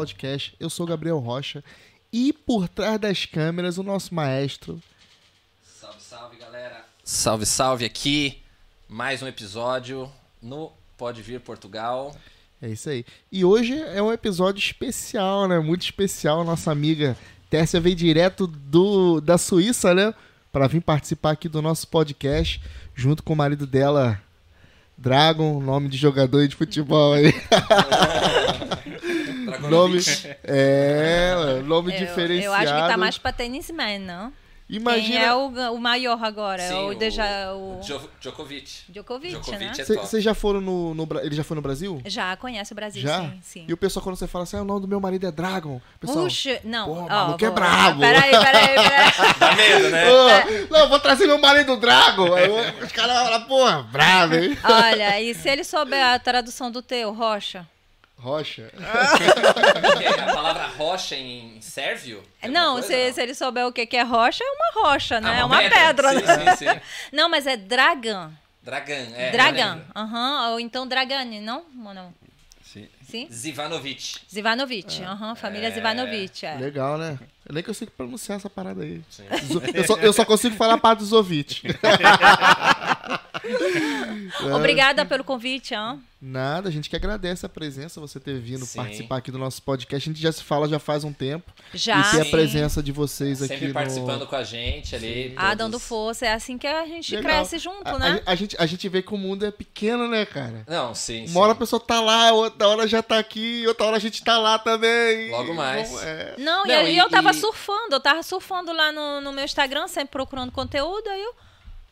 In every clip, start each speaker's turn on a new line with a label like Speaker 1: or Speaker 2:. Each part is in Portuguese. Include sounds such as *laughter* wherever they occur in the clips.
Speaker 1: podcast. Eu sou o Gabriel Rocha e por trás das câmeras o nosso maestro.
Speaker 2: Salve, salve, galera. Salve, salve aqui. Mais um episódio no Pode Vir Portugal.
Speaker 1: É isso aí. E hoje é um episódio especial, né? Muito especial. Nossa amiga Tércia veio direto do, da Suíça, né? Pra vir participar aqui do nosso podcast, junto com o marido dela, Dragon, nome de jogador aí de futebol aí. nome, *laughs* é, nome
Speaker 3: Eu-
Speaker 1: diferenciado.
Speaker 3: Eu acho que tá mais pra tennisman, não? Quem é
Speaker 1: Imagina,
Speaker 3: o, ga- o maior agora? é o, Deja, o,
Speaker 2: o Djo- Djokovic.
Speaker 3: Djokovic, né?
Speaker 2: Djokovic é top.
Speaker 1: vocês já foram no, no Bra- ele já foi no Brasil?
Speaker 3: Já conhece o Brasil,
Speaker 1: já?
Speaker 3: sim. sim.
Speaker 1: E o pessoal quando você fala assim, ah, o nome do meu marido é Dragon. O Pessoal,
Speaker 3: Puxa, não.
Speaker 1: Pô, o
Speaker 3: ó,
Speaker 1: maluco é
Speaker 3: vou-
Speaker 1: brabo.
Speaker 3: Peraí, peraí,
Speaker 1: *laughs*
Speaker 3: peraí.
Speaker 2: Dá medo, *laughs* né?
Speaker 3: É.
Speaker 1: "Ô, "Ah, não, eu vou trazer meu marido Dragon. Aí eu- os caras falam, porra, bravo, hein?
Speaker 3: Olha, e se ele souber a tradução do teu, Rocha?
Speaker 1: Rocha.
Speaker 2: Porque A palavra rocha em sérvio? é alguma
Speaker 3: não,
Speaker 2: coisa,
Speaker 3: se, se ele souber o que que é rocha, é uma rocha, né?
Speaker 2: Ah,
Speaker 3: é uma pedra,
Speaker 2: sim,
Speaker 3: né?
Speaker 2: Sim, sim.
Speaker 3: Não, mas é Dragan.
Speaker 2: Dragan, é.
Speaker 3: Dragan.
Speaker 2: eu
Speaker 3: Aham, ou então Dragani, não? Ou não?
Speaker 4: Sim.
Speaker 3: Sim?
Speaker 2: lembro. Zivanovic.
Speaker 3: Zivanovic.
Speaker 2: Ah,
Speaker 3: Aham, família Zivanovic. É.
Speaker 1: Legal, né? Eu nem consigo pronunciar essa parada aí.
Speaker 2: Sim.
Speaker 1: Zo- Eu só, eu só consigo falar a parte do Zovich. É.
Speaker 3: Obrigada pelo convite, ó.
Speaker 1: Nada, a gente que agradece a presença, você ter vindo
Speaker 2: Sim.
Speaker 1: participar aqui do nosso podcast. A gente já se fala já faz um tempo.
Speaker 3: Já.
Speaker 1: e ter a
Speaker 2: Sim.
Speaker 1: presença de vocês aqui
Speaker 2: Sempre
Speaker 1: no...
Speaker 2: participando com a gente ali.
Speaker 3: Ah,
Speaker 2: todos-
Speaker 3: dando força. É assim que a gente
Speaker 1: Legal.
Speaker 3: cresce junto,
Speaker 1: A-
Speaker 3: né?
Speaker 1: A, a gente, a gente vê que o mundo é pequeno, né, cara?
Speaker 2: Não, sim.
Speaker 1: Uma hora a
Speaker 2: sim.
Speaker 1: pessoa tá lá, outra hora já tá aqui, outra hora a gente tá lá também.
Speaker 2: Logo mais.
Speaker 1: Bom, é.
Speaker 3: Não, e
Speaker 2: Não,
Speaker 3: aí
Speaker 2: e-
Speaker 3: eu tava
Speaker 2: e-
Speaker 3: surfando, eu tava surfando lá no, no meu Instagram, sempre procurando conteúdo, aí eu.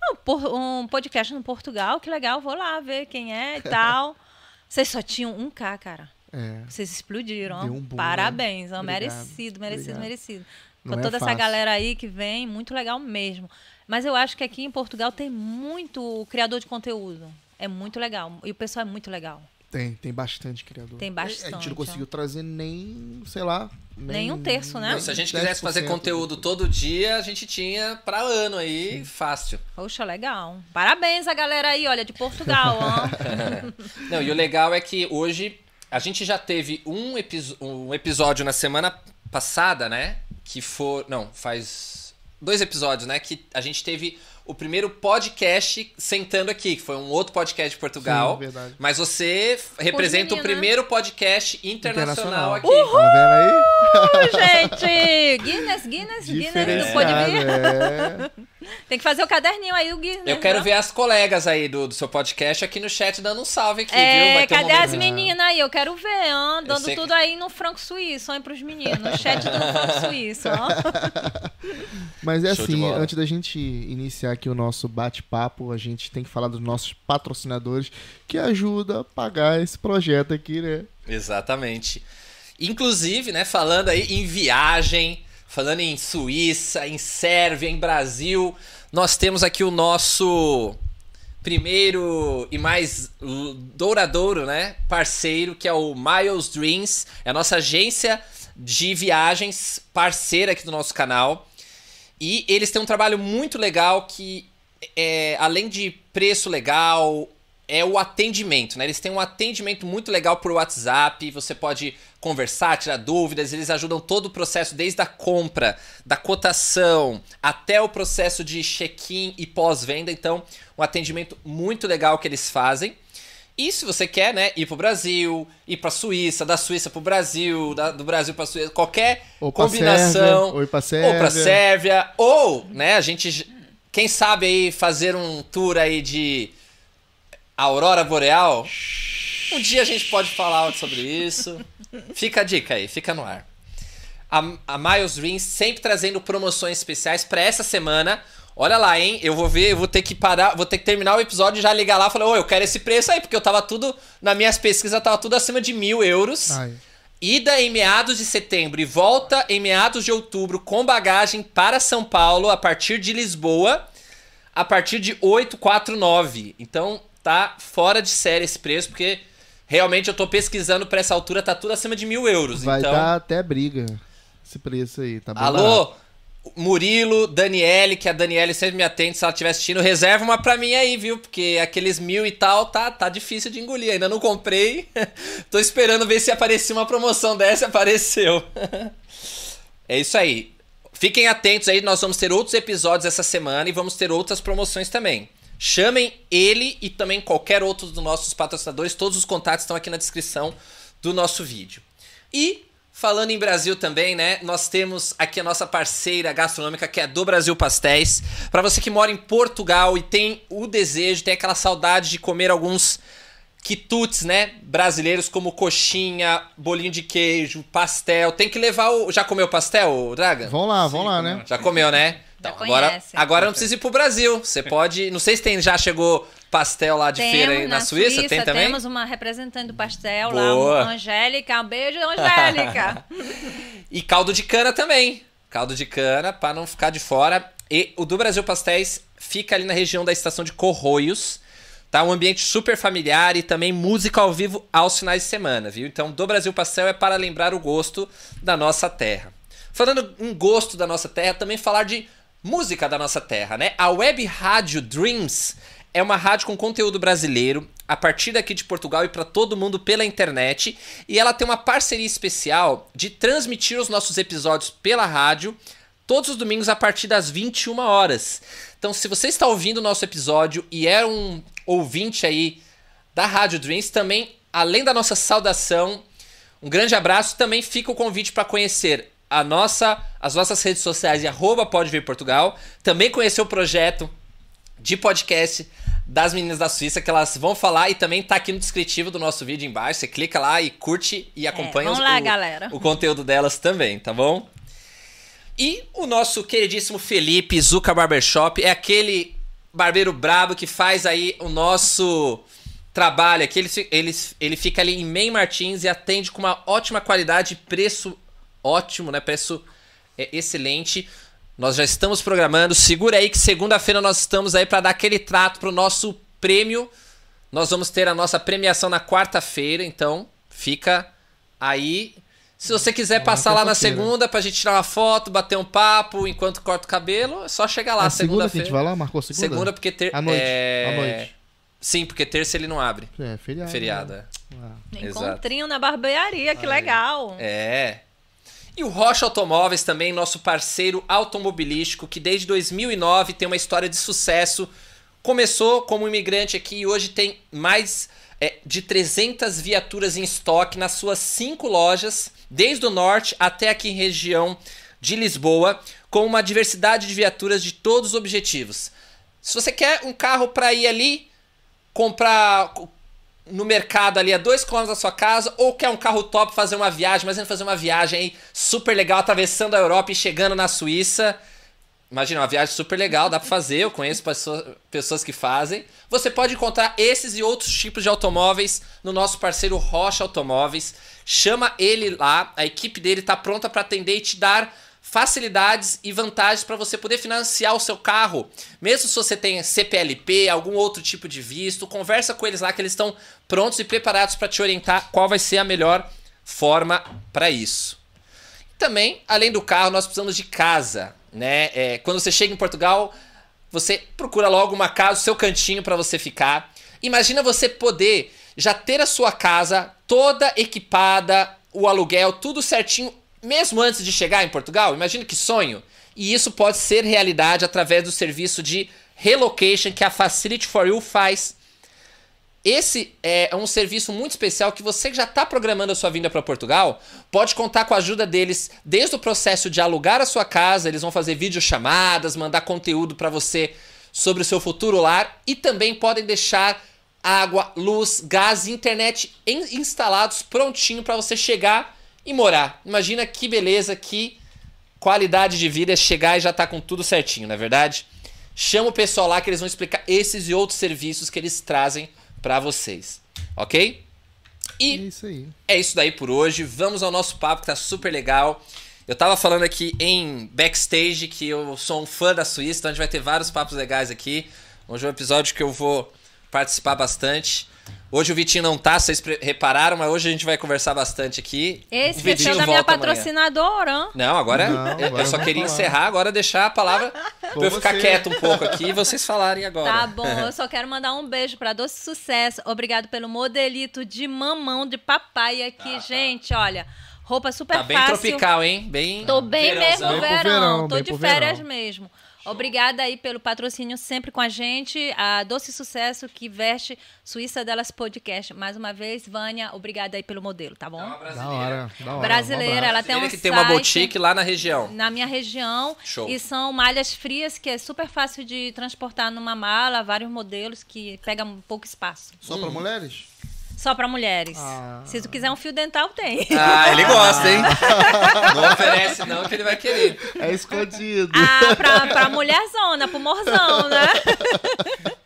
Speaker 3: "Ah, por- um podcast no Portugal, que legal, vou lá ver quem é e tal. Vocês só tinham um K, cara.
Speaker 1: É,
Speaker 3: Vocês explodiram. ó.
Speaker 1: Deu um boom, né?
Speaker 3: Parabéns, ó,
Speaker 1: Obrigado,
Speaker 3: merecido, merecido,
Speaker 1: obrigado.
Speaker 3: merecido.
Speaker 1: Não
Speaker 3: Com
Speaker 1: é
Speaker 3: toda essa
Speaker 1: fácil.
Speaker 3: galera aí que vem, muito legal mesmo. Mas eu acho que aqui em Portugal tem muito criador de conteúdo. É muito legal. E o pessoal é muito legal.
Speaker 1: Tem, tem bastante criador. É,
Speaker 3: Tem
Speaker 1: A gente
Speaker 3: bastante,
Speaker 1: não
Speaker 3: ó.
Speaker 1: conseguiu trazer nem, sei lá... Nem,
Speaker 3: Nem um terço, né?
Speaker 2: Não, se a gente quisesse
Speaker 1: 10%
Speaker 2: fazer conteúdo todo dia, a gente tinha pra ano aí, fácil.
Speaker 3: Poxa, legal. Parabéns a galera aí, olha, de Portugal,
Speaker 1: *laughs*
Speaker 3: ó.
Speaker 2: Não, e o legal é que hoje a gente já teve um, episo- um episódio na semana passada, né? Que for. Não, faz dois episódios, né? Que a gente teve o primeiro podcast sentando aqui, que foi um outro podcast de Portugal.
Speaker 1: Sim, verdade.
Speaker 2: Mas você f- representa
Speaker 3: menino,
Speaker 2: o primeiro podcast
Speaker 1: Internacional.
Speaker 2: internacional, aqui.
Speaker 1: Tá vendo aí?
Speaker 3: Ui, gente! Guinness, Guinness, Guinness, né? não pode vir.
Speaker 1: Diferenciado, é.
Speaker 3: Tem que fazer o caderninho aí, o Guinness.
Speaker 2: Eu quero
Speaker 3: né?
Speaker 2: ver as colegas aí do, do seu podcast aqui no chat dando um salve aqui, viu?
Speaker 3: É,
Speaker 2: um
Speaker 3: cadê
Speaker 2: momento-
Speaker 3: as meninas aí? Eu quero ver, ó, dando
Speaker 2: sei que-
Speaker 3: tudo aí no franco suíço, ó, pros meninos. No chat do franco suíço, ó.
Speaker 1: é. Mas é
Speaker 2: Show de
Speaker 1: assim,
Speaker 2: bola.
Speaker 1: antes da gente iniciar aqui o nosso bate-papo, a gente tem que falar dos nossos patrocinadores que ajudam a pagar esse projeto aqui, né?
Speaker 2: Exatamente. Inclusive, né, falando aí em viagem, falando em Suíça, em Sérvia, em Brasil, nós temos aqui o nosso primeiro e mais l- douradouro, né, parceiro, que é o Miles Dreams, é a nossa agência de viagens parceira aqui do nosso canal. E eles têm um trabalho muito legal que, é, além de preço legal, é o atendimento, né? Eles têm um atendimento muito legal por WhatsApp, você pode conversar, tirar dúvidas, eles ajudam todo o processo, desde a compra, da cotação, até o processo de check-in e pós-venda. Então, um atendimento muito legal que eles fazem. E se você quer, né, ir pro Brasil, ir pra Suíça, da Suíça pro Brasil, da- do Brasil pra Suíça, qualquer
Speaker 1: Ou pra
Speaker 2: combinação
Speaker 1: Sérvia, ou pra Sérvia.
Speaker 2: ou pra Sérvia, ou, né, a gente, j- quem sabe aí fazer um tour aí de Aurora Boreal. Um dia a gente pode falar sobre isso. Fica a dica aí, fica no ar. A, a Miles Dreams sempre trazendo promoções especiais pra essa semana. Olha lá, hein? Eu vou ver, eu vou ter que parar, vou ter que terminar o episódio e já ligar lá e falar, ô, eu quero esse preço aí, porque eu tava tudo, nas minhas pesquisas, tava tudo acima de mil euros.
Speaker 1: Ai,
Speaker 2: Ida em meados de setembro e volta em meados de outubro com bagagem para São Paulo a partir de Lisboa, a partir de 849. Então tá fora de série esse preço, porque realmente eu tô pesquisando pra essa altura, tá tudo acima de mil euros.
Speaker 1: vai
Speaker 2: então,
Speaker 1: dar até briga esse preço aí, tá bom?
Speaker 2: alô, Murilo, Daniele, que a Daniele sempre me atende se ela estiver assistindo, reserva uma pra mim aí, viu? Porque aqueles mil e tal tá, tá difícil de engolir. Ainda não comprei. *laughs* Tô esperando ver se apareceu uma promoção dessa. Apareceu. é isso aí. Fiquem atentos aí, nós vamos ter outros episódios essa semana e vamos ter outras promoções também. Chamem ele e também qualquer outro dos nossos patrocinadores. Todos os contatos estão aqui na descrição do nosso vídeo. E falando em Brasil também, né? Nós temos aqui a nossa parceira gastronômica que é do Brasil Pastéis. Para você que mora em Portugal e tem o desejo, tem aquela saudade de comer alguns quitutes, né? Brasileiros como coxinha, bolinho de queijo, pastel. Tem que levar o. Já comeu pastel, Draga?
Speaker 1: Vão lá, vão lá, né?
Speaker 2: Já comeu, né? Então, agora,
Speaker 3: conhece.
Speaker 2: agora não precisa ir pro Brasil. Você pode. Não sei se tem, já chegou pastel lá de feira aí na, Suíça. Tem também?
Speaker 3: Temos uma representante do pastel
Speaker 2: Boa.
Speaker 3: lá, a Angélica. Um beijo,
Speaker 2: *laughs*
Speaker 3: Angélica.
Speaker 2: E caldo de cana também. Caldo de cana para não ficar de fora. E o do Brasil Pastéis fica ali na região da estação de Corroios. Tá um ambiente super familiar e também música ao vivo aos finais de semana, viu? Então, do Brasil Pastel é para lembrar o gosto da nossa terra. Falando em gosto da nossa terra, também falar de música da nossa terra, né? A web rádio Dreams é uma rádio com conteúdo brasileiro, a partir daqui de Portugal e para todo mundo pela internet. E ela tem uma parceria especial de transmitir os nossos episódios pela rádio todos os domingos a partir das 21 horas. Então, se você está ouvindo o nosso episódio e é um ouvinte aí da Rádio Dreams, também, além da nossa saudação, um grande abraço, também fica o convite para conhecer a nossa, as nossas redes sociais e arroba pode vir Portugal, também conhecer o projeto de podcast das meninas da Suíça que elas vão falar e também tá aqui no descritivo do nosso vídeo embaixo. Você clica lá e curte e acompanha
Speaker 3: É, vamos
Speaker 2: os-
Speaker 3: lá,
Speaker 2: o-
Speaker 3: galera.
Speaker 2: o conteúdo delas também, tá bom? E o nosso queridíssimo Felipe Zuca Barbershop é aquele barbeiro brabo que faz aí o nosso trabalho aqui. Ele, fi- ele, ele fica ali em Main Martins e atende com uma ótima qualidade e preço ótimo, né? Preço é, excelente. Nós já estamos programando. Segura aí que segunda-feira nós estamos aí para dar aquele trato pro nosso prêmio. Nós vamos ter a nossa premiação na quarta-feira, então fica aí. Se você quiser passar lá na
Speaker 1: quarta-feira.
Speaker 2: segunda pra gente tirar uma foto, bater um papo enquanto corta o cabelo, é só chegar lá
Speaker 1: É segunda que a
Speaker 2: segunda-feira.
Speaker 1: gente vai lá? Marcou segunda?
Speaker 2: Segunda, porque ter...
Speaker 1: À noite.
Speaker 2: é...
Speaker 1: À noite.
Speaker 2: Sim, porque terça ele não abre.
Speaker 1: É, feriado.
Speaker 2: Feriado, é.
Speaker 1: Ah.
Speaker 3: Encontrinho na barbearia, que legal.
Speaker 2: É. E o Rocha Automóveis também, nosso parceiro automobilístico, que desde 2009 tem uma história de sucesso. Começou como imigrante aqui e hoje tem mais é, de 300 viaturas em estoque nas suas cinco lojas, desde o norte até aqui em região de Lisboa, com uma diversidade de viaturas de todos os objetivos. Se você quer um carro para ir ali, comprar co- no mercado ali a 2km da sua casa, ou quer um carro top fazer uma viagem, mas fazer uma viagem aí super legal, atravessando a Europa e chegando na Suíça. Imagina, uma viagem super legal, dá pra fazer, eu conheço pessoa- pessoas que fazem. Você pode encontrar esses e outros tipos de automóveis no nosso parceiro Rocha Automóveis. Chama ele lá, a equipe dele tá pronta pra atender e te dar facilidades e vantagens para você poder financiar o seu carro. Mesmo se você tem CPLP, algum outro tipo de visto, conversa com eles lá que eles estão prontos e preparados para te orientar qual vai ser a melhor forma para isso. Também, além do carro, nós precisamos de casa, né? É, quando você chega em Portugal, você procura logo uma casa, o seu cantinho para você ficar. Imagina você poder já ter a sua casa toda equipada, o aluguel, tudo certinho, mesmo antes de chegar em Portugal. Imagina que sonho! E isso pode ser realidade através do serviço de relocation que a Facility for You faz esse é um serviço muito especial que você que já está programando a sua vinda para Portugal pode contar com a ajuda deles desde o processo de alugar a sua casa, eles vão fazer videochamadas, mandar conteúdo para você sobre o seu futuro lar e também podem deixar água, luz, gás e internet em- instalados prontinho para você chegar e morar. Imagina que beleza, que qualidade de vida é chegar e já tá com tudo certinho, não é verdade? Chama o pessoal lá que eles vão explicar esses e outros serviços que eles trazem pra vocês, ok?
Speaker 1: É
Speaker 2: E
Speaker 1: isso aí.
Speaker 2: é isso daí por hoje. Vamos ao nosso papo que tá super legal. Eu tava falando aqui em backstage que eu sou um fã da Suíça, então a gente vai ter vários papos legais aqui. Hoje é um episódio que eu vou participar bastante. Hoje o Vitinho não tá, vocês pre- repararam, mas hoje a gente vai conversar bastante aqui. O
Speaker 3: Esqueceu
Speaker 2: Vitinho
Speaker 3: é da minha
Speaker 2: volta amanhã.
Speaker 3: patrocinadora.
Speaker 2: Não, agora
Speaker 1: Não,
Speaker 2: eu- eu,
Speaker 1: agora
Speaker 2: só
Speaker 1: vamos
Speaker 2: queria
Speaker 1: falar.
Speaker 2: encerrar, agora deixar a
Speaker 3: *laughs*
Speaker 2: palavra
Speaker 1: Com
Speaker 2: pra eu ficar
Speaker 1: você.
Speaker 2: quieto um pouco aqui e vocês falarem agora. *laughs*
Speaker 3: Tá bom, eu só quero mandar um beijo pra Doce Sucesso. Obrigado pelo modelito de mamão de papai aqui, gente. Olha, roupa super
Speaker 2: Tá bem
Speaker 3: fácil.
Speaker 2: tropical, hein? Bem
Speaker 3: Tô bem
Speaker 2: verãozão.
Speaker 3: mesmo,
Speaker 1: Bem pro
Speaker 3: verão.
Speaker 1: verão,
Speaker 3: Tô
Speaker 1: bem
Speaker 3: de
Speaker 1: pro
Speaker 3: férias
Speaker 1: verão.
Speaker 3: mesmo. Obrigada aí pelo patrocínio sempre com a gente. A Doce Sucesso que veste Suíça Delas Podcast. Mais uma vez, Vânia, obrigada aí pelo modelo, tá bom?
Speaker 2: É uma brasileira.
Speaker 1: Da hora, da hora.
Speaker 3: Brasileira,
Speaker 1: um abraço.
Speaker 3: ela tem
Speaker 2: Brasileira
Speaker 3: um site
Speaker 2: que tem uma boutique lá na
Speaker 3: *laughs*
Speaker 2: região.
Speaker 3: na minha região.
Speaker 2: Show.
Speaker 3: E são malhas frias que é super fácil de transportar numa mala, vários modelos que pega um pouco espaço.
Speaker 1: Só
Speaker 2: Hum.
Speaker 1: pra mulheres?
Speaker 3: Só pra mulheres.
Speaker 1: Ah.
Speaker 3: Se tu quiser um fio dental, tem.
Speaker 2: *laughs* Ah, ele
Speaker 1: *laughs*
Speaker 2: gosta, hein? Não oferece não que ele vai querer.
Speaker 1: É escondido.
Speaker 3: *laughs* Ah, pra, pra mulherzona, pro morzão, né?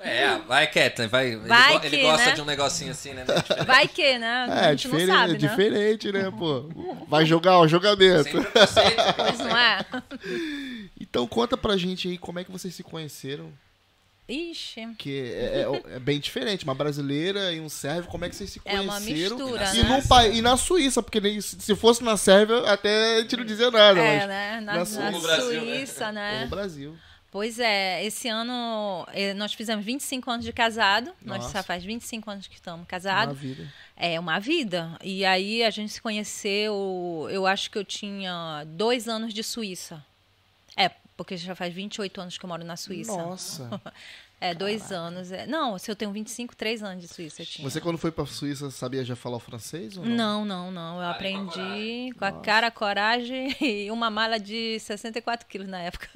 Speaker 2: É, vai, Kathleen, vai. Ele
Speaker 3: Vai
Speaker 2: go- ele,
Speaker 3: que,
Speaker 2: gosta
Speaker 3: né?
Speaker 2: de um negocinho assim,
Speaker 1: *laughs*
Speaker 2: né?
Speaker 3: Vai que, né?
Speaker 1: é,
Speaker 3: a gente não
Speaker 1: diferente,
Speaker 3: sabe, né?
Speaker 1: diferente, né, pô? Vai jogar o jogamento.
Speaker 2: Sempre preconceito.
Speaker 3: Mas não é?
Speaker 1: Então conta pra gente aí como é que vocês se conheceram.
Speaker 3: Ixi.
Speaker 1: Que é, é- é bem diferente. Uma brasileira e um sérvio, como é que vocês se
Speaker 3: É
Speaker 1: conheceram?
Speaker 3: uma mistura,
Speaker 1: E,
Speaker 3: né?
Speaker 1: num pa- e na Suíça, porque nem- se fosse na Sérvia, até a gente não dizia nada,
Speaker 3: É,
Speaker 1: mas
Speaker 3: né? Na,
Speaker 1: na
Speaker 3: na
Speaker 1: Su- no
Speaker 2: Brasil, né?
Speaker 3: Suíça, né?
Speaker 1: no Brasil.
Speaker 3: Pois é, esse ano eh, nós fizemos 25 anos de casado. Nós
Speaker 1: Nossa.
Speaker 3: já faz 25 anos que estamos
Speaker 1: Na
Speaker 3: casados.
Speaker 1: vida.
Speaker 3: É uma vida. E aí a gente se conheceu, eu acho que eu tinha dois anos de Suíça. É, porque já faz 28 anos que eu moro na Suíça.
Speaker 1: Nossa.
Speaker 3: É, dois anos. é. Não, se eu tenho 25, três anos de Suíça eu tinha.
Speaker 1: Você quando foi pra Suíça sabia já falar o francês ou não?
Speaker 3: Não, não, não. Eu aprendi com a cara, a coragem *laughs* e uma mala de 64 quilos na época.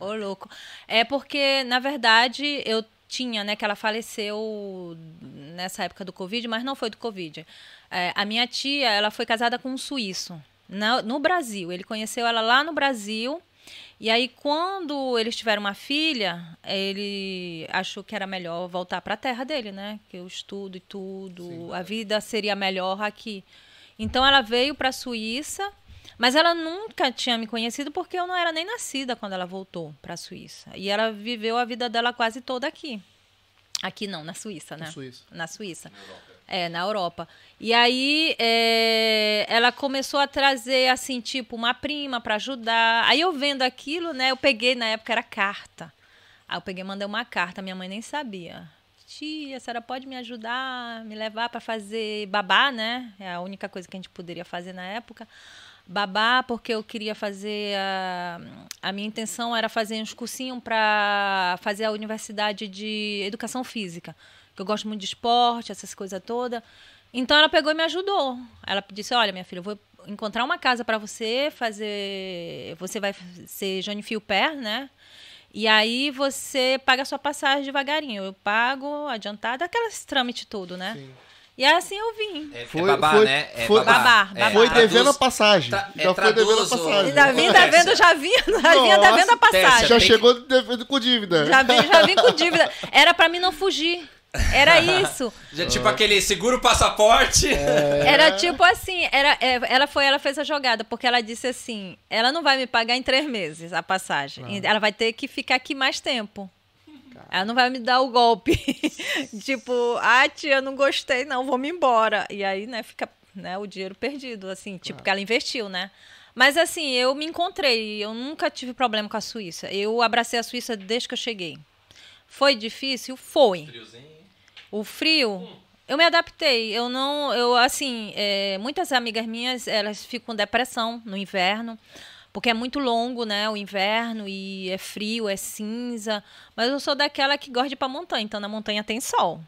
Speaker 3: Ô, louco. É porque, na verdade, eu tinha, né, que ela faleceu nessa época do Covid, mas não foi do Covid. É, a minha tia, ela foi casada com um suíço na- no Brasil. Ele conheceu ela lá no Brasil. E aí, quando eles tiveram uma filha, ele achou que era melhor voltar para a terra dele, né? Que o estudo e tudo, a vida seria melhor aqui. Então, ela veio para a Suíça, mas ela nunca tinha me conhecido porque eu não era nem nascida quando ela voltou para a Suíça. E ela viveu a vida dela quase toda aqui. Aqui não, na Suíça, né?
Speaker 1: Na Suíça.
Speaker 3: na Suíça. É, na Europa. E aí é, ela começou a trazer, assim, tipo, uma prima para ajudar. Aí eu vendo aquilo, né? Eu peguei, na época era carta. Aí eu peguei e mandei uma carta, minha mãe nem sabia. Tia, a senhora pode me ajudar, me levar para fazer babá, né? É a única coisa que a gente poderia fazer na época. Babá, porque eu queria fazer. A, a minha intenção era fazer uns cursinhos para fazer a universidade de educação física, que eu gosto muito de esporte, essas coisas todas. Então ela pegou e me ajudou. Ela disse: Olha, minha filha, eu vou encontrar uma casa para você, fazer. Você vai ser Johnny Philper, né? E aí você paga a sua passagem devagarinho. Eu pago adiantada, aqueles trâmite todo, né?
Speaker 1: Sim.
Speaker 3: E assim eu vim.
Speaker 2: É,
Speaker 1: Foi-
Speaker 2: é babá,
Speaker 1: foi-
Speaker 2: né? É
Speaker 1: foi-
Speaker 2: babá.
Speaker 3: Babá,
Speaker 2: É,
Speaker 1: foi
Speaker 2: traduz-
Speaker 1: devendo a passagem.
Speaker 2: tra- é,
Speaker 1: já foi devendo a
Speaker 2: traduz o-
Speaker 1: passagem.
Speaker 3: Da vinda, da venda, *laughs* já vinha, já vinha da venda a passagem.
Speaker 1: Já
Speaker 2: Tem que-
Speaker 1: chegou devendo com dívida.
Speaker 3: Já vim, já vim com dívida. Era pra mim não fugir. Era isso.
Speaker 2: Já, tipo aquele segura o passaporte.
Speaker 1: É.
Speaker 2: *laughs*
Speaker 3: Era tipo assim, era, é, ela foi, ela fez a jogada, porque ela disse assim: ela não vai me pagar em três meses a passagem. E Ela vai ter que ficar aqui mais tempo. Ela não vai me dar o golpe. *laughs* tipo, ah, tia, não gostei, não, vou me embora. E aí, né, fica né, o dinheiro perdido, assim, tipo, que ela investiu, né? Mas assim, eu me encontrei, eu nunca tive problema com a Suíça. Eu abracei a Suíça desde que eu cheguei. Foi difícil? Foi. O frio, eu me adaptei. Eu não, eu assim, é, muitas amigas minhas, elas ficam com depressão no inverno, porque é muito longo, né, o inverno e é frio, é cinza. Mas eu sou daquela que gosta de ir pra montanha, então na montanha tem sol.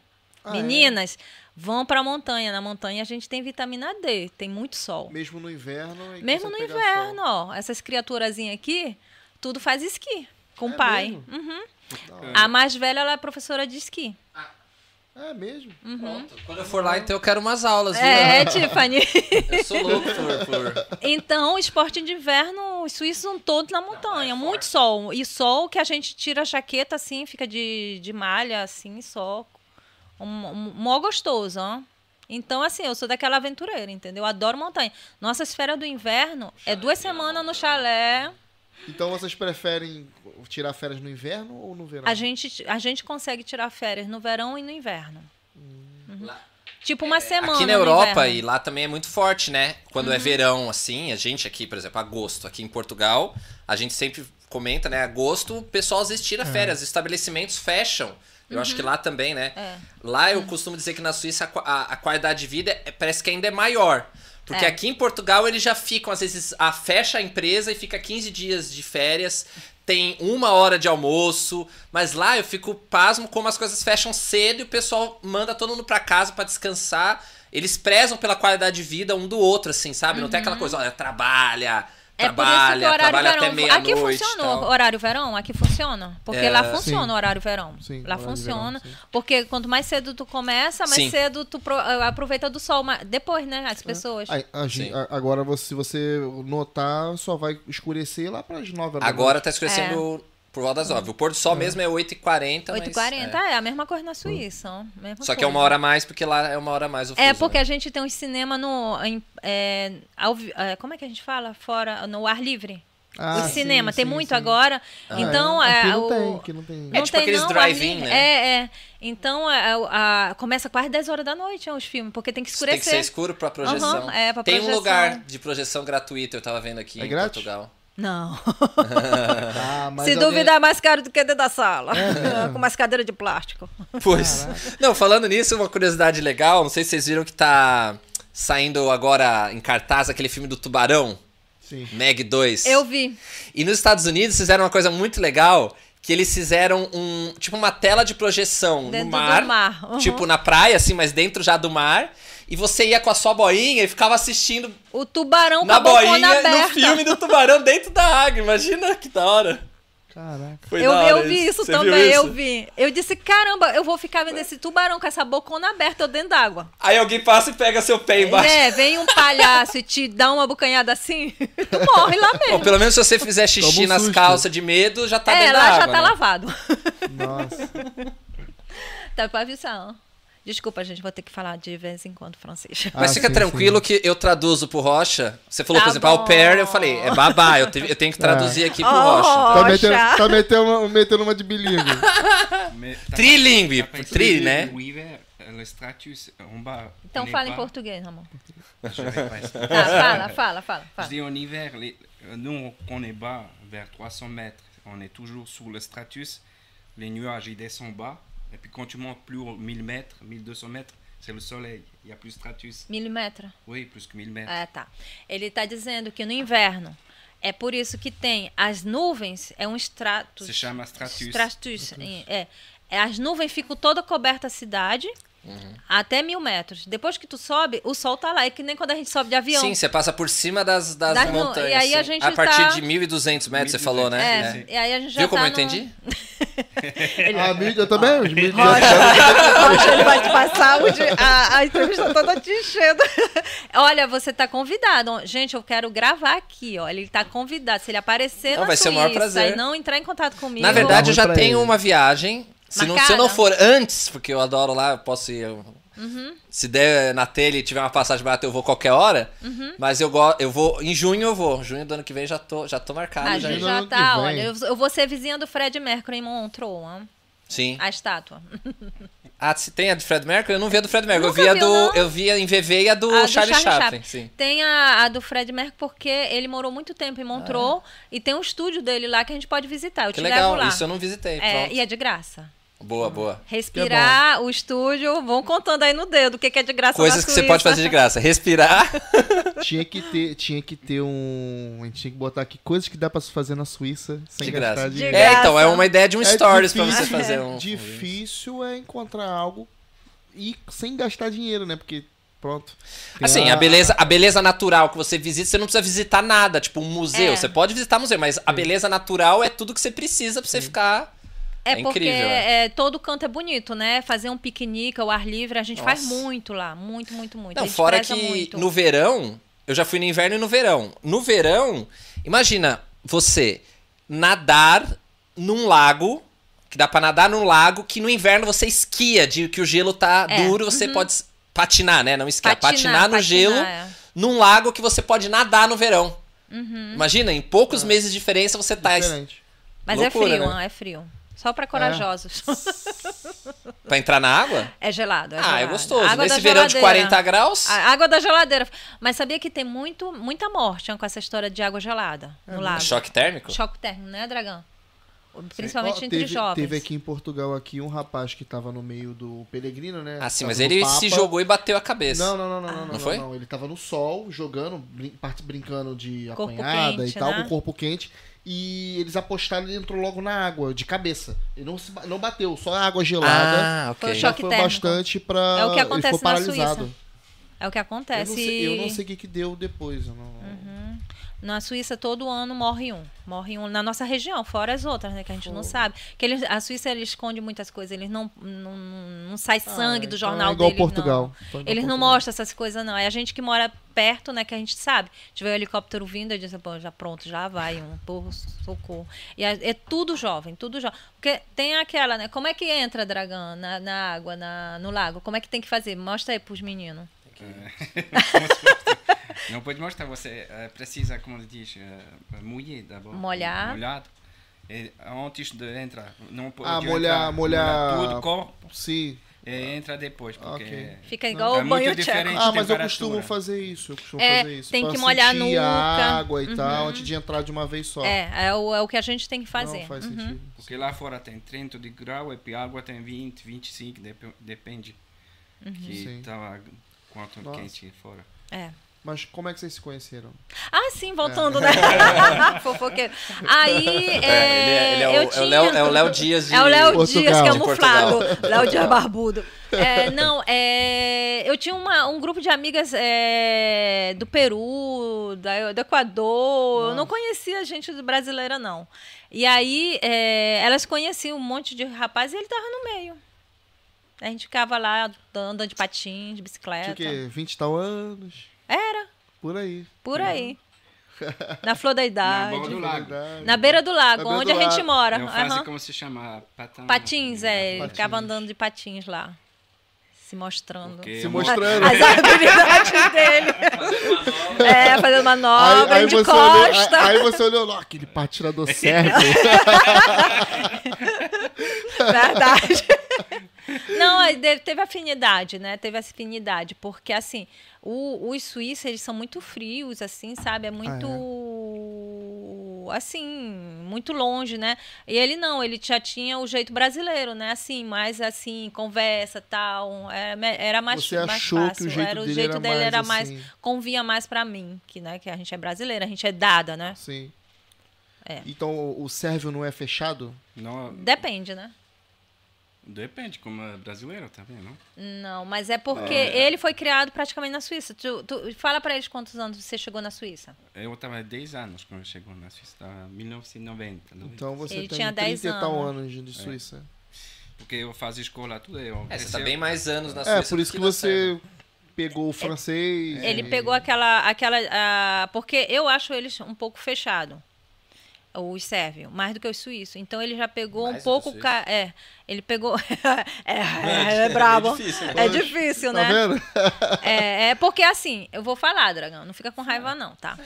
Speaker 1: Ah, é?
Speaker 3: Meninas, vão pra montanha. Na montanha a gente tem vitamina D, tem muito sol.
Speaker 1: Mesmo no inverno. e
Speaker 3: Mesmo no
Speaker 1: consegue pegar
Speaker 3: inverno, ó, essas criaturazinhas aqui, tudo faz esqui com o
Speaker 1: É
Speaker 3: pai.
Speaker 1: mesmo?
Speaker 3: Uhum.
Speaker 1: sol. Da hora.
Speaker 3: A mais velha ela é professora de esqui.
Speaker 1: É mesmo?
Speaker 2: Pronto. Quando eu for lá, então eu quero umas aulas, viu?
Speaker 3: É, Tiffany.
Speaker 2: Eu
Speaker 3: *laughs*
Speaker 2: sou louco por. por...
Speaker 3: Então, o esporte de inverno, os suíços são todos na montanha,
Speaker 2: é
Speaker 3: muito sol. E sol que a gente tira a jaqueta assim, fica de, de malha assim, só. Um, um- mó gostoso, ó. Então, assim, eu sou daquela aventureira, entendeu? Eu adoro montanha. Nossas férias do inverno é duas semanas no
Speaker 2: né?
Speaker 3: chalé.
Speaker 1: Então vocês preferem tirar férias no inverno ou no verão?
Speaker 3: A gente, a gente consegue tirar férias no verão e no inverno.
Speaker 2: Lá-
Speaker 3: Tipo uma semana.
Speaker 2: É, Aqui na
Speaker 3: no
Speaker 2: Europa
Speaker 3: inverno.
Speaker 2: e lá também é muito forte, né? Quando é verão, assim, a gente aqui, por exemplo, agosto, aqui em Portugal, a gente sempre comenta, né? Agosto, o pessoal às vezes tira férias, os estabelecimentos fecham. Eu acho que lá também, né? Lá eu costumo dizer que na Suíça a qua- a, a qualidade de vida é- parece que ainda é maior. Porque
Speaker 3: É.
Speaker 2: aqui em Portugal eles já ficam, às vezes, a, fecha a empresa e fica 15 dias de férias, tem uma hora de almoço, mas lá eu fico pasmo como as coisas fecham cedo e o pessoal manda todo mundo pra casa pra descansar. Eles prezam pela qualidade de vida um do outro, assim, sabe? Não tem aquela coisa, olha, trabalha,
Speaker 3: Uhum. É por isso que
Speaker 2: trabalha,
Speaker 3: o horário
Speaker 2: trabalha até
Speaker 3: verão. Aqui
Speaker 2: meia-noite.
Speaker 3: funcionou.
Speaker 2: tal. É,
Speaker 3: Horário verão? Aqui funciona. Porque lá funciona
Speaker 1: Sim.
Speaker 3: o horário verão.
Speaker 1: Sim,
Speaker 3: lá
Speaker 1: horário verão,
Speaker 3: funciona.
Speaker 1: sim.
Speaker 3: porque quanto mais cedo tu começa, mais
Speaker 2: Sim. Ah,
Speaker 3: cedo tu pro- aproveita do sol. ma- Depois, né? As pessoas.
Speaker 1: Aí, a gente-
Speaker 2: Sim.
Speaker 1: a- agora, você- se você notar, só vai escurecer lá pras 9 horas.
Speaker 2: Agora tá escurecendo
Speaker 3: É.
Speaker 2: por volta das 9. O pôr do sol mesmo é 8h40. mas,
Speaker 3: 8h40
Speaker 2: é.
Speaker 3: é. a mesma coisa na Suíça. ó, mesma
Speaker 2: Só que é
Speaker 3: coisa.
Speaker 2: uma hora a mais, porque lá é uma hora a mais o fuso,
Speaker 3: É,
Speaker 2: né?
Speaker 3: porque a gente tem um cinema no. em- é, ao vi- é, como é que a gente fala? Fora. No ar livre?
Speaker 1: Ah,
Speaker 3: o
Speaker 1: sim,
Speaker 3: cinema. tem
Speaker 1: sim,
Speaker 3: muito
Speaker 1: sim.
Speaker 3: agora.
Speaker 1: Ah,
Speaker 3: então,
Speaker 1: é,
Speaker 3: é,
Speaker 1: aqui não
Speaker 3: o-
Speaker 1: tem, aqui não tem.
Speaker 2: É tipo aqueles
Speaker 3: *laughs* não,
Speaker 2: drive-in,
Speaker 3: ali-
Speaker 2: né?
Speaker 3: É, é. Então, é, é, o- a- começa quase 10 horas da noite é, os filmes, porque tem que escurecer.
Speaker 2: Tem que ser escuro pra projeção.
Speaker 3: Aham, é, pra
Speaker 2: Tem um
Speaker 3: projeção.
Speaker 2: lugar de projeção gratuito, eu tava vendo aqui
Speaker 1: É
Speaker 2: em
Speaker 1: grátis?
Speaker 2: Portugal. *laughs*
Speaker 3: Não.
Speaker 1: Ah, mas
Speaker 3: Se
Speaker 1: alguém-
Speaker 3: duvidar, é mais caro do que dentro da sala.
Speaker 1: É
Speaker 3: Com umas cadeiras de plástico.
Speaker 2: Pois. Não, falando nisso, uma curiosidade legal, não sei se vocês viram que tá saindo agora em cartaz aquele filme do Tubarão,
Speaker 1: Sim.
Speaker 2: Meg 2.
Speaker 3: Eu vi.
Speaker 2: E nos Estados Unidos fizeram uma coisa muito legal, que eles fizeram um, tipo uma tela de projeção
Speaker 3: Dentro
Speaker 2: no
Speaker 3: do
Speaker 2: mar,
Speaker 3: mar, uhum.
Speaker 2: tipo na praia assim, mas dentro já do mar, e você ia com a sua boinha e ficava assistindo
Speaker 3: O tubarão
Speaker 2: na
Speaker 3: com a bocona
Speaker 2: boinha no
Speaker 3: aberta.
Speaker 2: filme do tubarão dentro da água. Imagina que da hora.
Speaker 1: Caraca.
Speaker 2: Foi
Speaker 3: Eu,
Speaker 2: da
Speaker 3: eu
Speaker 2: hora
Speaker 3: vi isso
Speaker 2: né? Você viu
Speaker 3: também, eu
Speaker 2: isso?
Speaker 3: vi. Eu disse, caramba, eu vou ficar vendo esse tubarão com essa bocona aberta eu dentro d'água.
Speaker 2: Aí alguém passa e pega seu pé embaixo.
Speaker 3: É, vem um palhaço e te dá uma bocanhada assim, *laughs* tu morre lá
Speaker 2: Ou
Speaker 3: mesmo.
Speaker 2: pelo menos se você fizer xixi
Speaker 1: Toma um
Speaker 2: nas
Speaker 1: susto.
Speaker 2: calças de medo, já tá
Speaker 3: é,
Speaker 2: dentro da
Speaker 3: lá já
Speaker 2: água. né?
Speaker 3: tá lavado. *laughs*
Speaker 1: Nossa.
Speaker 3: Tá pra avisar. ó. Desculpa, gente, vou ter que falar de vez em quando francês.
Speaker 1: Ah,
Speaker 2: Mas fica
Speaker 1: sim,
Speaker 2: tranquilo que eu traduzo pro Rocha. Você falou,
Speaker 3: Tá
Speaker 2: por exemplo, ao pair, eu
Speaker 3: bom.
Speaker 2: falei, é babá, eu, te- eu tenho que traduzir aqui pro
Speaker 3: Oh.
Speaker 2: Rocha.
Speaker 1: Tá
Speaker 3: Poxa.
Speaker 1: metendo, tá metendo, uma, metendo uma de bilíngue.
Speaker 4: Mais
Speaker 3: Oh.
Speaker 4: t'as
Speaker 2: Trilingue,
Speaker 1: Tá,
Speaker 4: pas- t'as pas
Speaker 2: tri,
Speaker 4: dit
Speaker 2: né?
Speaker 4: où il est, euh, le stratus, en bas, on
Speaker 3: Então
Speaker 4: n'est
Speaker 3: fala em
Speaker 4: pas-
Speaker 3: português, Ramon.
Speaker 4: Je vais pas expliquer.
Speaker 3: Tá, fala, fala, fala.
Speaker 4: Je *laughs*
Speaker 3: fala.
Speaker 4: dis en hiver, les- euh, nous on- qu'on est bas, vers 300 mètres, on est toujours sous le stratus, les nuages ils descendent bas, et puis quand tu montes plus haut, 1000 mètres, 1200 mètres, c'est le soleil, il y a plus de stratus.
Speaker 3: Milímetro?
Speaker 4: Oui, plus que 1000 mètres.
Speaker 3: É, tá. Ele tá dizendo que no inverno é por isso que tem as nuvens, é um extrato.
Speaker 4: Se chama stratus.
Speaker 3: Stratus. É. É, As nuvens ficam toda coberta a cidade.
Speaker 2: Uhum.
Speaker 3: Até mil metros. Depois que tu sobe, o sol tá lá. É que nem quando a gente sobe de avião.
Speaker 2: Sim, você passa por cima das, das
Speaker 3: Das nu-
Speaker 2: montanhas.
Speaker 3: e aí a
Speaker 2: assim.
Speaker 3: gente
Speaker 2: partir
Speaker 3: tá-
Speaker 2: de 1.200 metros, você falou, né?
Speaker 3: é, e aí a gente já
Speaker 2: Viu como
Speaker 3: tá
Speaker 2: eu
Speaker 3: num-
Speaker 2: entendi?
Speaker 3: *laughs* Ele- é.
Speaker 1: A mídia também? Os mídias
Speaker 3: Rocha, ele vai te passar o dia- a, a entrevista toda te enchendo. *laughs* Olha, você tá convidado. Gente, eu quero gravar aqui, ó. Ele tá convidado. Se ele aparecer
Speaker 2: Não,
Speaker 3: na
Speaker 2: vai ser
Speaker 3: Suíça
Speaker 2: o maior prazer.
Speaker 3: e não entrar em contato comigo...
Speaker 2: Na verdade, eu já
Speaker 1: Vamos pra
Speaker 2: tenho
Speaker 1: ele.
Speaker 2: uma viagem. Se, não, se eu não
Speaker 3: Marcada? Uhum.
Speaker 2: for antes, porque eu adoro lá, eu posso ir. eu- Se der na telha e tiver uma passagem barata, eu vou qualquer hora.
Speaker 3: Uhum.
Speaker 2: Mas eu, go... eu vou. Em junho eu vou. Junho do ano que vem já tô, já tô marcado.
Speaker 3: A
Speaker 2: já.
Speaker 3: gente
Speaker 1: Imagina
Speaker 3: já
Speaker 1: ano que
Speaker 3: tá,
Speaker 1: vem.
Speaker 3: olha, eu, eu vou ser vizinha do Fred Mercury em Montreux, hein?
Speaker 2: Sim.
Speaker 3: a estátua.
Speaker 2: Ah, se tem a do Fred Mercury? Eu não vi a do Fred Mercury. Eu
Speaker 3: Nunca
Speaker 2: vi a
Speaker 3: viu,
Speaker 2: do.
Speaker 3: não?
Speaker 2: Eu vi a em VV e a do
Speaker 3: a do
Speaker 2: Charlie Chaplin. Sim.
Speaker 3: Tem a, a do Fred Mercury porque ele morou muito tempo em Montreux e tem um estúdio dele lá que a gente pode visitar. Eu
Speaker 2: É. Que
Speaker 3: te
Speaker 2: legal,
Speaker 3: levo lá.
Speaker 2: isso eu não visitei.
Speaker 3: É,
Speaker 2: pronto.
Speaker 3: e é de graça.
Speaker 2: Boa, boa.
Speaker 3: Respirar, o estúdio, vão contando aí no dedo o que que é de graça
Speaker 2: Coisas
Speaker 3: na
Speaker 2: que você pode
Speaker 3: Suíça.
Speaker 2: fazer de graça. *laughs* Respirar.
Speaker 1: tinha que ter, tinha que ter um, a gente tinha que botar aqui coisas que dá pra se fazer na Suíça sem
Speaker 2: de
Speaker 1: gastar
Speaker 2: graça.
Speaker 1: dinheiro.
Speaker 3: De
Speaker 2: É, então, é
Speaker 3: graça.
Speaker 2: uma ideia de um
Speaker 1: É
Speaker 2: stories pra você
Speaker 1: difícil. é
Speaker 2: fazer
Speaker 3: *laughs*
Speaker 2: um.
Speaker 1: Difícil é encontrar algo e sem gastar dinheiro, né? Porque pronto. tem
Speaker 2: Assim, a beleza, a beleza natural que você visita, você não precisa visitar nada, tipo um museu.
Speaker 3: É.
Speaker 2: Você pode visitar museu, mas a beleza natural é tudo que você precisa pra você ficar.
Speaker 3: É,
Speaker 2: É
Speaker 3: porque
Speaker 2: incrível,
Speaker 3: é, todo canto é bonito, né? Fazer um piquenique ao ar livre, a gente faz
Speaker 2: Nossa.
Speaker 3: muito lá. Muito, muito, muito. A
Speaker 2: Não,
Speaker 3: gente
Speaker 2: fora que
Speaker 3: preza muito.
Speaker 2: no verão, eu já fui no inverno e no verão. No verão, imagina você nadar num lago, que dá pra nadar num lago, que no inverno você esquia, de que o gelo tá
Speaker 3: É,
Speaker 2: duro, você pode s- patinar, né? Não esquiar, patinar, no
Speaker 3: patinar,
Speaker 2: gelo,
Speaker 3: é.
Speaker 2: num lago que você pode nadar no verão.
Speaker 3: Uhum.
Speaker 2: Imagina, em poucos meses de diferença você tá
Speaker 1: Ah. diferente.
Speaker 3: Mas
Speaker 2: Loucura,
Speaker 3: é frio,
Speaker 2: né?
Speaker 3: é frio. Só para corajosos.
Speaker 1: É.
Speaker 2: Pra entrar na água?
Speaker 3: *laughs* É, gelado. É
Speaker 2: ah,
Speaker 3: gelado.
Speaker 2: é gostoso.
Speaker 3: Água da
Speaker 2: Nesse verão de
Speaker 3: geladeira. Ah,
Speaker 2: 40 graus.
Speaker 3: A água da geladeira. Mas sabia que tem muito, muita morte hein, com essa história de água gelada
Speaker 1: Hum,
Speaker 3: no lago.
Speaker 2: é Choque térmico?
Speaker 3: Choque térmico, né, Dragão? *laughs* Principalmente
Speaker 1: Ó,
Speaker 3: entre
Speaker 1: teve,
Speaker 3: jovens.
Speaker 1: Teve aqui em Portugal aqui um rapaz que tava no meio do Pelegrino, né?
Speaker 2: Ah, sim,
Speaker 1: Tava
Speaker 2: mas
Speaker 1: no
Speaker 2: ele
Speaker 1: Papa.
Speaker 2: se jogou e bateu a cabeça.
Speaker 1: Não, não, não,
Speaker 3: Ah.
Speaker 1: não, não, não,
Speaker 2: foi?
Speaker 1: não. Ele tava no sol, jogando, brin- parte- brincando de
Speaker 3: Corpo
Speaker 1: apanhada
Speaker 3: quente,
Speaker 1: e tal,
Speaker 3: né?
Speaker 1: com o corpo quente. E eles apostaram, ele entrou logo na água, de cabeça. Ele não, se ba- não bateu, só a água gelada.
Speaker 2: Ah,
Speaker 3: Foi o
Speaker 2: ok.
Speaker 1: Já
Speaker 3: É um choque
Speaker 1: foi
Speaker 3: térmico.
Speaker 1: bastante pra.
Speaker 3: É o que
Speaker 1: ele
Speaker 3: acontece
Speaker 1: ficou
Speaker 3: na
Speaker 1: paralisado.
Speaker 3: Suíça. É o que
Speaker 1: Eu
Speaker 3: acontece.
Speaker 1: não sei, eu não sei o que, que deu depois. eu não-
Speaker 3: Uhum. Na Suíça, todo ano morre um. Morre um na nossa região, fora as outras, né? Que a gente não sabe. Que eles, a Suíça ele esconde muitas coisas. Eles não, não, não sai sangue
Speaker 1: Ah,
Speaker 3: do
Speaker 1: então
Speaker 3: jornal
Speaker 1: é igual
Speaker 3: deles,
Speaker 1: Portugal.
Speaker 3: não.
Speaker 1: Então é igual
Speaker 3: Eles não
Speaker 1: Portugal.
Speaker 3: mostram essas coisas, não. É a gente que mora perto, né? Que a gente sabe. Tiver um helicóptero vindo, eu disse, pô, já pronto, já vai um. Pô, socorro. E a- é tudo jovem, tudo jovem. Porque tem aquela, né? Como é que entra, dragão, na, na água, na, no lago? Como é que tem que fazer? Mostra aí pros meninos.
Speaker 4: Não pode mostrar, você eh, precisa, como se diz, eh, molhar d'abord.
Speaker 3: Molhar.
Speaker 4: Molhado. E antes de entrar, não pode
Speaker 1: Ah,
Speaker 4: entrar,
Speaker 1: molhar- molhar-
Speaker 4: Tudo, corpo,
Speaker 1: Sim.
Speaker 4: e entra depois, porque...
Speaker 1: Ah, Ok.
Speaker 3: Fica igual
Speaker 4: é
Speaker 3: o
Speaker 4: muito
Speaker 3: banho
Speaker 4: diferente.
Speaker 3: tcheco.
Speaker 1: Ah, mas eu
Speaker 4: temperatura.
Speaker 1: costumo fazer isso. Eu costumo
Speaker 3: É,
Speaker 1: fazer isso.
Speaker 3: tem
Speaker 1: pra
Speaker 3: que molhar
Speaker 1: sentir
Speaker 3: a nuca. Uhum.
Speaker 1: a água e tal, antes de entrar de uma vez só.
Speaker 3: É, é o, é o que a gente tem que fazer.
Speaker 1: Não faz
Speaker 3: Uhum.
Speaker 1: sentido.
Speaker 4: Porque lá fora tem 30 de grau e a água tem 20, 25, dep depende. Que
Speaker 3: Uhum.
Speaker 1: Sim.
Speaker 4: tava quanto
Speaker 1: Nossa.
Speaker 4: quente fora.
Speaker 3: É.
Speaker 1: Mas como é que vocês se conheceram?
Speaker 3: Ah, sim, voltando, né?
Speaker 2: *laughs*
Speaker 3: Fofoqueiro. Aí.
Speaker 2: É.
Speaker 3: É,
Speaker 2: ele é, ele é
Speaker 3: eu
Speaker 2: o, é o
Speaker 3: tinha-
Speaker 2: Léo, é o Léo Dias de
Speaker 3: É o Léo
Speaker 1: Portugal.
Speaker 3: Dias
Speaker 1: De
Speaker 2: *laughs*
Speaker 3: camuflado. Léo Dias barbudo. É, não, é, eu tinha uma- um grupo de amigas é, do Peru, da, do Equador. Eu não conhecia gente do- brasileira, não. E aí é, elas conheciam um monte de rapaz e ele tava no meio. A gente ficava lá andando de patins, de
Speaker 1: Tinha o
Speaker 3: bicicleta.
Speaker 2: é
Speaker 1: quê? 20 e tal anos?
Speaker 3: É, então. Era,
Speaker 1: Por aí.
Speaker 2: *laughs*
Speaker 3: por aí. Na flor da
Speaker 4: Na
Speaker 3: idade.
Speaker 4: borda do lago.
Speaker 1: Verdade.
Speaker 3: Na beira do lago,
Speaker 1: Na beira
Speaker 3: onde
Speaker 1: do
Speaker 3: a gente
Speaker 1: lago.
Speaker 3: mora.
Speaker 4: Eu faço
Speaker 3: Aham.
Speaker 4: como se chama patins.
Speaker 3: é
Speaker 4: né?
Speaker 3: Patins, é. Ele
Speaker 1: Patins.
Speaker 3: ficava andando de patins lá. Se mostrando.
Speaker 4: Porque
Speaker 1: Se
Speaker 4: eu-
Speaker 1: mostrando.
Speaker 3: As habilidades
Speaker 1: *laughs*
Speaker 3: dele. é, fazendo manobra de
Speaker 1: olhou,
Speaker 3: costa.
Speaker 1: aí, aí você olhou lá, aquele
Speaker 4: *laughs* É.
Speaker 1: patinador certo.
Speaker 3: *laughs* Verdade. *laughs* Não, aí de- teve afinidade, né? Teve essa afinidade, porque assim, o- os suíços, eles são muito frios, assim, sabe?
Speaker 1: Ah,
Speaker 3: É muito.
Speaker 1: é?
Speaker 3: Assim, muito longe, né? E ele não, ele já tinha o jeito brasileiro, né? Assim, mais assim, conversa tal. Era, me- era mais
Speaker 1: Você
Speaker 3: mais
Speaker 1: achou que
Speaker 3: fácil.
Speaker 1: o jeito
Speaker 3: era, o
Speaker 1: dele
Speaker 3: jeito
Speaker 1: era
Speaker 3: dele
Speaker 1: mais
Speaker 3: era mais.
Speaker 1: assim.
Speaker 3: Convinha mais pra mim, que, né, que a gente é brasileira, a gente é dada, né?
Speaker 1: Sim.
Speaker 3: É.
Speaker 1: Então o- o sérvio não é fechado?
Speaker 4: Não,
Speaker 3: Depende, né?
Speaker 4: depende, como é brasileiro também, não?
Speaker 3: Não, mas é porque ele foi criado praticamente na Suíça. Tu, tu- fala pra eles quantos anos você chegou na Suíça.
Speaker 4: Eu estava 10 anos quando chegou na Suíça, tava 1990. não é?
Speaker 1: Então você
Speaker 3: Ele
Speaker 1: tem
Speaker 3: tinha 10
Speaker 1: 30 e tal
Speaker 3: anos.
Speaker 1: anos de- de Suíça.
Speaker 4: Porque eu faço escola tudo. Eu
Speaker 2: É, você
Speaker 4: cresci-
Speaker 2: tá bem mais anos na
Speaker 1: É,
Speaker 2: Suíça.
Speaker 1: por
Speaker 2: do
Speaker 1: isso que
Speaker 2: na Sérvia.
Speaker 1: você pegou o francês.
Speaker 3: É.
Speaker 1: é.
Speaker 3: Ele
Speaker 1: e-
Speaker 3: pegou aquela. aquela ah, porque eu acho eles um pouco fechado. Os sérvios, mais do que os suíços. Então ele já pegou
Speaker 2: Mais
Speaker 3: um
Speaker 2: do que
Speaker 3: pouco.
Speaker 2: os
Speaker 3: ca- É, ele pegou. *laughs* é, é, é
Speaker 2: É
Speaker 3: brabo.
Speaker 2: difícil,
Speaker 3: É difícil,
Speaker 1: Tá
Speaker 3: né?
Speaker 1: vendo?
Speaker 3: É, é porque assim, eu vou falar, Dragão, não fica com raiva, não,
Speaker 1: *laughs*
Speaker 3: tá?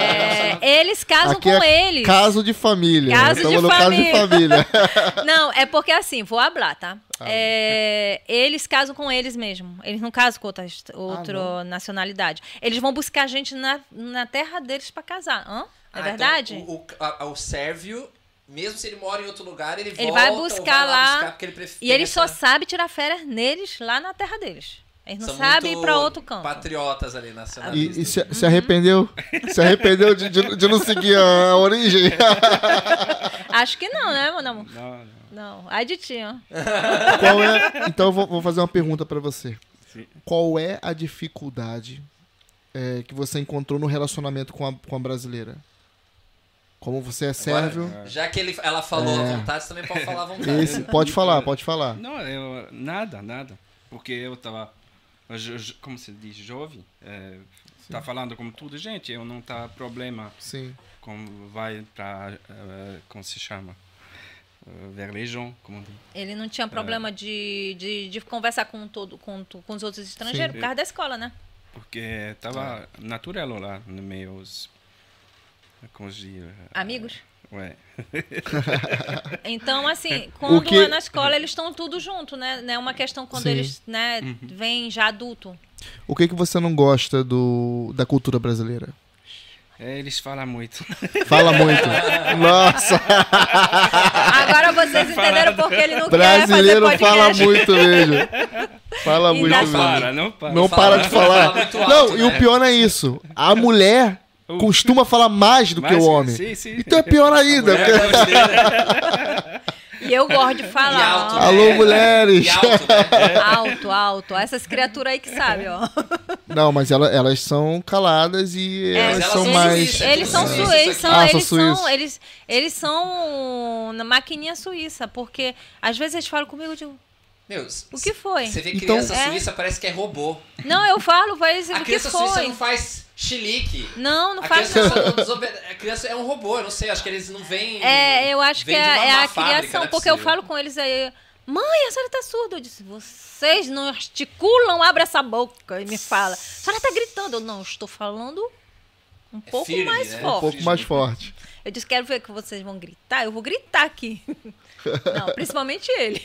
Speaker 3: É, eles casam
Speaker 1: Aqui
Speaker 3: com
Speaker 1: é
Speaker 3: eles.
Speaker 1: Caso de família.
Speaker 3: Caso
Speaker 1: Estamos
Speaker 3: de
Speaker 1: no caso de família.
Speaker 3: *laughs* Não, é porque assim, vou hablar, tá?
Speaker 2: Ah,
Speaker 3: É, eles casam com eles mesmo. Eles não casam com outra,
Speaker 2: Ah,
Speaker 3: outra
Speaker 1: não?
Speaker 3: nacionalidade. Eles vão buscar gente na, na terra deles pra casar. Hã? É
Speaker 2: Ah,
Speaker 3: verdade?
Speaker 2: Então, o, o, a- o sérvio, mesmo se ele mora em outro lugar, ele,
Speaker 3: Ele
Speaker 2: volta,
Speaker 3: vai
Speaker 2: ou
Speaker 3: buscar
Speaker 2: vai lá.
Speaker 3: lá,
Speaker 2: buscar porque ele pref-
Speaker 3: E
Speaker 2: tem
Speaker 3: eles só
Speaker 2: essa-
Speaker 3: sabem tirar férias neles lá na terra deles. Eles não
Speaker 2: são
Speaker 3: sabem
Speaker 2: muito
Speaker 3: ir pra outro canto.
Speaker 2: Patriotas ali
Speaker 1: E, e
Speaker 2: nacionalistas.
Speaker 1: se, se arrependeu? Se arrependeu de, de, de não seguir a, a origem?
Speaker 3: Acho que não, né, meu amor?
Speaker 4: Não, não.
Speaker 3: Não. Ai de ti, ó.
Speaker 1: Qual é- Então eu vou, vou fazer uma pergunta pra você.
Speaker 4: Sim.
Speaker 1: Qual é a dificuldade é, que você encontrou no relacionamento com a, com a brasileira? Como você é sérvio?
Speaker 2: *laughs* Já que ele, ela falou
Speaker 1: É.
Speaker 2: à vontade, você também pode falar à vontade.
Speaker 1: Esse, pode falar, pode falar.
Speaker 4: Não, eu, nada, nada. Porque eu tava, jo- jo- como se diz, jovem. eh, tá falando como tudo, gente. Eu não tá problema
Speaker 1: Sim.
Speaker 4: como vai pra, eh, como se chama? Eh, Vers les gens, como diz.
Speaker 3: Ele não
Speaker 2: É.
Speaker 3: tinha problema de, de, de conversar com, todo, com, com os outros estrangeiros por causa da escola, né?
Speaker 4: Porque tava natural lá, nos meus, como se diz? eh,
Speaker 3: Amigos?
Speaker 4: Ouais.
Speaker 3: Então, assim, quando
Speaker 1: que-
Speaker 3: é na escola, eles estão tudo junto, né? Não é uma questão quando
Speaker 1: Sim. Uhum.
Speaker 3: eles né, vêm já adulto.
Speaker 1: O que que você não gosta do, da cultura brasileira?
Speaker 4: É, eles falam muito.
Speaker 1: Fala muito. Nossa,
Speaker 3: Agora vocês entenderam porque ele não
Speaker 1: brasileiro
Speaker 3: quer é fazer
Speaker 1: fala
Speaker 3: podcast.
Speaker 1: muito mesmo. Fala
Speaker 3: E
Speaker 1: muito
Speaker 3: dá
Speaker 1: mesmo.
Speaker 4: Para, não para.
Speaker 1: Não
Speaker 2: Fala,
Speaker 1: para de falar.
Speaker 2: fala muito alto,
Speaker 1: não, e
Speaker 2: né?
Speaker 1: o pior não é isso. A mulher
Speaker 4: Uh.
Speaker 1: costuma falar mais do que
Speaker 4: Mas,
Speaker 1: o homem.
Speaker 4: Sim, sim.
Speaker 1: Então é pior ainda.
Speaker 2: Mulher
Speaker 1: porque-
Speaker 2: gosta dele, né?
Speaker 3: *laughs* E eu gosto de
Speaker 2: E alto,
Speaker 3: falar. ó.
Speaker 1: Alô,
Speaker 2: né?
Speaker 1: mulheres.
Speaker 2: E alto,
Speaker 1: *laughs*
Speaker 2: né?
Speaker 3: Alto, alto. Essas criaturas aí que sabem, ó.
Speaker 1: Não, mas ela- elas são caladas e
Speaker 3: É,
Speaker 1: elas
Speaker 2: elas
Speaker 1: são
Speaker 2: são
Speaker 1: mais.
Speaker 2: suíças,
Speaker 3: Eles são
Speaker 2: Suíça,
Speaker 3: suíços, eles
Speaker 2: isso
Speaker 3: são,
Speaker 1: aqui. Ah,
Speaker 3: eles,
Speaker 1: são
Speaker 3: são
Speaker 1: suíços.
Speaker 3: eles, eles são na maquininha suíça, porque às vezes eles falam comigo, eu digo,
Speaker 2: Meu,
Speaker 3: o que foi?
Speaker 2: Você vê
Speaker 1: Então-
Speaker 2: criança
Speaker 3: É.
Speaker 2: suíça, parece que é robô.
Speaker 3: Não, eu falo, vai
Speaker 2: A
Speaker 3: o que
Speaker 2: criança suíça
Speaker 3: foi?
Speaker 2: não faz chilique.
Speaker 3: Não, não
Speaker 2: a
Speaker 3: faz
Speaker 2: criança,
Speaker 3: não.
Speaker 2: só não desobede- a criança é um robô, eu não sei, acho que eles não vêm.
Speaker 3: É, eu acho que
Speaker 2: vem
Speaker 3: é,
Speaker 2: de uma
Speaker 3: é
Speaker 2: má
Speaker 3: a
Speaker 2: fábrica,
Speaker 3: criação,
Speaker 2: não é
Speaker 3: porque eu
Speaker 2: possível.
Speaker 3: falo com eles aí, mãe, a senhora tá surda. Eu disse, vocês não articulam, abre essa boca e me fala. A senhora tá gritando. Eu, não, estou falando um pouco
Speaker 2: firme,
Speaker 3: mais
Speaker 2: né?
Speaker 1: Um
Speaker 3: forte.
Speaker 1: pouco mais forte.
Speaker 3: Eu disse, quero ver que vocês vão gritar, eu vou
Speaker 2: *laughs*
Speaker 3: gritar aqui. Não, principalmente ele.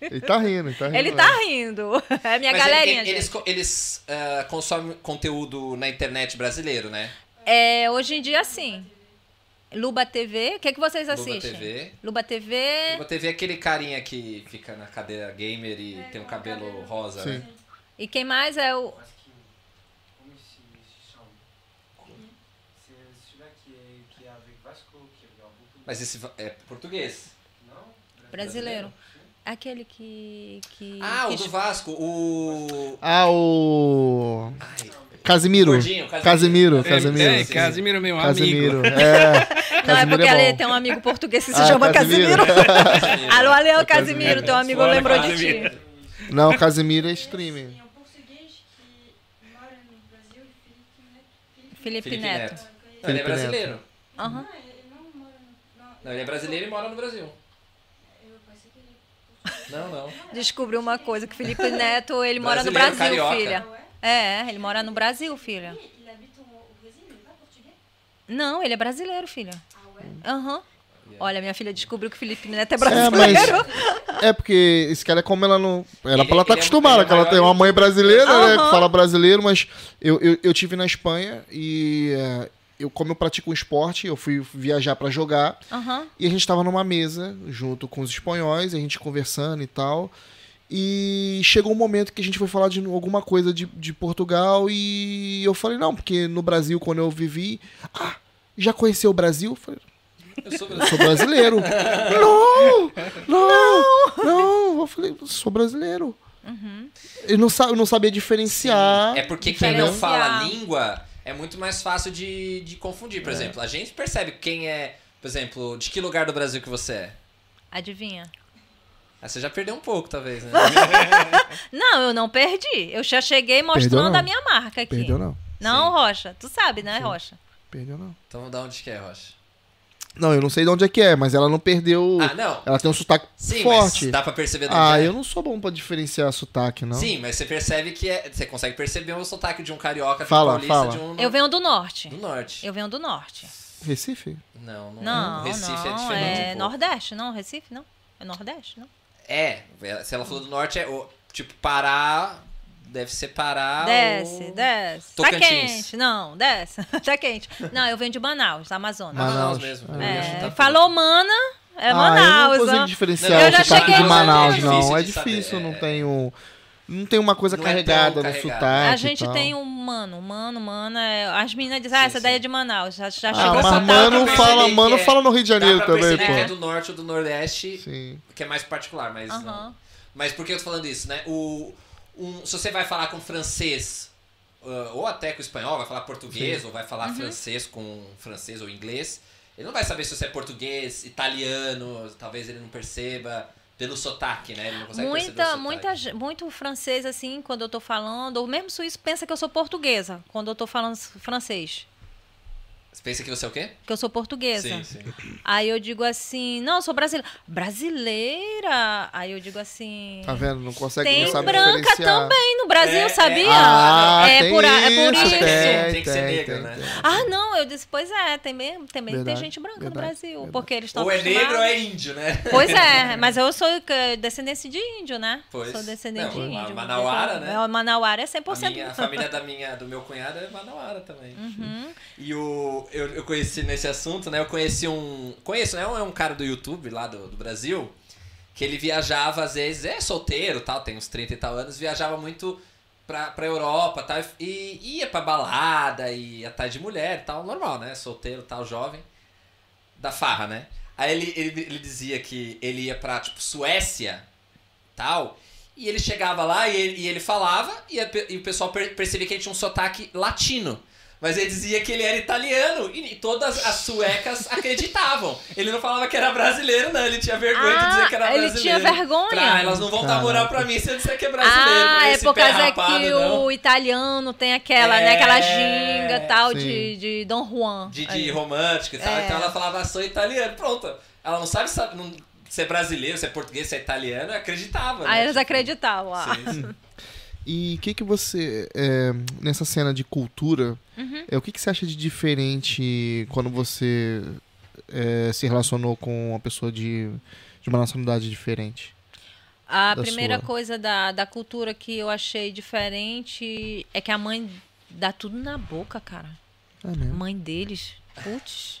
Speaker 1: Ele tá rindo, ele tá rindo.
Speaker 3: Ele tá rindo. É minha
Speaker 2: Mas ele-
Speaker 3: galerinha,
Speaker 2: ele- Eles,
Speaker 3: gente.
Speaker 2: co- eles ah, consomem conteúdo na internet brasileiro, né?
Speaker 3: É, hoje em dia, sim. Luba TV, o que, que vocês
Speaker 2: Luba
Speaker 3: assistem?
Speaker 2: TV.
Speaker 3: Luba TV.
Speaker 2: Luba TV é aquele carinha que fica na cadeira gamer e
Speaker 3: É,
Speaker 2: tem o cabelo rosa,
Speaker 1: Sim.
Speaker 2: né?
Speaker 3: E quem mais é o...
Speaker 5: Acho que. Como se chama? Se estiver aqui, é- que é avec Vasco, que é o grupo.
Speaker 2: Mas esse va- é português.
Speaker 5: Não?
Speaker 3: Brasileiro. Aquele que... que
Speaker 2: Ah,
Speaker 3: que tipo?
Speaker 2: o do Vasco, o.
Speaker 1: Ah, o.
Speaker 2: Ai,
Speaker 1: Casimiro.
Speaker 2: Gordinho, um
Speaker 1: Casimiro, Casimiro.
Speaker 2: Casimiro.
Speaker 4: É,
Speaker 1: Casimiro.
Speaker 4: Casimiro é meu amigo.
Speaker 1: É.
Speaker 3: *laughs* Não, é
Speaker 1: Casimiro
Speaker 3: porque
Speaker 1: bom.
Speaker 3: ele tem um amigo português que se
Speaker 1: Ah,
Speaker 3: chama
Speaker 1: Casimiro. É.
Speaker 3: Casimiro.
Speaker 2: É, Casimiro.
Speaker 3: Alô, Aleu,
Speaker 1: Casimiro.
Speaker 3: Casimiro, teu amigo
Speaker 4: Fala,
Speaker 3: lembrou de ti.
Speaker 4: Casimiro.
Speaker 1: Não, Casimiro é streamer.
Speaker 6: Tem um português que mora no Brasil, né? Felipe Neto.
Speaker 2: Felipe Neto.
Speaker 3: Felipe, Neto.
Speaker 2: Não, ele é brasileiro.
Speaker 3: Aham.
Speaker 6: Não, ele não mora no. Não,
Speaker 2: Não, ele é brasileiro e mora no Brasil.
Speaker 6: eu pensei que ele.
Speaker 2: Não, não.
Speaker 3: Descobriu uma coisa,
Speaker 1: *laughs*
Speaker 3: que Felipe Neto, ele mora no
Speaker 2: Brasileiro,
Speaker 3: Brasil,
Speaker 2: carioca.
Speaker 6: Ah,
Speaker 3: filha.
Speaker 6: ouais.
Speaker 3: É, ele mora no Brasil, filha.
Speaker 6: Lui, il habite au, au Brésil, mais pas portugais.
Speaker 3: Não, ele é brasileiro, filha.
Speaker 6: Ah ouais.
Speaker 3: Aham. Olha, minha filha descobriu que Felipe Neto é
Speaker 1: É,
Speaker 3: brasileiro.
Speaker 1: mas. É porque esse cara, como ela não. Ela,
Speaker 2: Ele-
Speaker 1: ela tá
Speaker 2: ele é-
Speaker 1: acostumada,
Speaker 2: ele é
Speaker 1: que ela tem
Speaker 2: maior-
Speaker 1: uma mãe brasileira, né? Que
Speaker 3: Aham.
Speaker 1: fala brasileiro, mas eu, eu, eu tive na Espanha e. é, Eu, como eu pratico um esporte, eu fui viajar pra jogar.
Speaker 3: Aham.
Speaker 1: E a gente tava numa mesa, junto com os espanhóis, a gente conversando e tal. E chegou um momento que a gente foi falar de alguma coisa de, de Portugal e eu falei, não, porque no Brasil, quando eu vivi... Ah, já conheceu o Brasil? Eu falei,
Speaker 2: Eu sou
Speaker 1: sou
Speaker 2: *laughs*
Speaker 1: brasileiro. não, não, não. Eu falei, sou brasileiro. Eu, não sa eu não sabia diferenciar.
Speaker 2: Uhum. É porque quem não
Speaker 3: Entendeu?
Speaker 2: fala a
Speaker 3: Yeah.
Speaker 2: língua é muito mais fácil de, de confundir, por exemplo. A gente percebe quem é, por exemplo, de que lugar do Brasil que você é.
Speaker 3: Adivinha?
Speaker 2: Ah, você já perdeu um pouco, *laughs* talvez, né?
Speaker 3: Não, eu não perdi. Eu já cheguei
Speaker 1: Perdeu,
Speaker 3: mostrando
Speaker 1: não.
Speaker 3: a minha marca aqui.
Speaker 1: Perdeu não,
Speaker 3: Não, Rocha. Tu sabe, né, Rocha?
Speaker 1: perdeu não.
Speaker 2: então dá onde que é, Rocha.
Speaker 1: Não, eu não sei de onde é que é, mas ela não perdeu...
Speaker 2: Ah, não.
Speaker 1: Ela tem um sotaque
Speaker 2: Sim,
Speaker 1: forte.
Speaker 2: mas dá pra perceber de
Speaker 1: Ah,
Speaker 2: onde é.
Speaker 1: eu não sou bom pra diferenciar sotaque, não.
Speaker 2: Sim, mas você percebe que é. Você consegue perceber o sotaque de um carioca, de um
Speaker 1: Fala,
Speaker 2: paulista,
Speaker 1: fala.
Speaker 2: de um.
Speaker 3: Eu venho do norte.
Speaker 2: Do norte.
Speaker 3: Eu venho do norte.
Speaker 1: Recife?
Speaker 2: Não, não,
Speaker 3: Não,
Speaker 2: Recife é
Speaker 3: não.
Speaker 2: diferente.
Speaker 3: É,
Speaker 2: um pouco.
Speaker 3: Nordeste, não. Recife, não. É Nordeste, não.
Speaker 2: É, se ela falou do norte, é o- tipo Pará. Deve ser
Speaker 1: Ah,
Speaker 2: Pará.
Speaker 3: Desce,
Speaker 2: ou...
Speaker 3: desce. Tá
Speaker 2: Tocantins.
Speaker 3: quente. Não, desce. *laughs* tá quente. Não, eu venho de Manaus, Amazonas.
Speaker 1: Manaus.
Speaker 2: Manaus mesmo. eu ia
Speaker 3: É,
Speaker 2: chutar
Speaker 3: falou mana,
Speaker 1: tá ah,
Speaker 3: é
Speaker 1: eu
Speaker 3: Manaus.
Speaker 1: não consigo
Speaker 3: ó.
Speaker 1: diferenciar
Speaker 3: Eu
Speaker 1: o
Speaker 3: já
Speaker 1: sotaque de
Speaker 3: cheguei-
Speaker 1: Manaus,
Speaker 3: É
Speaker 1: não.
Speaker 2: difícil
Speaker 1: É
Speaker 2: de saber,
Speaker 1: difícil, não
Speaker 2: é.
Speaker 1: tem um. Não tem uma coisa
Speaker 2: Não é tão
Speaker 1: carregada no
Speaker 2: carregado.
Speaker 1: sotaque.
Speaker 3: A
Speaker 1: e
Speaker 3: gente
Speaker 1: tal.
Speaker 3: tem um mano, mano, mana. é- As meninas dizem, ah,
Speaker 2: Sim,
Speaker 3: essa daí
Speaker 2: sim.
Speaker 3: é de Manaus. Já, já
Speaker 1: Ah,
Speaker 3: chegou
Speaker 2: Dá pra
Speaker 1: mas
Speaker 3: sotaque.
Speaker 1: mano
Speaker 2: perceber
Speaker 1: fala,
Speaker 2: que
Speaker 1: mano
Speaker 2: é-
Speaker 1: fala no Rio de
Speaker 2: Dá pra
Speaker 1: Janeiro também,
Speaker 2: perceber que é
Speaker 1: pô.
Speaker 2: do norte ou do nordeste,
Speaker 1: Sim.
Speaker 2: que é mais particular, mas
Speaker 3: Aham.
Speaker 2: não. Mas por que eu tô falando isso, né? O, um- se você vai falar com francês, ah, ou até com espanhol, vai falar português, ou vai falar francês com francês ou inglês, ele não vai saber se você é português, italiano, talvez ele não perceba pelo sotaque, né? Ele não consegue perceber o
Speaker 3: Muita,
Speaker 2: sotaque.
Speaker 3: muita, ge- muito francês, assim, quando eu tô falando, ou mesmo suíço, pensa que eu sou portuguesa, quando eu tô falando s- francês.
Speaker 2: Você pensa que você é o quê?
Speaker 3: que eu sou portuguesa.
Speaker 2: Sim, sim.
Speaker 3: Aí eu digo assim, não, eu sou brasileira. Brasileira? Aí eu digo assim.
Speaker 1: Tá vendo? Não consegue
Speaker 3: Tem
Speaker 1: não sabe
Speaker 3: branca
Speaker 1: diferenciar.
Speaker 3: também no Brasil,
Speaker 2: É,
Speaker 3: sabia?
Speaker 2: é.
Speaker 1: Ah,
Speaker 3: é,
Speaker 1: tem
Speaker 3: por, a- é por
Speaker 1: isso,
Speaker 3: isso.
Speaker 1: Tem,
Speaker 2: Tem que ser
Speaker 1: tem,
Speaker 2: negra,
Speaker 1: tem,
Speaker 2: né?
Speaker 1: tem.
Speaker 3: Ah, não, eu disse, pois é, tem mesmo, também
Speaker 1: Verdade,
Speaker 3: tem gente branca
Speaker 1: verdade,
Speaker 3: no Brasil,
Speaker 1: verdade.
Speaker 3: porque eles estão
Speaker 2: Ou é negro ou
Speaker 3: acostumados.
Speaker 2: é índio, né?
Speaker 3: Pois é, mas eu sou eh, descendência de índio, né?
Speaker 2: Pois.
Speaker 3: Sou descendente
Speaker 2: Não,
Speaker 3: de
Speaker 2: a
Speaker 3: índio.
Speaker 2: manauara, né?
Speaker 3: É, Manauara é
Speaker 2: A,
Speaker 3: 100%
Speaker 2: minha, a família da minha, do meu cunhado é manauara também.
Speaker 3: uhum.
Speaker 2: E o, eu, eu conheci nesse assunto, né? Eu conheci um. Conheço, né? um- É um cara do YouTube lá do, do Brasil. Que ele viajava, às vezes, é solteiro tal, tem uns 30 e tal anos, viajava muito pra, pra Europa tal, e e ia pra balada, e ia atrás de mulher tal, normal, né? Solteiro tal, jovem. Da farra, né? Aí ele, ele, ele dizia que ele ia pra, tipo, Suécia tal. E ele chegava lá e ele, e ele falava, e, a pe- e o pessoal per- percebia que ele tinha um sotaque latino. Mas ele dizia que ele era italiano e, e todas as
Speaker 3: *laughs*
Speaker 2: suecas acreditavam. Ele não falava que era brasileiro, não. Ele tinha vergonha de dizer que era
Speaker 3: Ah, ele
Speaker 2: brasileiro.
Speaker 3: tinha vergonha?
Speaker 2: Pra, elas não vão dar moral pra mim se eu disser que é brasileiro.
Speaker 3: ah, é
Speaker 2: esse
Speaker 3: por
Speaker 2: pé
Speaker 3: causa
Speaker 2: rapado,
Speaker 3: que
Speaker 2: não.
Speaker 3: o italiano tem aquela, né? Aquela
Speaker 2: É.
Speaker 3: ginga tal
Speaker 1: Sim.
Speaker 3: de, de Dom Juan.
Speaker 2: De, de
Speaker 3: Aí.
Speaker 2: romântica e tal.
Speaker 3: É.
Speaker 2: Então ela falava, sou italiano. Pronto. Ela não sabe, sabe não- se é brasileiro, se é português, se é italiano. Acreditava.
Speaker 3: Aí
Speaker 2: né?
Speaker 3: eles acreditavam. ah.
Speaker 2: Sim, sim.
Speaker 1: E o que, que você, é, nessa cena de cultura,
Speaker 3: Uhum.
Speaker 1: é, o que, que você acha de diferente quando você é, se relacionou com uma pessoa de, de uma nacionalidade diferente?
Speaker 3: A
Speaker 1: da
Speaker 3: primeira
Speaker 1: sua.
Speaker 3: coisa da, da cultura que eu achei diferente é que a mãe dá tudo na boca, cara.
Speaker 1: É mesmo.
Speaker 3: Mãe deles, putz.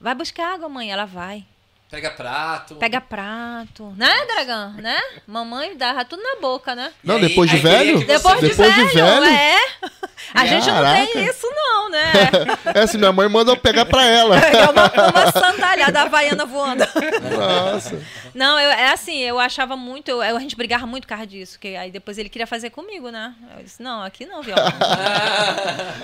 Speaker 3: Vai buscar água, mãe. Ela vai.
Speaker 2: Pega prato.
Speaker 3: Pega prato. Né, dragão? Né? Mamãe dava tudo na boca, né?
Speaker 1: Não,
Speaker 2: E aí-
Speaker 1: depois de
Speaker 2: aí queria
Speaker 1: velho?
Speaker 2: que você-
Speaker 3: Depois,
Speaker 1: Depois
Speaker 3: de,
Speaker 1: de
Speaker 3: velho,
Speaker 1: velho?
Speaker 3: é. A gente não
Speaker 1: Caraca.
Speaker 3: tem isso, não, né?
Speaker 1: É assim, minha mãe mandou eu pegar pra ela.
Speaker 3: *laughs* É uma, uma sandália da Havaiana voando.
Speaker 1: Nossa.
Speaker 3: Não, eu- é assim, eu achava muito, eu- eu- a gente brigava muito por causa disso, que aí depois ele queria fazer comigo, né? Eu disse, não, aqui não, viu?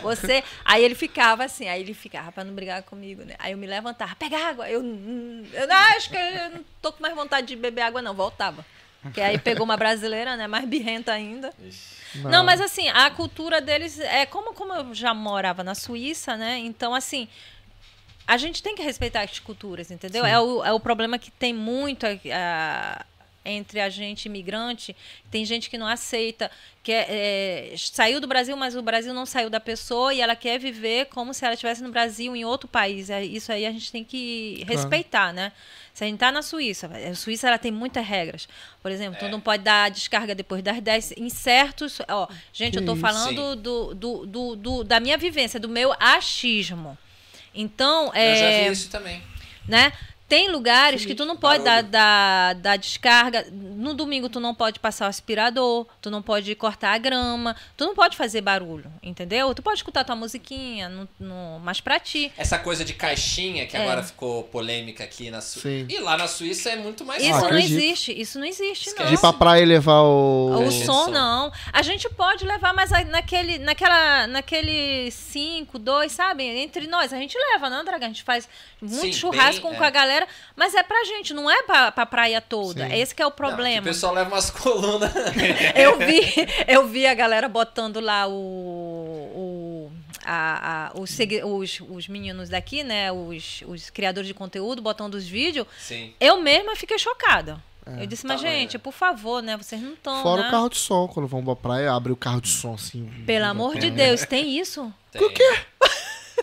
Speaker 3: Você. Aí ele ficava assim, aí ele ficava pra não brigar comigo, né? Aí eu me levantava, pega água. Eu, hum, eu não, acho que eu não tô com mais vontade de beber água, não, voltava. Que aí pegou uma brasileira, né? Mais birrenta ainda. Não. mas assim, a cultura deles é como, como eu já morava na Suíça, né? Então, assim, a gente tem que respeitar as culturas, entendeu? É o, é o problema que tem muito é, a- entre a gente imigrante. Tem gente que não aceita, que é, é, saiu do Brasil, mas o Brasil não saiu da pessoa e ela quer viver como se ela estivesse no Brasil, em outro país. É, isso aí a gente tem que
Speaker 1: Claro.
Speaker 3: respeitar, né? Se a gente tá na Suíça, a Suíça ela tem muitas regras. Por exemplo,
Speaker 2: É.
Speaker 3: tu não pode dar descarga depois das 10 em certos. Ó, gente, eu tô
Speaker 1: isso.
Speaker 3: falando do, do, do, do- da minha vivência, do meu achismo. Então,
Speaker 2: Eu
Speaker 3: é,
Speaker 2: já vi isso também.
Speaker 3: né? Tem lugares que tu não pode dar,
Speaker 2: Barulho.
Speaker 3: dar, dar descarga. No domingo tu não pode passar o aspirador, tu não pode cortar a grama, tu não pode fazer barulho, entendeu? Tu pode escutar tua musiquinha, no, no, mas pra ti.
Speaker 2: Essa coisa de caixinha
Speaker 3: É.
Speaker 2: que agora ficou polêmica aqui na
Speaker 1: Sim.
Speaker 2: Suíça. E lá na Suíça é muito mais
Speaker 3: Isso não
Speaker 1: acredito.
Speaker 3: existe, isso não existe, não.
Speaker 1: De ir pra praia e levar o. É.
Speaker 3: O
Speaker 2: Sim.
Speaker 3: som
Speaker 2: Som.
Speaker 3: não. A gente pode levar, mas a- naquele, naquela, naquele 5, 2, sabe? Entre nós, a gente leva, não, Draga? A gente faz muito
Speaker 2: Sim,
Speaker 3: churrasco
Speaker 2: bem,
Speaker 3: com
Speaker 2: é.
Speaker 3: a galera, mas é pra gente, não é pra, pra praia toda.
Speaker 1: Sim.
Speaker 3: É Esse que é o
Speaker 2: o
Speaker 3: problema.
Speaker 2: pessoal leva umas *laughs* colunas.
Speaker 1: *laughs*
Speaker 3: eu, vi, eu vi a galera botando lá o. o a, a- os, segui- os, os meninos daqui, né? Os, os criadores de conteúdo botando os vídeos.
Speaker 2: Sim.
Speaker 3: Eu mesma fiquei chocada. eu disse, mas,
Speaker 2: Tamanho,
Speaker 3: gente,
Speaker 2: né?
Speaker 3: por favor, né? Vocês não estão.
Speaker 1: É, tá Fora
Speaker 3: né?
Speaker 1: o carro de som. Quando vão pra praia, abre o carro de som assim.
Speaker 3: Pelo amor de Deus, tem isso?
Speaker 2: Tem. O quê?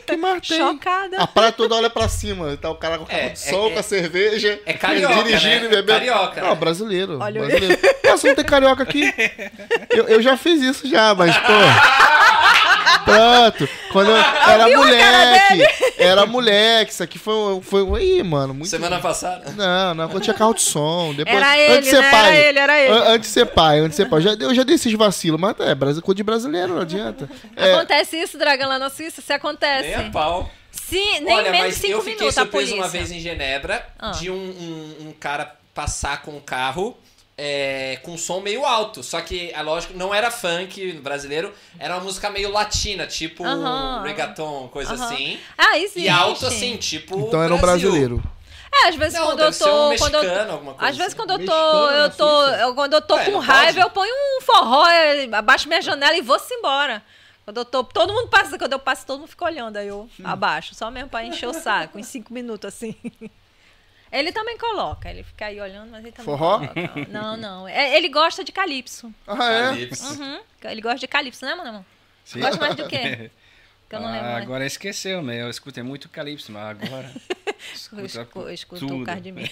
Speaker 1: Que mais *laughs* tem? Ah,
Speaker 3: Chocada.
Speaker 1: A praia toda olha pra cima. Tá o cara com o carro
Speaker 2: É,
Speaker 1: de
Speaker 2: é-
Speaker 1: som,
Speaker 2: é-
Speaker 1: com a cerveja.
Speaker 2: É carioca,
Speaker 1: Dirigindo
Speaker 2: né?
Speaker 1: e bebendo.
Speaker 2: Carioca,
Speaker 1: Não,
Speaker 2: né?
Speaker 1: brasileiro.
Speaker 3: Olha o- *laughs*
Speaker 1: brasileiro. Nossa, não tem carioca aqui. Eu, eu já fiz isso já, mas, pô. Pronto. Quando eu era moleque. Era moleque. Isso aqui foi. um- foi um- Ih, mano, muito.
Speaker 2: Semana passada.
Speaker 1: Não, não, quando tinha carro de som. Depois,
Speaker 3: Era
Speaker 1: antes de
Speaker 3: ele,
Speaker 1: ser
Speaker 3: né?
Speaker 1: pai.
Speaker 3: Era ele, era ele.
Speaker 1: An- antes de ser pai, antes de ser pai. Eu já, eu já dei esses vacilos, mas é Brasil, coisa de brasileiro, não adianta. É,
Speaker 3: Acontece isso, Dragão, lá na Suíça? Se acontece.
Speaker 2: Nem a pau.
Speaker 3: Sim, É assim. nem
Speaker 2: Olha,
Speaker 3: menos
Speaker 2: mas
Speaker 3: de cinco
Speaker 2: eu fiquei
Speaker 3: minutos a
Speaker 2: surpreso
Speaker 3: polícia.
Speaker 2: uma vez em Genebra
Speaker 3: Ah.
Speaker 2: de um, um- um cara passar com o carro é, com som meio alto. Só que, é lógico, não era funk brasileiro, era uma música meio latina, tipo
Speaker 3: Aham.
Speaker 2: reggaeton, coisa
Speaker 3: Aham.
Speaker 2: assim.
Speaker 3: Ah, existe.
Speaker 2: E alto assim, tipo.
Speaker 1: então era um brasileiro.
Speaker 3: É, às vezes
Speaker 2: Não,
Speaker 3: quando
Speaker 2: deve
Speaker 3: eu
Speaker 2: ser um
Speaker 3: tô. quando eu-
Speaker 2: mexicano, alguma coisa
Speaker 3: Às vezes
Speaker 2: assim.
Speaker 3: quando eu tô.
Speaker 1: Mexicano na
Speaker 3: Eu tô
Speaker 1: Suíça?
Speaker 3: eu- quando eu tô
Speaker 2: Ué,
Speaker 3: com
Speaker 2: não
Speaker 3: raiva,
Speaker 2: pode?
Speaker 3: é, eu ponho um forró, eh, abaixo minha janela e vou-se embora. Quando eu tô, todo mundo passa, quando eu passo, todo mundo fica olhando, aí eu abaixo, só mesmo pra encher o saco, em cinco minutos, assim. Ele também coloca, ele fica aí olhando, mas ele também
Speaker 1: Forró?
Speaker 3: coloca. Não, não. É, Ele gosta de calypso.
Speaker 1: Ah, é?
Speaker 2: Calypso.
Speaker 3: Uhum. Ele gosta de calypso, né, mano?
Speaker 4: Sim.
Speaker 3: Gosta mais do quê? Que eu não lembro
Speaker 4: Ah,
Speaker 3: mais.
Speaker 4: agora esqueceu, né? Eu escutei muito Calypso, mas agora.
Speaker 3: *laughs* Eu escu- eu escuto o
Speaker 4: tudo.
Speaker 3: Cardimir.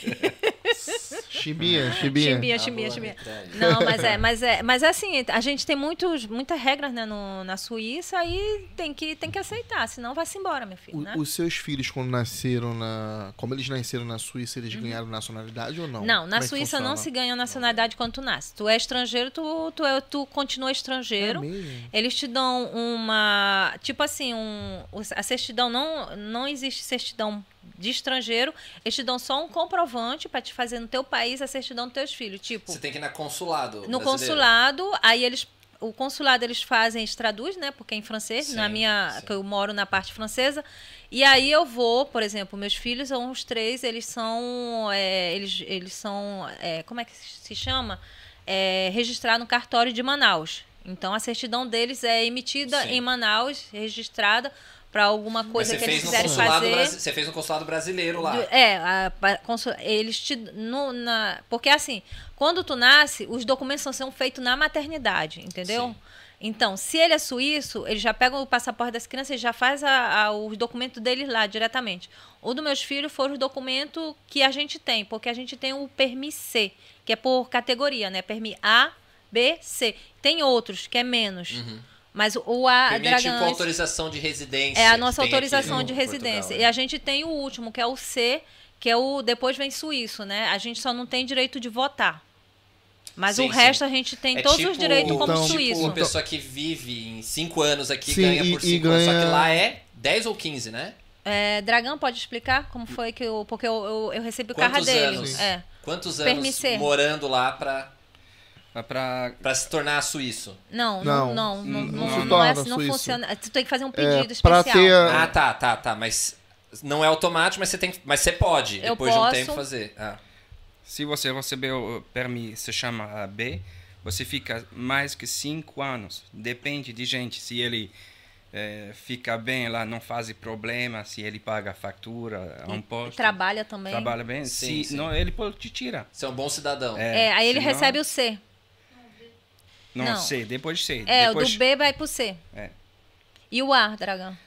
Speaker 1: Chibinha, chibinha.
Speaker 3: Chimbinha, chimbinha, chimbinha. Não,
Speaker 1: *laughs*
Speaker 3: mas é, mas é, mas é assim, a gente tem muitos, muitas regras né, no, na Suíça e tem que, tem que aceitar, senão vai-se embora, meu filho.
Speaker 1: O- então,
Speaker 3: né?
Speaker 1: os seus filhos, quando nasceram na. Como eles nasceram na Suíça, eles ganharam nacionalidade ou não?
Speaker 3: Uhum. Não,
Speaker 1: Como é
Speaker 3: na
Speaker 1: que
Speaker 3: Suíça não
Speaker 1: funciona?
Speaker 3: se ganha nacionalidade quando tu nasce. Tu é estrangeiro, tu, tu, é, tu continua
Speaker 1: É
Speaker 3: estrangeiro.
Speaker 1: mesmo?
Speaker 3: Eles te dão uma. Tipo assim, um, os- a certidão não, não existe certidão de estrangeiro. Eles te dão só um comprovante pra te fazer no teu país a certidão dos teus filhos. Tipo,
Speaker 2: Você tem que ir na consulado.
Speaker 3: no
Speaker 2: brasileiro.
Speaker 3: consulado, aí eles. O consulado eles fazem, eles traduzem, né? Porque é em francês, na
Speaker 2: Sim,
Speaker 3: minha.
Speaker 2: sim.
Speaker 3: que eu moro na parte francesa. E aí eu vou, por exemplo, meus filhos, são uns três, eles são. é, eles, eles são. é, como é que se chama? É, registrar no cartório de Manaus. Então a certidão deles é emitida
Speaker 2: Sim.
Speaker 3: em Manaus, registrada para alguma
Speaker 2: Mas
Speaker 3: coisa
Speaker 2: você
Speaker 3: que eles
Speaker 2: fez, no
Speaker 3: quiserem
Speaker 2: consulado
Speaker 3: fazer.
Speaker 2: brasi- você fez no consulado brasileiro lá.
Speaker 3: Do- É, a- pa- consu- eles te. No, na, porque assim, quando tu nasce, os documentos são- são feitos na maternidade, entendeu?
Speaker 2: Sim.
Speaker 3: Então, se ele é suíço, eles já pegam o passaporte das crianças e já faz a, a, os documentos deles lá diretamente. O dos meus filhos foram os documentos que a gente tem, porque a gente tem o permis C, que é por categoria, né? Permi A, B, C. Tem outros que é menos. Mas o- o A
Speaker 2: Uhum. Permite, tipo,
Speaker 3: Dragãs-
Speaker 2: autorização de residência.
Speaker 3: Ah, é a
Speaker 2: que
Speaker 3: nossa
Speaker 2: tem aqui
Speaker 3: autorização
Speaker 2: no
Speaker 3: de
Speaker 2: Portugal,
Speaker 3: residência.
Speaker 2: né?
Speaker 3: E a gente tem o último, que é o C, que é o depois vem suíço, né? A gente só não tem direito de votar. Mas
Speaker 2: Sim,
Speaker 3: o
Speaker 2: sim.
Speaker 3: resto a gente tem
Speaker 2: É
Speaker 3: todos
Speaker 2: tipo-
Speaker 3: os direitos como
Speaker 1: Então,
Speaker 2: Tipo,
Speaker 3: suíço.
Speaker 2: uma pessoa que vive em 5 anos aqui
Speaker 1: Sim,
Speaker 2: ganha
Speaker 1: e-
Speaker 2: por
Speaker 1: e
Speaker 2: 5 anos. Só
Speaker 1: ganha-
Speaker 2: que lá é 10 ou 15, né?
Speaker 3: É, Dragão, pode explicar como foi que eu. Porque eu, eu, eu recebi o
Speaker 2: Quantos
Speaker 3: carro dele.
Speaker 2: anos?
Speaker 3: É.
Speaker 2: Quantos anos
Speaker 3: Permissê.
Speaker 2: morando lá pra,
Speaker 4: Mas pra.
Speaker 2: pra se tornar suíço?
Speaker 3: Não,
Speaker 1: Não.
Speaker 3: não, não, não,
Speaker 4: Não
Speaker 3: não,
Speaker 4: se
Speaker 3: não,
Speaker 1: torna
Speaker 3: é, não
Speaker 1: suíço.
Speaker 3: funciona. Tu tem que fazer um
Speaker 1: É,
Speaker 3: pedido
Speaker 1: pra
Speaker 3: especial.
Speaker 1: ter. a-
Speaker 2: Ah, tá, tá, tá. Mas não é automático, mas você, tem, que- mas você pode.
Speaker 3: Eu
Speaker 2: depois de um
Speaker 3: posso.
Speaker 2: tempo fazer. Ah.
Speaker 4: Se você receber o permis, se chama a B, você fica mais que cinco anos. Depende de gente. Se ele eh, fica bem lá, não faz problema, se ele paga a fatura, a um
Speaker 3: E
Speaker 4: posto.
Speaker 3: Trabalha também.
Speaker 4: Trabalha bem.
Speaker 2: Sim,
Speaker 4: se
Speaker 2: sim.
Speaker 4: não, ele pode te tirar.
Speaker 2: Você é um bom cidadão.
Speaker 3: É, aí ele
Speaker 4: se não-
Speaker 3: recebe o C.
Speaker 4: Não,
Speaker 3: não.
Speaker 4: sei, depois sei.
Speaker 3: É,
Speaker 4: depois...
Speaker 3: o do B vai pro C.
Speaker 4: É.
Speaker 3: E o A, Dragão?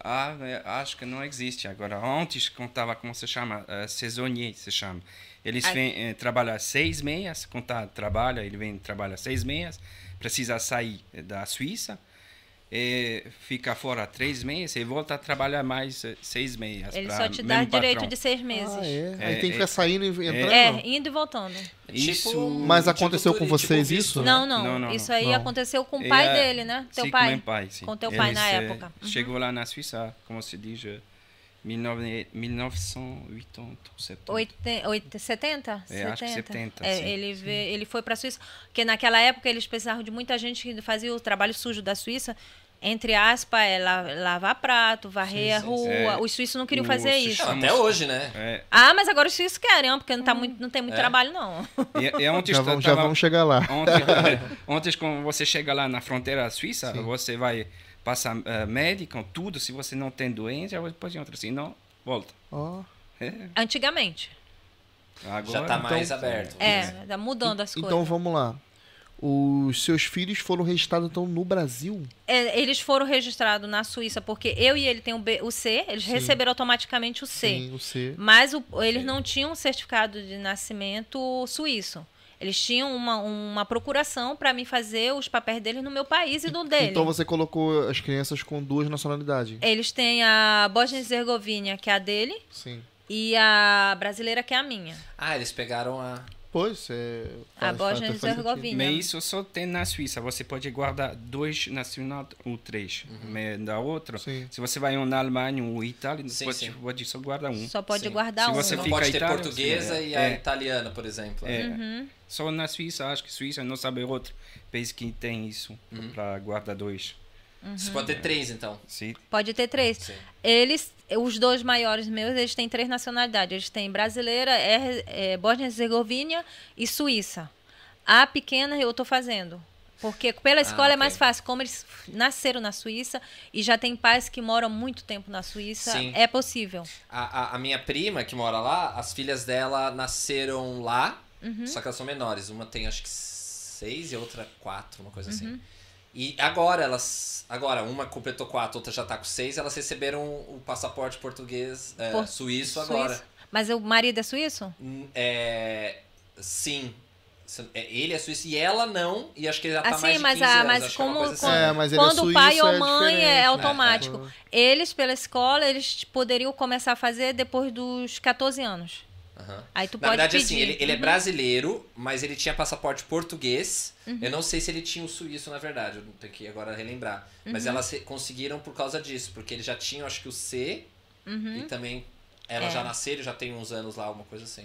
Speaker 4: Ah, é, acho que não existe agora. Antes contava como se chama, eh, saisonnier se chama. Eles
Speaker 3: Ah.
Speaker 4: vêm eh, trabalhar seis meses, contar trabalha, ele vem trabalhar seis meses, precisa sair eh, da Suíça, e fica fora três meses e volta a trabalhar mais eh, seis meses.
Speaker 3: Ele
Speaker 4: pra
Speaker 3: só te dá
Speaker 4: mesmo
Speaker 3: direito
Speaker 4: patrão.
Speaker 3: de seis meses.
Speaker 1: Ah, é? Aí
Speaker 4: É,
Speaker 1: tem que ficar
Speaker 4: é-
Speaker 1: saindo e entrando?
Speaker 3: É, indo e voltando.
Speaker 2: tipo,
Speaker 3: tipo,
Speaker 4: Isso-
Speaker 1: Mas aconteceu com vocês
Speaker 2: visto,
Speaker 1: isso?
Speaker 2: né?
Speaker 3: Não, não.
Speaker 4: Não, não,
Speaker 3: Isso
Speaker 4: não.
Speaker 3: aí
Speaker 1: Não.
Speaker 3: aconteceu com o
Speaker 4: É,
Speaker 3: pai dele, né? Teu
Speaker 4: sim,
Speaker 3: pai.
Speaker 4: Com meu pai, sim.
Speaker 3: Com teu pai na
Speaker 4: eh,
Speaker 3: época. Uhum.
Speaker 4: Chegou lá na Suíça, como se diz, eh, 19- 1987.
Speaker 3: Oiten- oit- 70?
Speaker 4: É, acho que 70,
Speaker 3: É,
Speaker 4: sim.
Speaker 3: ele, vê- ele foi para a Suíça, porque naquela época eles precisavam de muita gente que fazia o trabalho sujo da Suíça, entre aspas, é la- lavar prato, varrer a
Speaker 2: sim,
Speaker 3: rua.
Speaker 4: é.
Speaker 3: Os suíços não queriam
Speaker 4: O
Speaker 3: fazer
Speaker 4: sushi-
Speaker 3: isso.
Speaker 2: Não, até hoje, né?
Speaker 4: É,
Speaker 3: Ah, mas agora os suíços querem, ó, porque não, tá muito, não tem muito trabalho, não.
Speaker 4: E, e ontem
Speaker 1: Já,
Speaker 4: eu
Speaker 1: vamos, já
Speaker 4: tava-
Speaker 1: vamos chegar lá.
Speaker 4: Ontem,
Speaker 2: *laughs*
Speaker 4: ontem, quando você chega lá na fronteira suíça, você vai passar eh, médico, tudo. Se você não tem doença, você pode entrar. Se assim, não, volta.
Speaker 1: Ó.
Speaker 4: É,
Speaker 3: Antigamente.
Speaker 4: agora,
Speaker 2: Já tá mais
Speaker 4: então,
Speaker 2: aberto.
Speaker 3: É, tá mudando as coisas.
Speaker 1: Então vamos lá. Os seus filhos foram registrados então no Brasil?
Speaker 3: É, eles foram registrados na Suíça porque eu e ele tem o, B- o C, eles
Speaker 1: Sim.
Speaker 3: receberam automaticamente o C.
Speaker 1: Sim, o C.
Speaker 3: Mas o- eles não tinham um certificado de nascimento suíço. Eles tinham uma, uma procuração para mim fazer os papéis deles no meu país e no dele. É.
Speaker 1: Então você colocou as crianças com duas nacionalidades.
Speaker 3: Eles têm a Bosnia e Herzegovina, que é a dele,
Speaker 1: Sim.
Speaker 3: e a brasileira, que é a minha.
Speaker 2: Ah, eles pegaram a.
Speaker 1: Pois é.
Speaker 3: A
Speaker 1: faz- faz-
Speaker 3: Bosnia e
Speaker 1: faz sentido.
Speaker 3: Herzegovina.
Speaker 4: Mas isso só tem na Suíça. Você pode guardar dois nacionais ou três.
Speaker 2: Uhum.
Speaker 4: Mas da outra,
Speaker 1: Sim.
Speaker 4: se você vai um na Alemanha ou Itália,
Speaker 2: Sim,
Speaker 4: você
Speaker 2: sim.
Speaker 4: pode só guardar um.
Speaker 3: Só pode
Speaker 2: Sim.
Speaker 3: guardar
Speaker 4: Se
Speaker 3: um.
Speaker 4: você
Speaker 2: não
Speaker 4: fica
Speaker 2: pode ter
Speaker 4: italiano,
Speaker 2: portuguesa
Speaker 4: sim,
Speaker 2: e
Speaker 4: é.
Speaker 2: a italiana, por exemplo.
Speaker 4: É.
Speaker 2: né?
Speaker 3: uhum.
Speaker 4: Só na Suíça, acho que Suíça não sabe outro país que tem isso
Speaker 2: Uhum.
Speaker 4: para guardar dois.
Speaker 3: Uhum.
Speaker 2: Você pode ter três, então.
Speaker 4: Sim.
Speaker 3: Pode ter três.
Speaker 2: Sim.
Speaker 3: Eles, os dois maiores meus, eles têm três nacionalidades. Eles têm brasileira, é, é, Bosnia e Herzegovina e Suíça. A pequena eu tô fazendo. Porque pela escola
Speaker 2: Ah,
Speaker 3: é
Speaker 2: ok.
Speaker 3: mais fácil. Como eles nasceram na Suíça e já tem pais que moram muito tempo na Suíça,
Speaker 2: Sim.
Speaker 3: é possível.
Speaker 2: A, a- a minha prima, que mora lá, as filhas dela nasceram lá,
Speaker 3: Uhum.
Speaker 2: só que elas são menores. Uma tem acho que seis e outra quatro, uma coisa
Speaker 3: Uhum.
Speaker 2: assim. E agora elas. Agora, uma completou quatro, outra já tá com seis, elas receberam o passaporte português é,
Speaker 3: Por-
Speaker 2: suíço
Speaker 3: Suíça.
Speaker 2: agora.
Speaker 3: Mas o marido é suíço?
Speaker 2: Hum, É, sim. Se- é, Ele é suíço e ela não, e acho que já tá
Speaker 3: Assim,
Speaker 2: mais de
Speaker 3: mas
Speaker 2: 15
Speaker 3: a-
Speaker 2: anos,
Speaker 3: mas
Speaker 2: acho que é uma
Speaker 3: como-
Speaker 2: coisa assim.
Speaker 3: como-
Speaker 1: É, mas ele é
Speaker 3: Quando o pai
Speaker 1: suíço,
Speaker 3: ou
Speaker 1: é
Speaker 3: mãe
Speaker 1: diferente,
Speaker 3: é
Speaker 1: né?
Speaker 3: automático.
Speaker 1: Pô.
Speaker 2: É.
Speaker 3: Eles, pela escola, eles poderiam começar a fazer depois dos 14 anos.
Speaker 2: Aham.
Speaker 3: Aí tu
Speaker 2: Na
Speaker 3: pode
Speaker 2: verdade,
Speaker 3: pedir.
Speaker 2: assim, ele, ele é
Speaker 3: Uhum.
Speaker 2: brasileiro, mas ele tinha passaporte português.
Speaker 3: Uhum.
Speaker 2: Eu não sei se ele tinha o suíço, na verdade, eu tenho que agora relembrar. Mas
Speaker 3: Uhum.
Speaker 2: elas re- conseguiram por causa disso, porque ele já tinha, acho que o C,
Speaker 3: Uhum.
Speaker 2: e também ela
Speaker 3: É.
Speaker 2: já nasceram, já tem uns anos lá, uma coisa assim.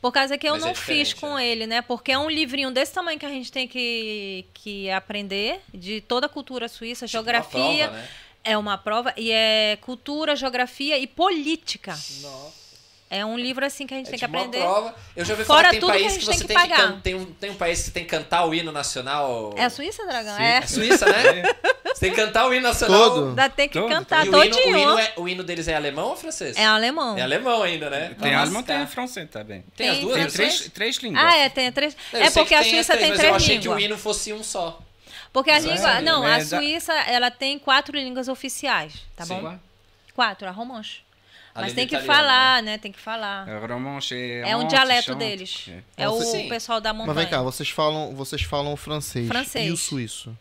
Speaker 3: Por causa que eu
Speaker 2: Mas é
Speaker 3: não fiz
Speaker 2: diferente,
Speaker 3: com ele, né? Porque é um livrinho desse tamanho que a gente tem que, que aprender de toda a cultura suíça,
Speaker 2: Tipo, uma
Speaker 3: geografia.
Speaker 2: prova, né?
Speaker 3: É uma prova e é cultura, geografia e política.
Speaker 2: Nossa.
Speaker 3: É um livro assim que a gente
Speaker 2: É
Speaker 3: tem
Speaker 2: tipo
Speaker 3: que
Speaker 2: uma
Speaker 3: aprender.
Speaker 2: prova. Eu já ouvi
Speaker 3: Fora
Speaker 2: falar que tem
Speaker 3: tudo que a
Speaker 2: país que,
Speaker 3: gente tem
Speaker 2: você
Speaker 3: que
Speaker 2: tem que,
Speaker 3: pagar.
Speaker 2: can- tem, um, tem um país que você tem que cantar o hino nacional.
Speaker 3: É a Suíça, Dragão?
Speaker 4: Sim.
Speaker 3: É.
Speaker 2: É Suíça, né? você tem que cantar o hino nacional.
Speaker 1: Todo.
Speaker 3: Ainda tem que
Speaker 4: Todo.
Speaker 3: cantar
Speaker 2: E o hino, o,
Speaker 3: Tá todinho.
Speaker 2: hino
Speaker 3: ó.
Speaker 2: é- o hino deles é alemão ou francês?
Speaker 3: É alemão.
Speaker 2: É alemão ainda, né?
Speaker 4: Tem
Speaker 2: Nossa,
Speaker 4: alemão, tem
Speaker 2: cara.
Speaker 4: francês também.
Speaker 2: Tem as
Speaker 3: Tem
Speaker 2: duas
Speaker 4: Tem
Speaker 3: francês.
Speaker 2: versões?
Speaker 4: três, três línguas.
Speaker 3: Ah, é, tem três.
Speaker 2: Eu
Speaker 3: é
Speaker 2: sei
Speaker 3: porque
Speaker 2: que
Speaker 3: a
Speaker 2: tem as
Speaker 3: Suíça tem
Speaker 2: mas Eu
Speaker 3: três
Speaker 2: achei que o
Speaker 3: línguas.
Speaker 2: hino fosse um só.
Speaker 3: Porque a
Speaker 4: Sim.
Speaker 3: língua.
Speaker 4: Sim.
Speaker 3: Não, a
Speaker 4: Mas a-
Speaker 3: Suíça, ela tem quatro línguas oficiais, tá
Speaker 2: Sim.
Speaker 3: bom? Quatro, a romanche. Mas
Speaker 2: Além
Speaker 3: tem
Speaker 2: do
Speaker 3: que
Speaker 2: italiano,
Speaker 3: falar, né? Tem que falar.
Speaker 4: É romanche,
Speaker 3: É, um
Speaker 4: honte,
Speaker 3: dialeto
Speaker 4: chante.
Speaker 3: deles.
Speaker 4: É.
Speaker 3: É o
Speaker 2: Sim.
Speaker 3: pessoal da
Speaker 1: tipo,
Speaker 3: montanha.
Speaker 1: Mas vem cá, vocês falam, vocês falam o francês,
Speaker 3: Francês.
Speaker 1: e o suíço.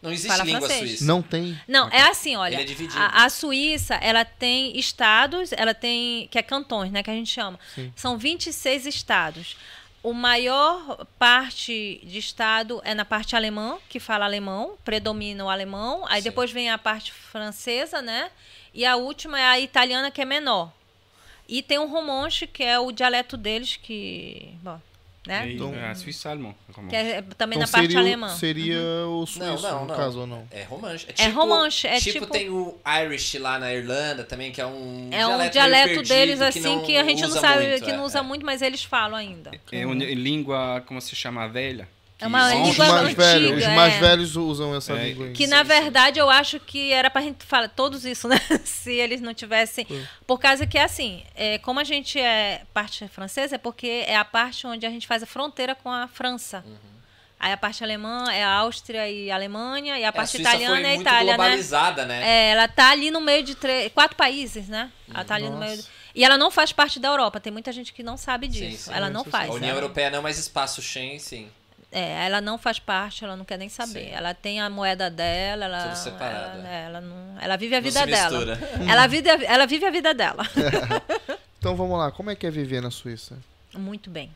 Speaker 2: Não existe
Speaker 3: Fala
Speaker 2: língua
Speaker 3: francês.
Speaker 2: suíça.
Speaker 1: Não tem.
Speaker 3: Não, é assim, olha.
Speaker 2: Ele é dividido.
Speaker 3: a, a Suíça, ela tem estados, ela tem. que é cantões, né? Que a gente chama. São 26 estados. O maior parte de estado é na parte alemã, que fala alemão, predomina o alemão. Aí
Speaker 2: Sim.
Speaker 3: depois vem a parte francesa, né? E a última é a italiana, que é menor. E tem o romanche, que é o dialeto deles, que. Bom, né?
Speaker 4: E,
Speaker 1: Então-
Speaker 4: é, suíço alemão.
Speaker 3: Que é também na parte
Speaker 1: seria, o-
Speaker 3: alemã.
Speaker 1: seria o suíço,
Speaker 2: Uhum. não,
Speaker 1: no
Speaker 2: não.
Speaker 1: caso, ou não?
Speaker 2: É romance. É, tipo,
Speaker 3: romance, é
Speaker 2: tipo,
Speaker 3: tipo-
Speaker 2: tem o Irish lá na Irlanda também, que é um
Speaker 3: É um
Speaker 2: meio
Speaker 3: dialeto
Speaker 2: perdido
Speaker 3: deles, assim, que, a gente não
Speaker 2: usa
Speaker 3: sabe,
Speaker 2: muito,
Speaker 3: que
Speaker 2: é,
Speaker 3: não usa
Speaker 2: é.
Speaker 3: muito, mas eles falam ainda.
Speaker 4: É uma
Speaker 1: Então,
Speaker 4: língua, como se chama, velha.
Speaker 3: É uma
Speaker 2: Os
Speaker 1: Os
Speaker 3: língua
Speaker 1: mais
Speaker 3: antiga.
Speaker 1: velhos, os
Speaker 3: é.
Speaker 1: mais velhos usam essa
Speaker 4: É,
Speaker 1: língua. aí.
Speaker 3: Que na verdade eu acho que era pra gente falar todos isso, *laughs* né? Se eles não tivessem. Por causa que assim, é, como a gente é parte francesa, é porque é a parte onde a gente faz a fronteira com a França.
Speaker 2: Uhum.
Speaker 3: Aí a parte alemã é a Áustria e a Alemanha, e a
Speaker 2: É,
Speaker 3: parte
Speaker 2: Suíça
Speaker 3: italiana
Speaker 2: foi
Speaker 3: é a
Speaker 2: muito
Speaker 3: Itália, né?
Speaker 2: globalizada, né?
Speaker 3: É, ela tá ali no meio de tre- quatro países, né? Ela tá ali no meio. E ela não faz parte da Europa. Tem muita gente que não sabe
Speaker 2: Sim,
Speaker 3: disso.
Speaker 2: sim.
Speaker 3: ela não faz.
Speaker 2: A União
Speaker 3: ela-
Speaker 2: Europeia não, mas espaço Schengen, sim.
Speaker 3: É, ela não faz parte, ela não quer nem saber.
Speaker 2: Sim.
Speaker 3: Ela tem a moeda dela, ela,
Speaker 2: Tudo separado,
Speaker 3: ela,
Speaker 2: é.
Speaker 3: ela não, ela vive a
Speaker 2: Não
Speaker 3: vida
Speaker 2: se
Speaker 3: dela.
Speaker 2: mistura.
Speaker 3: Ela vive, a- ela vive a vida dela.
Speaker 1: Então vamos lá, como é que é viver na Suíça?
Speaker 3: Muito bem.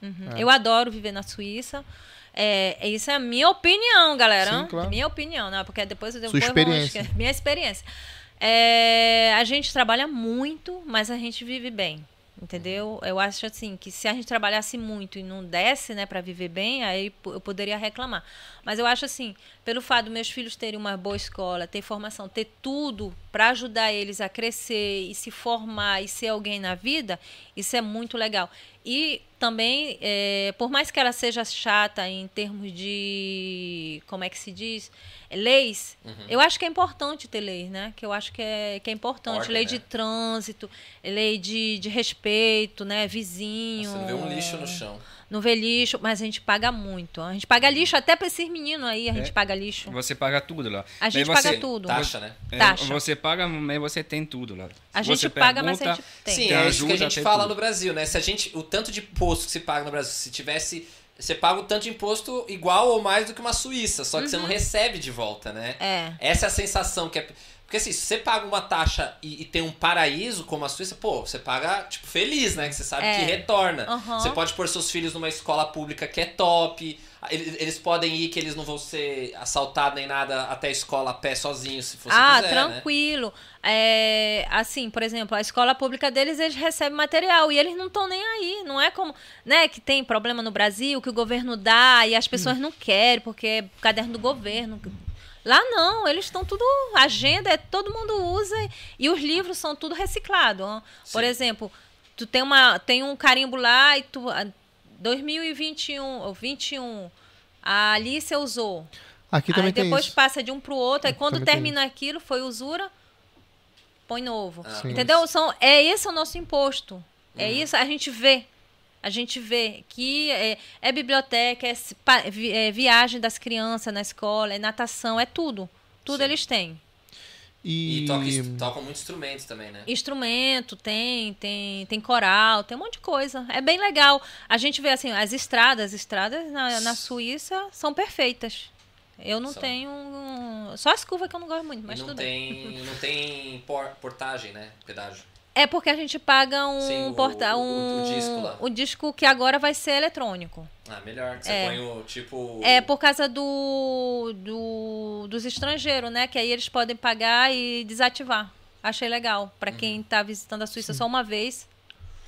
Speaker 3: Uhum.
Speaker 1: É.
Speaker 3: Eu adoro viver na Suíça. É, isso é a minha opinião, galera.
Speaker 1: Sim, claro.
Speaker 3: Minha opinião, né? Porque depois eu
Speaker 1: Sua
Speaker 3: depois vão-
Speaker 1: experiência.
Speaker 3: acho que é minha experiência. É, a gente trabalha muito, mas a gente vive bem. Entendeu?
Speaker 1: Uhum.
Speaker 3: Eu acho assim que se a gente trabalhasse muito e não desse, né, para viver bem, aí po- eu poderia reclamar. Mas eu acho assim, pelo fato dos meus filhos terem uma boa escola, ter formação, ter tudo para ajudar eles a crescer e se formar e ser alguém na vida, isso é muito legal. E também, eh, por mais que ela seja chata em termos de, como é que se diz, É, leis,
Speaker 2: Uhum.
Speaker 3: eu acho que é importante ter leis, né? Que eu acho que é, que é importante.
Speaker 2: Ordem,
Speaker 3: lei
Speaker 2: né?
Speaker 3: de trânsito, lei de, de respeito, né? Vizinho.
Speaker 2: Você não vê um lixo no chão.
Speaker 3: Não vê lixo, mas a gente paga muito. A gente paga lixo até pra esses meninos aí, a gente
Speaker 4: É. assim,
Speaker 3: paga lixo.
Speaker 4: Você paga tudo lá.
Speaker 3: A gente
Speaker 4: Mas você-
Speaker 3: paga tudo.
Speaker 2: Taxa, né?
Speaker 4: É,
Speaker 3: Taxa.
Speaker 4: Você paga, mas você tem tudo lá.
Speaker 3: A
Speaker 4: Se
Speaker 3: gente
Speaker 4: você
Speaker 3: paga, mas a
Speaker 4: pergunta,
Speaker 3: gente tem.
Speaker 2: Sim,
Speaker 4: Tem
Speaker 2: é isso que a
Speaker 4: ajuda,
Speaker 2: gente
Speaker 4: tem
Speaker 2: fala
Speaker 4: tudo.
Speaker 2: no Brasil, né? Se a gente. O tanto de imposto que se paga no Brasil, se tivesse. Você paga o tanto de imposto igual ou mais do que uma Suíça, só que
Speaker 3: Uhum.
Speaker 2: você não recebe de volta, né?
Speaker 3: É.
Speaker 2: Essa é a sensação que é. Porque assim, se você paga uma taxa e, e tem um paraíso como a Suíça, pô, você paga, tipo, feliz, né? Que você sabe
Speaker 3: É.
Speaker 2: que retorna.
Speaker 3: Aham.
Speaker 2: Você pode pôr seus filhos numa escola pública que é top. Eles, eles podem ir que eles não vão ser assaltados nem nada até a escola a pé sozinhos, se você quiser,
Speaker 3: ah,
Speaker 2: né?
Speaker 3: tranquilo. É, assim, por exemplo, a escola pública deles, eles recebem material e eles não estão nem aí. Não é como, né, que tem problema no Brasil, que o governo dá e as
Speaker 2: Hum.
Speaker 3: pessoas não querem, porque é caderno do governo. Lá não, eles estão tudo. Agenda, é, todo mundo usa e, e os livros são tudo reciclado. ó. Por
Speaker 2: Sim.
Speaker 3: exemplo, tu tem, uma, tem um carimbo lá um, e tu. ah, 2021, ou 21. A Alice usou.
Speaker 1: Aqui
Speaker 3: aí
Speaker 1: também tem
Speaker 3: depois
Speaker 1: isso.
Speaker 3: passa de um pro outro. Aí
Speaker 1: Aqui
Speaker 3: quando
Speaker 1: também tem
Speaker 3: termina aquilo, foi usura, põe novo.
Speaker 2: Ah,
Speaker 1: Sim.
Speaker 3: Entendeu? São, é esse o nosso imposto. É
Speaker 2: Uhum.
Speaker 3: isso, a gente vê. A gente vê que é, é biblioteca, é, se- pa- vi- é viagem das crianças na escola, é natação, é tudo. Tudo
Speaker 2: Sim.
Speaker 3: eles têm.
Speaker 1: E,
Speaker 2: E toca, tocam muitos instrumentos também, né?
Speaker 3: Instrumento, tem, tem, tem coral, tem um monte de coisa. É bem legal. A gente vê assim, as estradas, as estradas na, na Suíça são perfeitas. Eu não
Speaker 2: São.
Speaker 3: tenho. um- Só as curvas que eu não gosto muito, mas
Speaker 2: e não
Speaker 3: tudo bem.
Speaker 2: tem, não tem por- portagem, né? Pedágio.
Speaker 3: É porque a gente paga um
Speaker 2: Sim, o-
Speaker 3: porta,
Speaker 2: o- o
Speaker 3: um
Speaker 2: disco lá.
Speaker 3: o disco que agora vai ser eletrônico.
Speaker 2: Ah, melhor. que Você
Speaker 3: É.
Speaker 2: põe o tipo.
Speaker 3: É por causa do, do- dos estrangeiros, né? Que aí eles podem pagar e desativar. Achei legal Pra
Speaker 2: Uhum.
Speaker 3: quem tá visitando a Suíça só uma vez.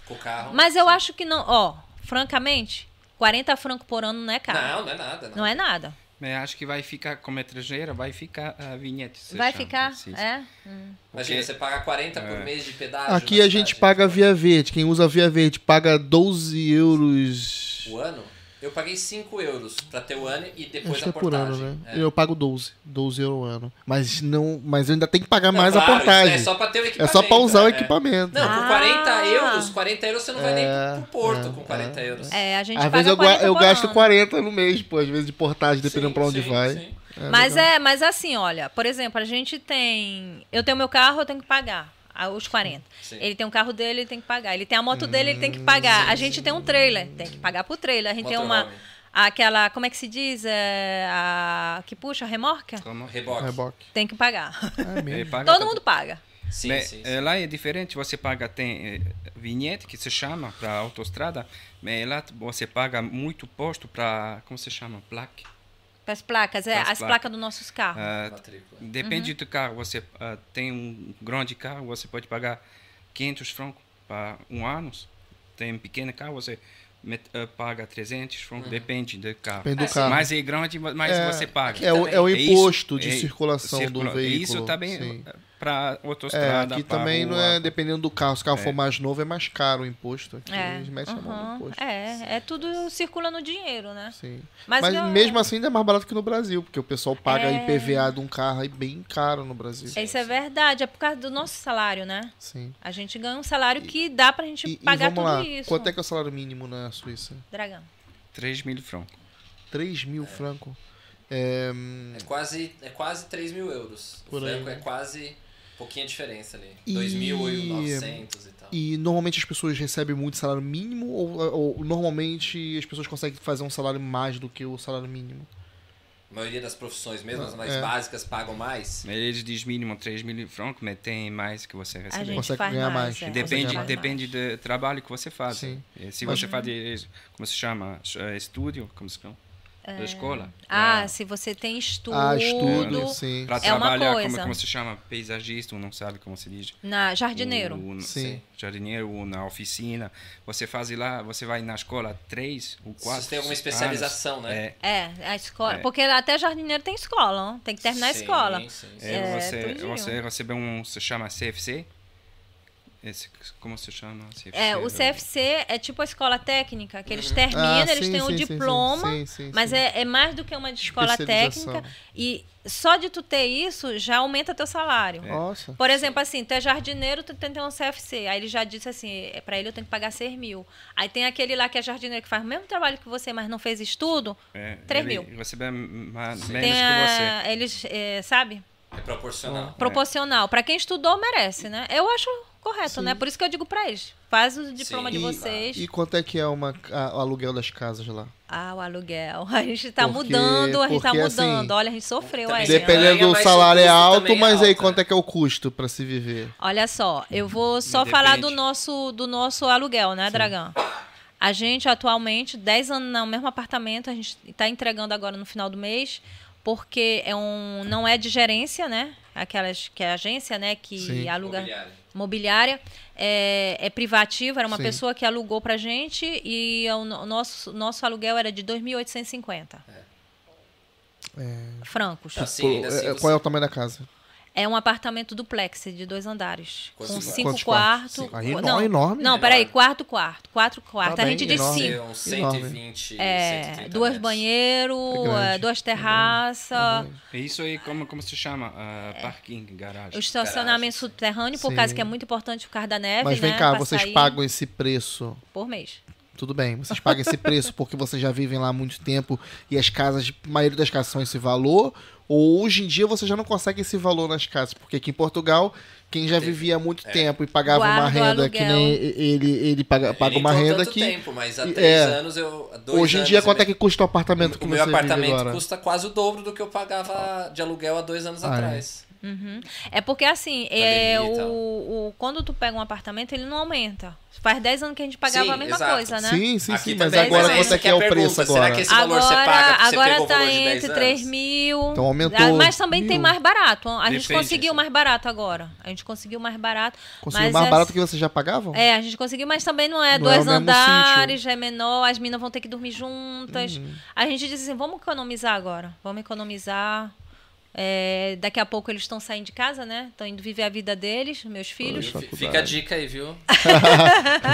Speaker 2: Com o carro.
Speaker 3: Mas eu
Speaker 2: Ah, Sim.
Speaker 3: acho que não, ó, francamente, 40 francos por ano não é caro.
Speaker 2: Não, não é nada. Não.
Speaker 3: Não, é nada.
Speaker 4: Mas acho que vai ficar como estrangeira, vai ficar a vinhete. se
Speaker 3: Vai
Speaker 4: chama,
Speaker 3: ficar,
Speaker 4: assim.
Speaker 3: é?
Speaker 2: Imagina,
Speaker 4: Porque-
Speaker 2: você paga 40 por mês de pedágio.
Speaker 1: É. aqui
Speaker 2: na
Speaker 1: a gente
Speaker 2: cidade.
Speaker 1: paga via verde. Quem usa via verde paga 12 euros.
Speaker 2: O ano? Eu paguei 5 euros pra ter o ano e depois
Speaker 1: Acho que
Speaker 2: a
Speaker 1: é por
Speaker 2: portagem.
Speaker 1: ano, né?
Speaker 2: É.
Speaker 1: Eu pago 12. 12 euros ao ano. Mas, não, mas eu ainda tenho que pagar
Speaker 2: Não,
Speaker 1: mais
Speaker 2: claro,
Speaker 1: a
Speaker 2: isso
Speaker 1: portagem.
Speaker 2: É só pra ter o
Speaker 1: É
Speaker 2: equipamento.
Speaker 1: só pra usar o
Speaker 2: né?
Speaker 1: equipamento.
Speaker 2: Não, por
Speaker 3: Ah.
Speaker 2: 40 euros, 40 euros você não vai
Speaker 1: É,
Speaker 2: nem pro Porto
Speaker 1: é,
Speaker 2: com 40 euros.
Speaker 3: É, a gente
Speaker 1: Às
Speaker 3: paga
Speaker 1: vezes eu, gua-
Speaker 3: 40
Speaker 1: eu
Speaker 3: por
Speaker 1: gasto
Speaker 3: ano.
Speaker 1: 40 no mês, pô, às vezes de portagem, dependendo
Speaker 2: Sim,
Speaker 1: pra onde
Speaker 2: sim,
Speaker 1: vai.
Speaker 2: sim.
Speaker 3: Mas
Speaker 1: legal.
Speaker 3: é, mas assim, olha, por exemplo, a gente tem. Eu tenho meu carro, eu tenho que pagar. ah, Os 40.
Speaker 2: Sim.
Speaker 3: Ele tem um carro dele, ele tem que pagar. Ele tem a moto dele, ele tem
Speaker 1: Hum.
Speaker 3: que pagar. A gente tem um trailer, tem que pagar pro trailer. A gente tem uma.
Speaker 2: Motorhome.
Speaker 3: Aquela. Como é que se diz? É, a, que puxa, a remorca?
Speaker 4: Como?
Speaker 2: Reboque.
Speaker 1: Reboque.
Speaker 3: Tem que pagar.
Speaker 1: É
Speaker 4: É,
Speaker 1: mesmo.
Speaker 4: paga
Speaker 3: Todo
Speaker 4: pra-
Speaker 3: mundo paga.
Speaker 2: Sim,
Speaker 1: Né,
Speaker 4: mas,
Speaker 2: sim. sim.
Speaker 4: eh, lá é diferente, você paga, tem eh, vinhete que se chama para autoestrada, mas lá t- você paga muito posto para, como se chama, placa.
Speaker 3: As placas, é,
Speaker 4: Pras
Speaker 3: as placas dos nossos carros.
Speaker 4: Ah,
Speaker 2: Matrícula.
Speaker 4: depende
Speaker 2: Uhum.
Speaker 4: do carro, você ah, tem um grande carro, você pode pagar 500 francos para um ano, tem um pequeno carro, você met- ah, paga 300
Speaker 2: Uhum.
Speaker 4: francos, depende do carro.
Speaker 1: Depende do carro.
Speaker 4: Mais é grande, mais
Speaker 1: É,
Speaker 4: você paga.
Speaker 1: É o, é o
Speaker 4: É isso,
Speaker 1: imposto de
Speaker 4: é,
Speaker 1: circulação
Speaker 4: circula- é
Speaker 1: do veículo.
Speaker 4: Isso
Speaker 1: sim.
Speaker 4: também para
Speaker 1: É,
Speaker 4: autoestrada,
Speaker 1: aqui
Speaker 4: pra
Speaker 1: também não
Speaker 4: rua, tá
Speaker 1: é,
Speaker 4: pra-
Speaker 1: dependendo do carro. Se o carro for mais novo, é mais caro o imposto. Aqui
Speaker 3: É,
Speaker 1: eles metem a mão no
Speaker 3: aham,
Speaker 1: imposto.
Speaker 3: é, é tudo circula no dinheiro, né?
Speaker 1: Sim.
Speaker 3: Mas
Speaker 1: Mas,
Speaker 3: eu-
Speaker 1: mesmo assim ainda é mais barato que no Brasil, porque o pessoal paga
Speaker 3: É.
Speaker 1: IPVA de um carro aí bem caro no Brasil.
Speaker 3: Isso é verdade, é por causa do nosso salário, né?
Speaker 1: Sim.
Speaker 3: A gente ganha um salário que dá pra gente
Speaker 1: E, e
Speaker 3: Tipo, pagar
Speaker 1: vamos
Speaker 3: tudo
Speaker 1: lá,
Speaker 3: isso.
Speaker 1: quanto é que é o salário mínimo na Suíça?
Speaker 3: Dragão.
Speaker 4: 3 mil francos.
Speaker 1: 3 mil franco. É, hum,
Speaker 2: É quase, é quase 3 mil euros.
Speaker 1: Por
Speaker 2: o
Speaker 1: aí,
Speaker 2: franco
Speaker 1: né?
Speaker 2: é quase pouquinha diferença ali.
Speaker 1: E-
Speaker 2: 2.900 e tal.
Speaker 1: E normalmente as pessoas recebem muito salário mínimo ou, ou normalmente as pessoas conseguem fazer um salário mais do que o salário mínimo?
Speaker 2: A maioria das profissões, mesmo as mais
Speaker 1: É.
Speaker 2: básicas, pagam mais.
Speaker 4: Mas Eles dizem mínimo 3 mil francos, mas tem mais que você
Speaker 3: A
Speaker 4: recebe.
Speaker 3: gente
Speaker 1: Consegue
Speaker 3: faz
Speaker 1: ganhar
Speaker 3: mais.
Speaker 1: mais.
Speaker 3: é,
Speaker 1: Consegue
Speaker 4: Depende,
Speaker 1: ganhar
Speaker 3: faz
Speaker 4: depende do trabalho que você faz.
Speaker 1: Sim.
Speaker 4: E Se
Speaker 1: Mas-
Speaker 4: você faz, de- como se chama, eh, estúdio, como se chama, da escola.
Speaker 3: É. Ah,
Speaker 4: pra-
Speaker 3: se você tem estudo.
Speaker 1: Ah, estudo, sim.
Speaker 4: Pra
Speaker 3: É uma
Speaker 4: trabalhar,
Speaker 3: coisa.
Speaker 4: Como, como se chama, paisagista, ou não sabe como se diz.
Speaker 3: Na jardineiro.
Speaker 4: Ou- ou-
Speaker 1: Sim.
Speaker 4: Jardineiro ou na oficina. Você faz lá, você vai na escola três ou quatro
Speaker 2: Se tem alguma
Speaker 4: anos.
Speaker 2: especialização, né?
Speaker 4: É,
Speaker 3: É, a escola.
Speaker 4: É.
Speaker 3: Porque até jardineiro tem escola, ó, tem que terminar a
Speaker 2: Sim,
Speaker 3: escola.
Speaker 2: sim, sim.
Speaker 4: é,
Speaker 3: É,
Speaker 4: você,
Speaker 3: tudinho.
Speaker 4: você recebe um, se chama CFC. Esse- como se chama? CFC,
Speaker 3: É, o CFC é tipo a escola técnica, que
Speaker 4: Uhum.
Speaker 3: eles terminam,
Speaker 1: Ah,
Speaker 3: eles
Speaker 1: sim,
Speaker 3: têm o
Speaker 1: sim, sim,
Speaker 3: diploma,
Speaker 1: sim, sim,
Speaker 3: mas
Speaker 1: sim.
Speaker 3: É, é mais do que uma escola
Speaker 1: Especialização.
Speaker 3: técnica. E só de tu ter isso, já aumenta teu salário.
Speaker 1: É.
Speaker 4: É,
Speaker 1: Nossa.
Speaker 3: Por exemplo, assim, tu é jardineiro, tu tem que ter um CFC. Aí ele já disse assim, é, pra ele eu tenho que pagar 6 mil. Aí tem aquele lá que é jardineiro que faz o mesmo trabalho que você, mas não fez estudo.
Speaker 4: É,
Speaker 3: Três
Speaker 4: ele
Speaker 3: mil.
Speaker 4: Recebe ma- menos
Speaker 3: tem
Speaker 4: que
Speaker 3: a- Eles, é, sabe?
Speaker 2: É proporcional.
Speaker 3: Proporcional. Pra quem estudou, merece, né? Eu acho correto, né? Por isso que eu digo pra eles. Faz o diploma
Speaker 2: Sim.
Speaker 3: de
Speaker 1: E-
Speaker 3: vocês.
Speaker 1: E quanto é que é uma, a- o aluguel das casas lá?
Speaker 3: Ah, o aluguel. *laughs* A gente tá
Speaker 1: Porque-
Speaker 3: mudando, a gente tá
Speaker 1: porque,
Speaker 3: mudando.
Speaker 1: assim,
Speaker 3: Olha, a gente sofreu
Speaker 2: também
Speaker 3: aí.
Speaker 2: Sim.
Speaker 3: né?
Speaker 1: Dependendo do
Speaker 2: Mas o
Speaker 1: salário é
Speaker 2: custo
Speaker 1: alto,
Speaker 2: também é
Speaker 1: mas aí
Speaker 2: alto,
Speaker 1: quanto
Speaker 2: né?
Speaker 1: é que é o custo pra se viver?
Speaker 3: Olha só, eu vou só
Speaker 4: Depende.
Speaker 3: falar do nosso, do nosso aluguel, né, Dragão? A gente atualmente, 10 anos no mesmo apartamento, a gente está entregando agora no final do mês, porque é um, não é de gerência, né? Aquelas que é agência, né, que
Speaker 1: Sim.
Speaker 3: aluga
Speaker 2: Imobiliário.
Speaker 3: mobiliária é, é privativa, era uma
Speaker 1: Sim.
Speaker 3: pessoa que alugou pra gente e é o no- nosso, nosso aluguel era de 2.850 francos.
Speaker 2: Assim, ainda assim,
Speaker 1: É,
Speaker 2: você-
Speaker 3: assim
Speaker 1: Qual é o tamanho da casa?
Speaker 3: É um apartamento duplex de dois andares.
Speaker 2: Quantos
Speaker 3: com
Speaker 2: quartos?
Speaker 3: cinco
Speaker 1: Quantos quartos?
Speaker 3: quartos.
Speaker 1: Cinco. Aí
Speaker 3: não,
Speaker 1: não, é enorme,
Speaker 3: Não,
Speaker 1: né?
Speaker 3: peraí, quarto, quarto. Quatro quartos.
Speaker 1: Tá
Speaker 3: a gente
Speaker 1: bem
Speaker 3: diz
Speaker 1: enorme.
Speaker 3: cinco.
Speaker 2: Uns
Speaker 1: Enorme.
Speaker 2: 120,
Speaker 3: É,
Speaker 2: 130
Speaker 3: duas
Speaker 2: metros.
Speaker 3: banheiros,
Speaker 1: É grande,
Speaker 3: eh, duas
Speaker 1: é grande,
Speaker 3: terraças,
Speaker 4: E É isso aí, como, como se chama? Ah,
Speaker 3: É.
Speaker 4: Parking, garagem.
Speaker 3: o estacionamento subterrâneo, por
Speaker 1: Sim.
Speaker 3: causa que é muito importante por causa da neve,
Speaker 1: Mas vem
Speaker 3: né?
Speaker 1: cá,
Speaker 3: pra
Speaker 1: vocês
Speaker 3: sair
Speaker 1: pagam esse preço.
Speaker 3: Por mês.
Speaker 1: Tudo bem, vocês pagam esse preço
Speaker 3: *laughs*
Speaker 1: porque vocês já vivem lá há muito tempo e as casas, a maioria das casas são esse valor? Ou hoje em dia você já não consegue esse valor nas casas? Porque aqui em Portugal, quem
Speaker 2: É,
Speaker 1: já vivia há muito tempo e pagava uma
Speaker 3: Guarda o
Speaker 1: renda
Speaker 3: aluguel.
Speaker 1: que nem ele, ele paga,
Speaker 2: Eu
Speaker 1: paga
Speaker 2: nem
Speaker 1: uma
Speaker 2: tô
Speaker 1: renda
Speaker 2: tanto
Speaker 1: que.
Speaker 2: tempo, mas há
Speaker 1: e-
Speaker 2: três
Speaker 1: é.
Speaker 2: anos eu. há dois
Speaker 1: Hoje em
Speaker 2: anos
Speaker 1: dia,
Speaker 2: eu
Speaker 1: quanto é
Speaker 2: me-
Speaker 1: que custa o apartamento que
Speaker 2: O
Speaker 1: você
Speaker 2: meu
Speaker 1: vive
Speaker 2: apartamento
Speaker 1: agora?
Speaker 2: custa quase o dobro do que eu pagava de aluguel há dois anos
Speaker 1: Ah, é.
Speaker 2: atrás.
Speaker 3: É porque assim, é,
Speaker 2: Pandemia e tal.
Speaker 3: o, o- quando tu pega um apartamento, ele não aumenta. Faz 10 anos que a gente pagava
Speaker 2: Sim,
Speaker 3: a mesma
Speaker 2: exato.
Speaker 3: coisa, né?
Speaker 1: Sim, sim,
Speaker 2: Aqui
Speaker 1: sim, mas
Speaker 2: também,
Speaker 1: agora
Speaker 2: mas
Speaker 1: quanto
Speaker 2: essa
Speaker 1: é que é
Speaker 2: a
Speaker 1: o
Speaker 2: pergunta,
Speaker 1: preço
Speaker 2: será
Speaker 1: agora?
Speaker 2: que esse valor
Speaker 3: Agora,
Speaker 2: você paga porque você
Speaker 3: agora
Speaker 2: pegou o
Speaker 3: tá
Speaker 2: valor de 10
Speaker 3: entre
Speaker 2: anos?
Speaker 3: 3 mil.
Speaker 1: Então aumentou
Speaker 3: Ah, Mas também
Speaker 1: mil.
Speaker 3: tem mais barato. A gente
Speaker 4: Depende,
Speaker 3: conseguiu
Speaker 4: assim.
Speaker 3: mais barato agora. A gente conseguiu mais barato.
Speaker 1: Conseguiu
Speaker 3: mas
Speaker 1: mais
Speaker 3: é-
Speaker 1: barato que vocês já pagavam?
Speaker 3: É, a gente conseguiu, mas também não é
Speaker 1: Não é o
Speaker 3: dois
Speaker 1: mesmo
Speaker 3: andares, já é menor, as minas vão ter que dormir juntas.
Speaker 1: Uhum.
Speaker 3: A gente disse assim, vamos economizar agora, vamos economizar. É, daqui a pouco eles estão saindo de casa, né? Estão indo viver a vida deles, meus filhos.
Speaker 1: Poxa.
Speaker 2: F-
Speaker 1: faculdade.
Speaker 2: Fica a dica aí, viu?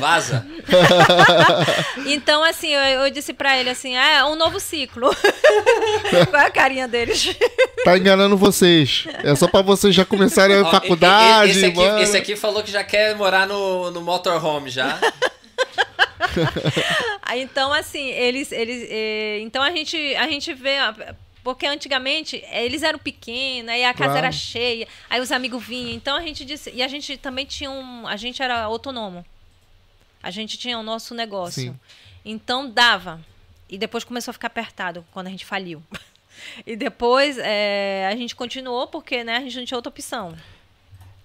Speaker 2: Vaza.
Speaker 3: Então, assim, eu, eu disse pra ele assim, "Ah, é um
Speaker 1: *laughs*
Speaker 3: novo ciclo. Qual é a carinha deles?
Speaker 1: Tá enganando vocês. É só pra vocês já começarem
Speaker 2: Ó,
Speaker 1: a
Speaker 2: e- e-
Speaker 1: É faculdade,
Speaker 2: esse, aqui,
Speaker 1: mano.
Speaker 2: esse aqui falou que já quer morar no, no motorhome já.
Speaker 3: Aí, Então, assim, eles. eles eh, então a gente, a gente vê. ó, Porque antigamente eh, eles eram pequenos, aí a casa
Speaker 1: Claro.
Speaker 3: era cheia, aí os amigos vinham. Então a gente disse. E a gente também tinha um. A gente era autônomo. A gente tinha o nosso negócio.
Speaker 1: Sim.
Speaker 3: Então dava. E depois começou a ficar apertado quando a gente faliu. *laughs* E depois eh, a gente continuou porque né, a gente não tinha outra opção.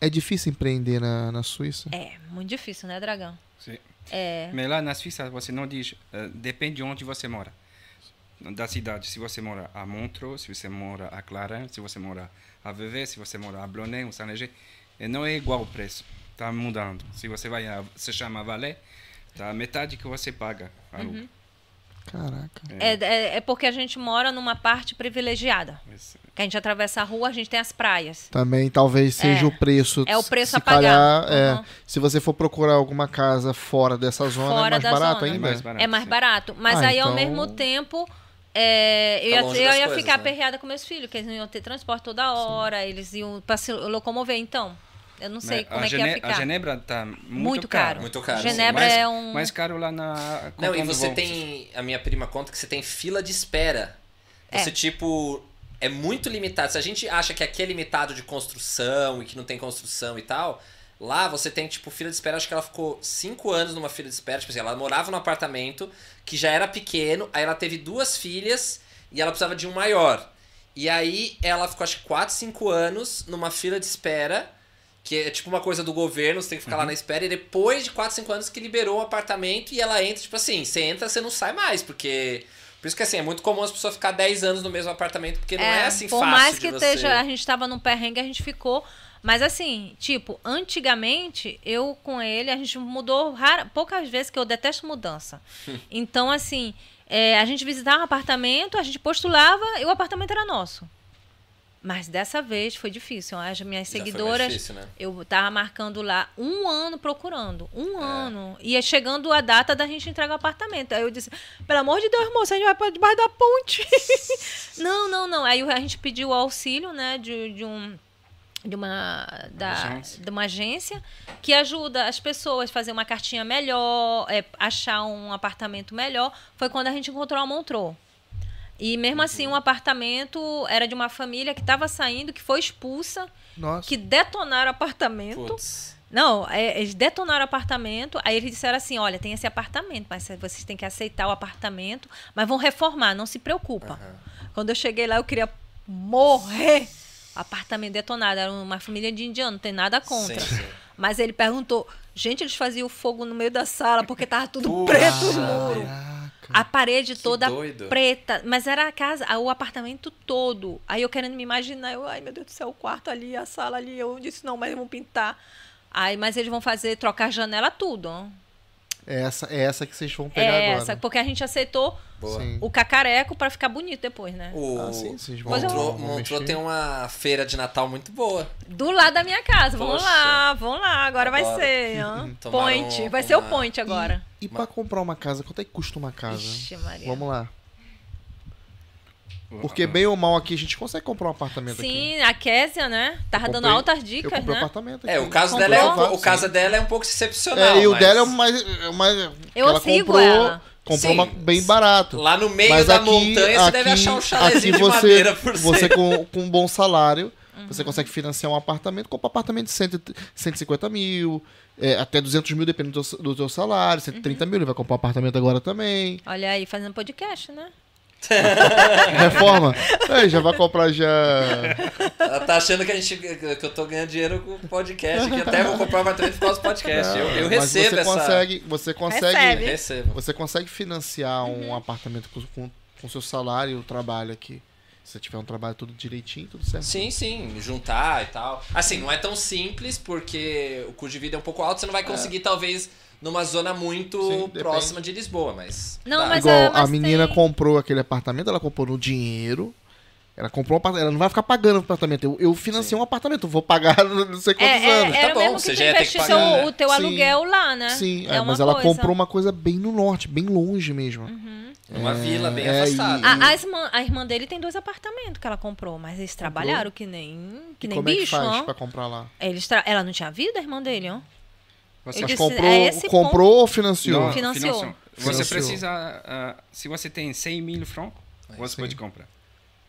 Speaker 1: É difícil empreender na, na Suíça?
Speaker 3: É, muito difícil, né, Dragão?
Speaker 4: Sim.
Speaker 3: É.
Speaker 4: Mas lá na Suíça você não diz, eh, depende de onde você mora. Da cidade, se você mora a Montreux, se você mora a Clarins, se você mora a Vevey, se você mora a Blonay ou Saint-Léger, eh, não é igual o preço. Está mudando. Se você vai a, se chama Valais, tá a metade que você paga. Ah, Alô.
Speaker 3: Uhum.
Speaker 1: Caraca.
Speaker 3: É, é, é porque a gente mora numa parte privilegiada.
Speaker 4: Mas,
Speaker 3: Que a gente atravessa a rua, a gente tem as praias.
Speaker 1: Também talvez seja
Speaker 3: É.
Speaker 1: o preço.
Speaker 3: É o preço
Speaker 1: se
Speaker 3: a pagar.
Speaker 1: calhar, é.
Speaker 3: Uhum.
Speaker 1: se você for procurar alguma casa fora dessa zona, é
Speaker 3: Fora
Speaker 1: mais
Speaker 3: da
Speaker 1: barato
Speaker 3: zona.
Speaker 4: É
Speaker 1: ainda?
Speaker 4: mais barato.
Speaker 3: é mais
Speaker 4: sim.
Speaker 3: barato. Mas
Speaker 1: Ah,
Speaker 3: aí, ao
Speaker 1: então-
Speaker 3: mesmo tempo, é, eu
Speaker 2: Tá
Speaker 3: ia,
Speaker 2: longe
Speaker 3: eu
Speaker 2: das
Speaker 3: ia
Speaker 2: coisas,
Speaker 3: ficar
Speaker 2: né?
Speaker 3: aperreada com meus filhos, que eles não iam ter transporte toda hora, eles iam pra se locomover. Então, eu não sei
Speaker 4: Mas
Speaker 3: como é
Speaker 4: a
Speaker 3: que
Speaker 4: Gene-
Speaker 3: ia
Speaker 4: A
Speaker 3: ficar.
Speaker 4: Genebra está muito,
Speaker 3: Muito caro.
Speaker 2: Muito caro,
Speaker 3: Genebra
Speaker 4: Mais-
Speaker 3: é um-
Speaker 4: Mais caro lá na...
Speaker 2: Não, e
Speaker 4: comprando
Speaker 2: você
Speaker 4: bolsas.
Speaker 2: tem. A minha prima conta que você tem fila de espera.
Speaker 3: É.
Speaker 2: Você, tipo. É muito limitado. Se a gente acha que aqui é limitado de construção e que não tem construção e tal, lá você tem, tipo, fila de espera. Acho que ela ficou cinco anos numa fila de espera. Tipo assim, ela morava num apartamento que já era pequeno, aí ela teve duas filhas e ela precisava de um maior. E aí ela ficou, acho que 4, 5 anos numa fila de espera, que é tipo uma coisa do governo, você tem que ficar
Speaker 1: Uhum.
Speaker 2: lá na espera, e depois de 4, 5 anos que liberou o apartamento e ela entra, tipo assim, você entra, você não sai mais, porque. Por isso que assim, é muito comum as pessoas ficar 10 anos no mesmo apartamento, porque não é, assim
Speaker 3: por
Speaker 2: fácil.
Speaker 3: mais
Speaker 2: de
Speaker 3: que
Speaker 2: você...
Speaker 3: esteja, a gente estava num perrengue, a gente ficou. Mas assim, tipo, antigamente, eu com ele, a gente mudou rara, poucas vezes, que eu
Speaker 2: *laughs*
Speaker 3: detesto mudança. então, assim, é, a gente visitava um apartamento, a gente postulava e o apartamento era nosso. Mas dessa vez foi difícil. As minhas
Speaker 2: Já foi mais
Speaker 3: seguidoras,
Speaker 2: difícil, né?
Speaker 3: eu tava marcando lá um ano procurando. Um ano. E é chegando a data da gente entregar o apartamento. Aí eu disse, pelo amor de Deus, moça, a gente vai pra debaixo da ponte. não, não, não. Aí a gente pediu o auxílio, né, de, de um. De uma, da-
Speaker 4: Agência.
Speaker 3: de uma agência que ajuda as pessoas a fazer uma cartinha melhor, é, achar um apartamento melhor. Foi quando a gente encontrou a Montreux. E mesmo assim, um apartamento era de uma família que estava saindo, que foi expulsa
Speaker 1: Nossa.
Speaker 3: que detonaram o apartamento.
Speaker 2: Putz.
Speaker 3: Não, é, eles detonaram o apartamento. Aí eles disseram assim: olha, tem esse apartamento, mas vocês têm que aceitar o apartamento, mas vão reformar, não se preocupa. Quando eu cheguei lá, eu queria morrer. Apartamento detonado, era uma família de indiano, não tem nada contra.
Speaker 2: Sim, sim.
Speaker 3: Mas ele perguntou: gente, eles faziam fogo no meio da sala porque tava tudo
Speaker 2: Puxa
Speaker 3: preto os
Speaker 2: vida.
Speaker 3: muros. A parede toda
Speaker 2: doido.
Speaker 3: preta, mas era a casa, a- o apartamento todo. Aí eu querendo me imaginar, eu, ai meu Deus do céu, o quarto ali, a sala ali, eu disse não, mas vão pintar. Aí, mas eles vão fazer trocar janela tudo, ó.
Speaker 1: É essa, é essa que vocês vão
Speaker 3: É
Speaker 1: pegar agora.
Speaker 3: essa, porque a gente aceitou
Speaker 2: Boa.
Speaker 1: Sim.
Speaker 3: o cacareco pra ficar bonito depois, né?
Speaker 2: O
Speaker 1: Ah, sim, vocês vão-
Speaker 2: Montreux,
Speaker 1: vão
Speaker 2: Montreux
Speaker 1: mexer.
Speaker 2: tem uma feira de Natal muito boa.
Speaker 3: Do lado da minha casa. Vamos
Speaker 2: Poxa.
Speaker 3: lá, vamos lá. Agora vai
Speaker 2: Adoro.
Speaker 3: ser. hã?
Speaker 2: *laughs* Tomar um-
Speaker 3: Point. Vai ser o
Speaker 2: uma-
Speaker 3: point agora.
Speaker 1: E pra comprar uma casa, quanto é que custa uma casa?
Speaker 3: Ixi, Maria.
Speaker 1: Vamos lá. Porque bem ou mal aqui, a gente consegue comprar um apartamento aqui.
Speaker 3: Sim, a Késia, né? Tava
Speaker 1: Eu
Speaker 3: dando
Speaker 1: comprei-
Speaker 3: altas
Speaker 1: Eu
Speaker 3: dicas,
Speaker 1: comprei um
Speaker 3: né?
Speaker 1: apartamento
Speaker 2: É,
Speaker 1: aqui.
Speaker 2: o caso dela é, um
Speaker 1: Comprou
Speaker 2: po- o
Speaker 1: vários,
Speaker 2: caso
Speaker 1: sim.
Speaker 2: dela é um pouco excepcional.
Speaker 1: É, e o
Speaker 2: mas
Speaker 1: dela é o mais. é o mais
Speaker 3: Eu
Speaker 1: ela
Speaker 3: sigo
Speaker 1: comprou,
Speaker 3: ela.
Speaker 1: Comprou
Speaker 2: Sim.
Speaker 1: uma bem barato.
Speaker 2: Lá no meio
Speaker 1: Mas
Speaker 2: da
Speaker 1: aqui,
Speaker 2: montanha você
Speaker 1: aqui,
Speaker 2: deve achar um chalezinho
Speaker 1: aqui
Speaker 2: de
Speaker 1: você,
Speaker 2: madeira por Uhum.
Speaker 1: Você
Speaker 2: cento.
Speaker 1: com, com um bom salário, você consegue financiar um apartamento. Compra um apartamento de 100, 150 mil, é, até 200 mil, depende do, teu- do teu salário.
Speaker 2: Uhum.
Speaker 1: 130 mil, ele vai comprar um apartamento agora também.
Speaker 3: Olha aí, fazendo podcast, né?
Speaker 1: Reforma. É, já vai comprar já...
Speaker 2: Ela tá achando que, a gente, que eu tô ganhando dinheiro com o podcast, que até vou comprar um apartamento por causa do podcast. Eu, eu
Speaker 1: Mas
Speaker 2: recebo
Speaker 1: você
Speaker 2: essa...
Speaker 1: Consegue, você consegue...
Speaker 3: Recebe.
Speaker 2: Recebo.
Speaker 1: Você consegue financiar
Speaker 2: Uhum.
Speaker 1: um apartamento com, com, com seu salário e o trabalho aqui. Se você tiver um trabalho tudo direitinho, tudo certo.
Speaker 2: Sim, sim, juntar e tal. Assim, não é tão simples, porque o custo de vida é um pouco alto, você não vai conseguir, talvez, numa zona muito
Speaker 1: Sim, depende.
Speaker 2: próxima de Lisboa, mas.
Speaker 3: Não,
Speaker 2: dá.
Speaker 3: mas- é,
Speaker 1: Igual
Speaker 3: mas
Speaker 1: a menina
Speaker 3: tem-
Speaker 1: comprou aquele apartamento, ela comprou no dinheiro. Ela comprou um apartamento, ela não vai ficar pagando o apartamento. Eu, eu financei um apartamento, eu vou pagar *laughs* não sei quantos
Speaker 3: É, é,
Speaker 1: anos.
Speaker 3: era
Speaker 2: Tá
Speaker 3: mesmo
Speaker 2: bom,
Speaker 3: que
Speaker 2: você
Speaker 3: tu
Speaker 2: já ia ter que
Speaker 3: investisse
Speaker 2: pagar,
Speaker 3: o-
Speaker 2: né?
Speaker 3: o teu
Speaker 1: Sim.
Speaker 3: aluguel lá, né?
Speaker 1: Sim, é,
Speaker 3: uma
Speaker 1: mas ela
Speaker 3: coisa. Uhum.
Speaker 1: comprou uma coisa bem no norte, bem longe mesmo.
Speaker 2: Uma vila bem
Speaker 1: é,
Speaker 2: afastada.
Speaker 3: A, a irmã, a irmã dele tem dois apartamentos que ela comprou, mas eles trabalharam que nem, que nem
Speaker 1: Como é que
Speaker 3: bicho,
Speaker 1: faz
Speaker 3: ó.
Speaker 1: pra comprar lá?
Speaker 3: Eles tra- Ela não tinha vida, a irmã dele, ó.
Speaker 4: Você
Speaker 3: Eu
Speaker 1: Mas
Speaker 3: disse,
Speaker 1: comprou,
Speaker 3: é esse
Speaker 1: comprou ou financiou?
Speaker 4: Não,
Speaker 3: Financiou.
Speaker 4: Você
Speaker 1: Financiou.
Speaker 4: precisa. ah, se você tem 100 mil francos, você
Speaker 1: sim.
Speaker 4: pode comprar.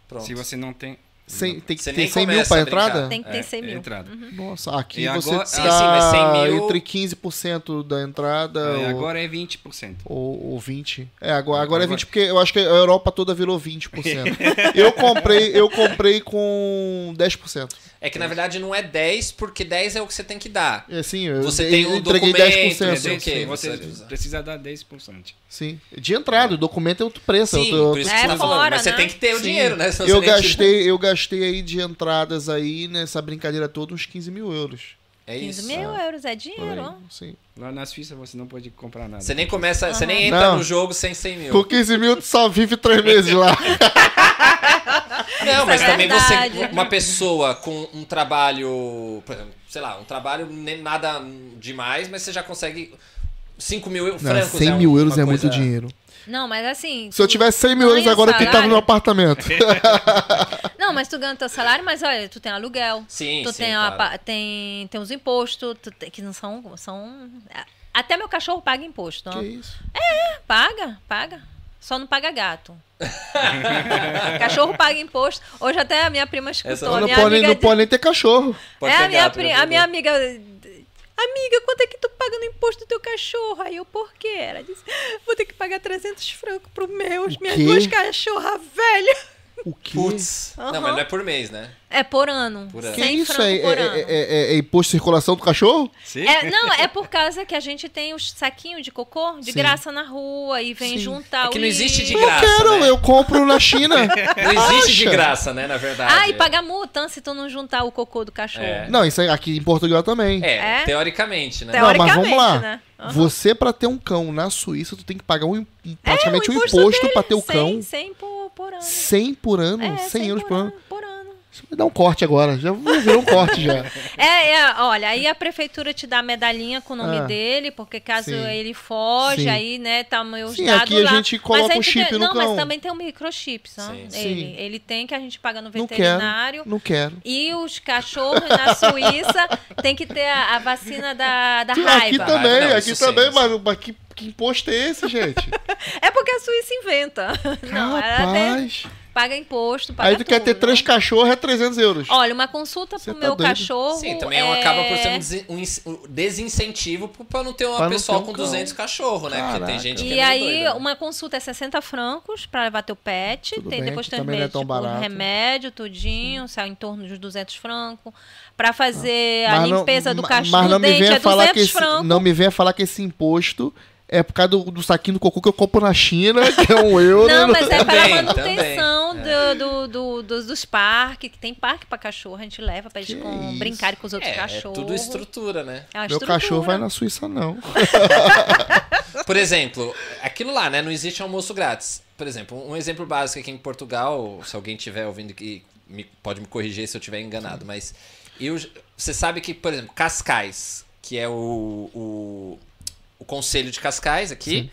Speaker 2: Pronto.
Speaker 4: Se você não tem.
Speaker 1: Cem- tem que
Speaker 2: Você
Speaker 1: ter
Speaker 2: nem
Speaker 1: 100 mil
Speaker 2: começa
Speaker 1: pra
Speaker 2: a brincar.
Speaker 1: entrada?
Speaker 3: Tem que ter
Speaker 4: é,
Speaker 3: 100 mil. Uhum.
Speaker 4: Entrada.
Speaker 1: Nossa, aqui
Speaker 4: E
Speaker 1: você
Speaker 4: agora-
Speaker 1: dá
Speaker 2: Sim, sim, mas 100 mil-
Speaker 1: entre 15% da entrada
Speaker 2: Então,
Speaker 4: Aí
Speaker 1: ou,
Speaker 4: agora é 20%.
Speaker 1: ou, ou 20%. É, agora, agora é
Speaker 4: Agora-
Speaker 1: 20% porque eu acho que a Europa toda virou 20%. eu, comprei, eu comprei com 10%.
Speaker 2: É que na verdade não é 10, porque 10 é o que você tem que dar.
Speaker 1: É, sim, eu,
Speaker 2: Você
Speaker 1: eu
Speaker 2: tem o
Speaker 1: entreguei
Speaker 2: documento,
Speaker 1: 10%.
Speaker 2: Não sei o
Speaker 4: Sim,
Speaker 2: quê,
Speaker 4: É Você
Speaker 2: você usa.
Speaker 4: precisa dar 10%.
Speaker 1: Sim, de entrada, o documento é outro preço.
Speaker 2: Sim,
Speaker 1: eu tô-
Speaker 2: por isso
Speaker 1: eu
Speaker 2: que você
Speaker 3: É
Speaker 2: tá falando.
Speaker 3: fora,
Speaker 2: mas você
Speaker 3: né?
Speaker 2: tem que ter o
Speaker 1: Sim.
Speaker 2: dinheiro, né? Senão
Speaker 1: eu
Speaker 2: você nem tira.
Speaker 1: gastei, eu gastei aí de entradas aí nessa brincadeira toda uns 15 mil euros.
Speaker 2: É
Speaker 3: 15
Speaker 2: isso.
Speaker 3: mil euros é
Speaker 1: Ah. Por aí,
Speaker 3: dinheiro, ó.
Speaker 1: Sim.
Speaker 4: Lá na Suíça você não pode comprar nada.
Speaker 2: Você nem começa, você nem entra
Speaker 1: Não.
Speaker 2: no jogo sem 100 mil.
Speaker 1: Com 15 mil, tu só vive três meses lá.
Speaker 2: é Não, mas
Speaker 3: é
Speaker 2: também
Speaker 3: verdade.
Speaker 2: você, uma pessoa com um trabalho, por exemplo, sei lá, um trabalho nem nada demais, mas você já consegue 5 mil eu- francos. é
Speaker 1: 100
Speaker 2: um-
Speaker 1: mil euros
Speaker 2: uma
Speaker 1: é muito
Speaker 2: coisa-
Speaker 1: dinheiro.
Speaker 3: Não, mas assim.
Speaker 1: Se eu
Speaker 3: tu
Speaker 1: tivesse 100 mil
Speaker 3: ganha
Speaker 1: euros agora, eu tentava no meu
Speaker 3: salário-
Speaker 1: apartamento.
Speaker 3: Não, mas tu ganha o teu salário, mas olha, tu tem aluguel.
Speaker 2: Sim,
Speaker 3: tu
Speaker 2: sim,
Speaker 3: tem,
Speaker 2: claro.
Speaker 3: a pa- tem, tem os impostos, tu tem- que não são. são é, até meu cachorro paga imposto. ó.
Speaker 1: Que isso?
Speaker 3: Paga, paga. Só não paga gato. *laughs* cachorro paga imposto. Hoje até a minha prima escutou.
Speaker 2: Essa-
Speaker 3: a
Speaker 1: Não,
Speaker 3: minha
Speaker 1: pode,
Speaker 3: amiga
Speaker 1: não
Speaker 3: de-
Speaker 1: pode nem ter cachorro.
Speaker 2: Pode
Speaker 3: é,
Speaker 2: ter
Speaker 3: a minha,
Speaker 2: gato,
Speaker 3: pri-
Speaker 2: né?
Speaker 3: a minha amiga. Amiga, quanto é que tu paga no imposto do teu cachorro? Aí eu, por quê? Ela disse, vou ter que pagar 300 francos pro meu,
Speaker 1: O
Speaker 3: minhas
Speaker 1: quê?
Speaker 3: duas cachorras velhas.
Speaker 1: O que?
Speaker 2: Putz. Não,
Speaker 3: Aham.
Speaker 2: mas não é por mês, né?
Speaker 3: É por ano.
Speaker 2: Por ano.
Speaker 1: que
Speaker 3: 100
Speaker 1: isso
Speaker 3: franco
Speaker 1: aí? É,
Speaker 3: por ano.
Speaker 1: é, é- é- é imposto de circulação do cachorro?
Speaker 4: Sim?
Speaker 3: É, não, é por causa que a gente tem os saquinhos de cocô de
Speaker 1: Sim.
Speaker 3: graça na rua e vem
Speaker 1: Sim.
Speaker 3: juntar
Speaker 2: É que
Speaker 3: o
Speaker 2: não existe
Speaker 3: lixo.
Speaker 2: de
Speaker 1: Eu
Speaker 2: graça,
Speaker 1: quero,
Speaker 2: né?
Speaker 1: eu compro na China.
Speaker 2: *laughs* Não existe de
Speaker 1: Acha?
Speaker 2: graça, né, na verdade.
Speaker 3: Ah, e pagar multa hein, se tu não juntar o cocô do cachorro.
Speaker 2: É.
Speaker 1: Não, isso aí, aqui em Portugal também.
Speaker 2: É,
Speaker 3: É?
Speaker 2: teoricamente, né?
Speaker 1: Não, mas vamos
Speaker 3: Teoricamente,
Speaker 1: lá.
Speaker 3: né? Aham.
Speaker 1: Você, pra ter um cão na Suíça, tu tem que pagar um, um- praticamente
Speaker 3: É, O
Speaker 1: um imposto
Speaker 3: dele,
Speaker 1: pra ter o
Speaker 3: 100,
Speaker 1: cão.
Speaker 3: 100 por, por ano.
Speaker 1: 100 por ano,
Speaker 3: É,
Speaker 1: 100, euros por ano.
Speaker 3: Por ano.
Speaker 1: Isso vai dar um corte agora. Já virou um corte
Speaker 3: *laughs*
Speaker 1: já.
Speaker 3: É, é, olha, aí a prefeitura te dá a medalhinha com o nome
Speaker 1: Ah,
Speaker 3: dele, porque caso
Speaker 1: sim.
Speaker 3: ele foge,
Speaker 1: Sim.
Speaker 3: aí, né, tá meus
Speaker 1: Sim,
Speaker 3: dados
Speaker 1: aqui a
Speaker 3: lá.
Speaker 1: gente
Speaker 3: Mas
Speaker 1: coloca
Speaker 3: aí
Speaker 1: o
Speaker 3: tu
Speaker 1: chip
Speaker 3: tem,
Speaker 1: no
Speaker 3: Não,
Speaker 1: cão.
Speaker 3: mas também tem o microchip, ó.
Speaker 2: Sim.
Speaker 1: Sim.
Speaker 3: Ele, ele tem que a gente paga no
Speaker 1: Não quero.
Speaker 3: veterinário.
Speaker 1: Não quero.
Speaker 3: E os cachorros na Suíça *laughs* tem que ter a, a vacina da, da
Speaker 1: Aqui tá-
Speaker 3: raiva.
Speaker 1: também,
Speaker 2: Não,
Speaker 1: aqui
Speaker 2: isso sim,
Speaker 1: também,
Speaker 2: isso.
Speaker 1: mas, mas que, que imposto é esse, gente?
Speaker 3: É porque a Suíça inventa. *laughs* Não, ela tem-
Speaker 1: Rapaz.
Speaker 3: paga imposto, paga
Speaker 1: Aí tu quer
Speaker 3: tudo,
Speaker 1: ter
Speaker 3: né?
Speaker 1: três cachorros é 300 euros.
Speaker 3: Olha, uma consulta
Speaker 1: Você
Speaker 3: pro
Speaker 1: tá
Speaker 3: meu
Speaker 1: doido?
Speaker 3: cachorro.
Speaker 2: Sim, também
Speaker 3: é...
Speaker 2: acaba por ser um desi- um ins- um desincentivo pro- pra não ter uma
Speaker 1: Pra não
Speaker 2: pessoa
Speaker 1: ter um
Speaker 2: com
Speaker 1: cão.
Speaker 2: 200 cachorros, né? Porque tem
Speaker 1: Caraca.
Speaker 2: gente que
Speaker 3: E
Speaker 2: é meio
Speaker 3: aí,
Speaker 2: doida, né?
Speaker 3: uma consulta é 60 francos pra levar teu pet.
Speaker 1: Tudo
Speaker 3: tem,
Speaker 1: bem,
Speaker 3: depois
Speaker 1: que
Speaker 3: tem os
Speaker 1: também não é
Speaker 3: meios,
Speaker 1: tão
Speaker 3: tipo,
Speaker 1: barato.
Speaker 3: remédio, tudinho, sai em torno dos 200 francos. Pra fazer É a
Speaker 1: Ah. Mas não-
Speaker 3: limpeza do
Speaker 1: ma-
Speaker 3: cachorro,
Speaker 1: mas
Speaker 3: do
Speaker 1: não me
Speaker 3: dente,
Speaker 1: venha
Speaker 3: é
Speaker 1: falar que
Speaker 3: 200
Speaker 1: esse,
Speaker 3: francos.
Speaker 1: Não me venha falar que esse imposto é por causa do, do saquinho do cocô que eu compro na China, *laughs* que é um euro.
Speaker 3: Não,
Speaker 1: né?
Speaker 3: mas é para
Speaker 2: Também, é.
Speaker 3: a manutenção do- do- do- dos, dos parques, que tem parque pra cachorro, a gente leva pra eles
Speaker 1: Que
Speaker 3: com-
Speaker 1: isso.
Speaker 3: brincarem com os outros
Speaker 2: É, é
Speaker 3: cachorros.
Speaker 2: tudo estrutura, né?
Speaker 3: É uma
Speaker 1: Meu
Speaker 3: estrutura.
Speaker 1: cachorro vai na Suíça, não.
Speaker 2: Por exemplo, aquilo lá, né? Não existe almoço grátis. Por exemplo, um exemplo básico aqui em Portugal, se alguém estiver ouvindo que me- pode me corrigir se eu estiver enganado, mas eu, você sabe que, por exemplo, Cascais, que é o, o, o conselho de Cascais aqui,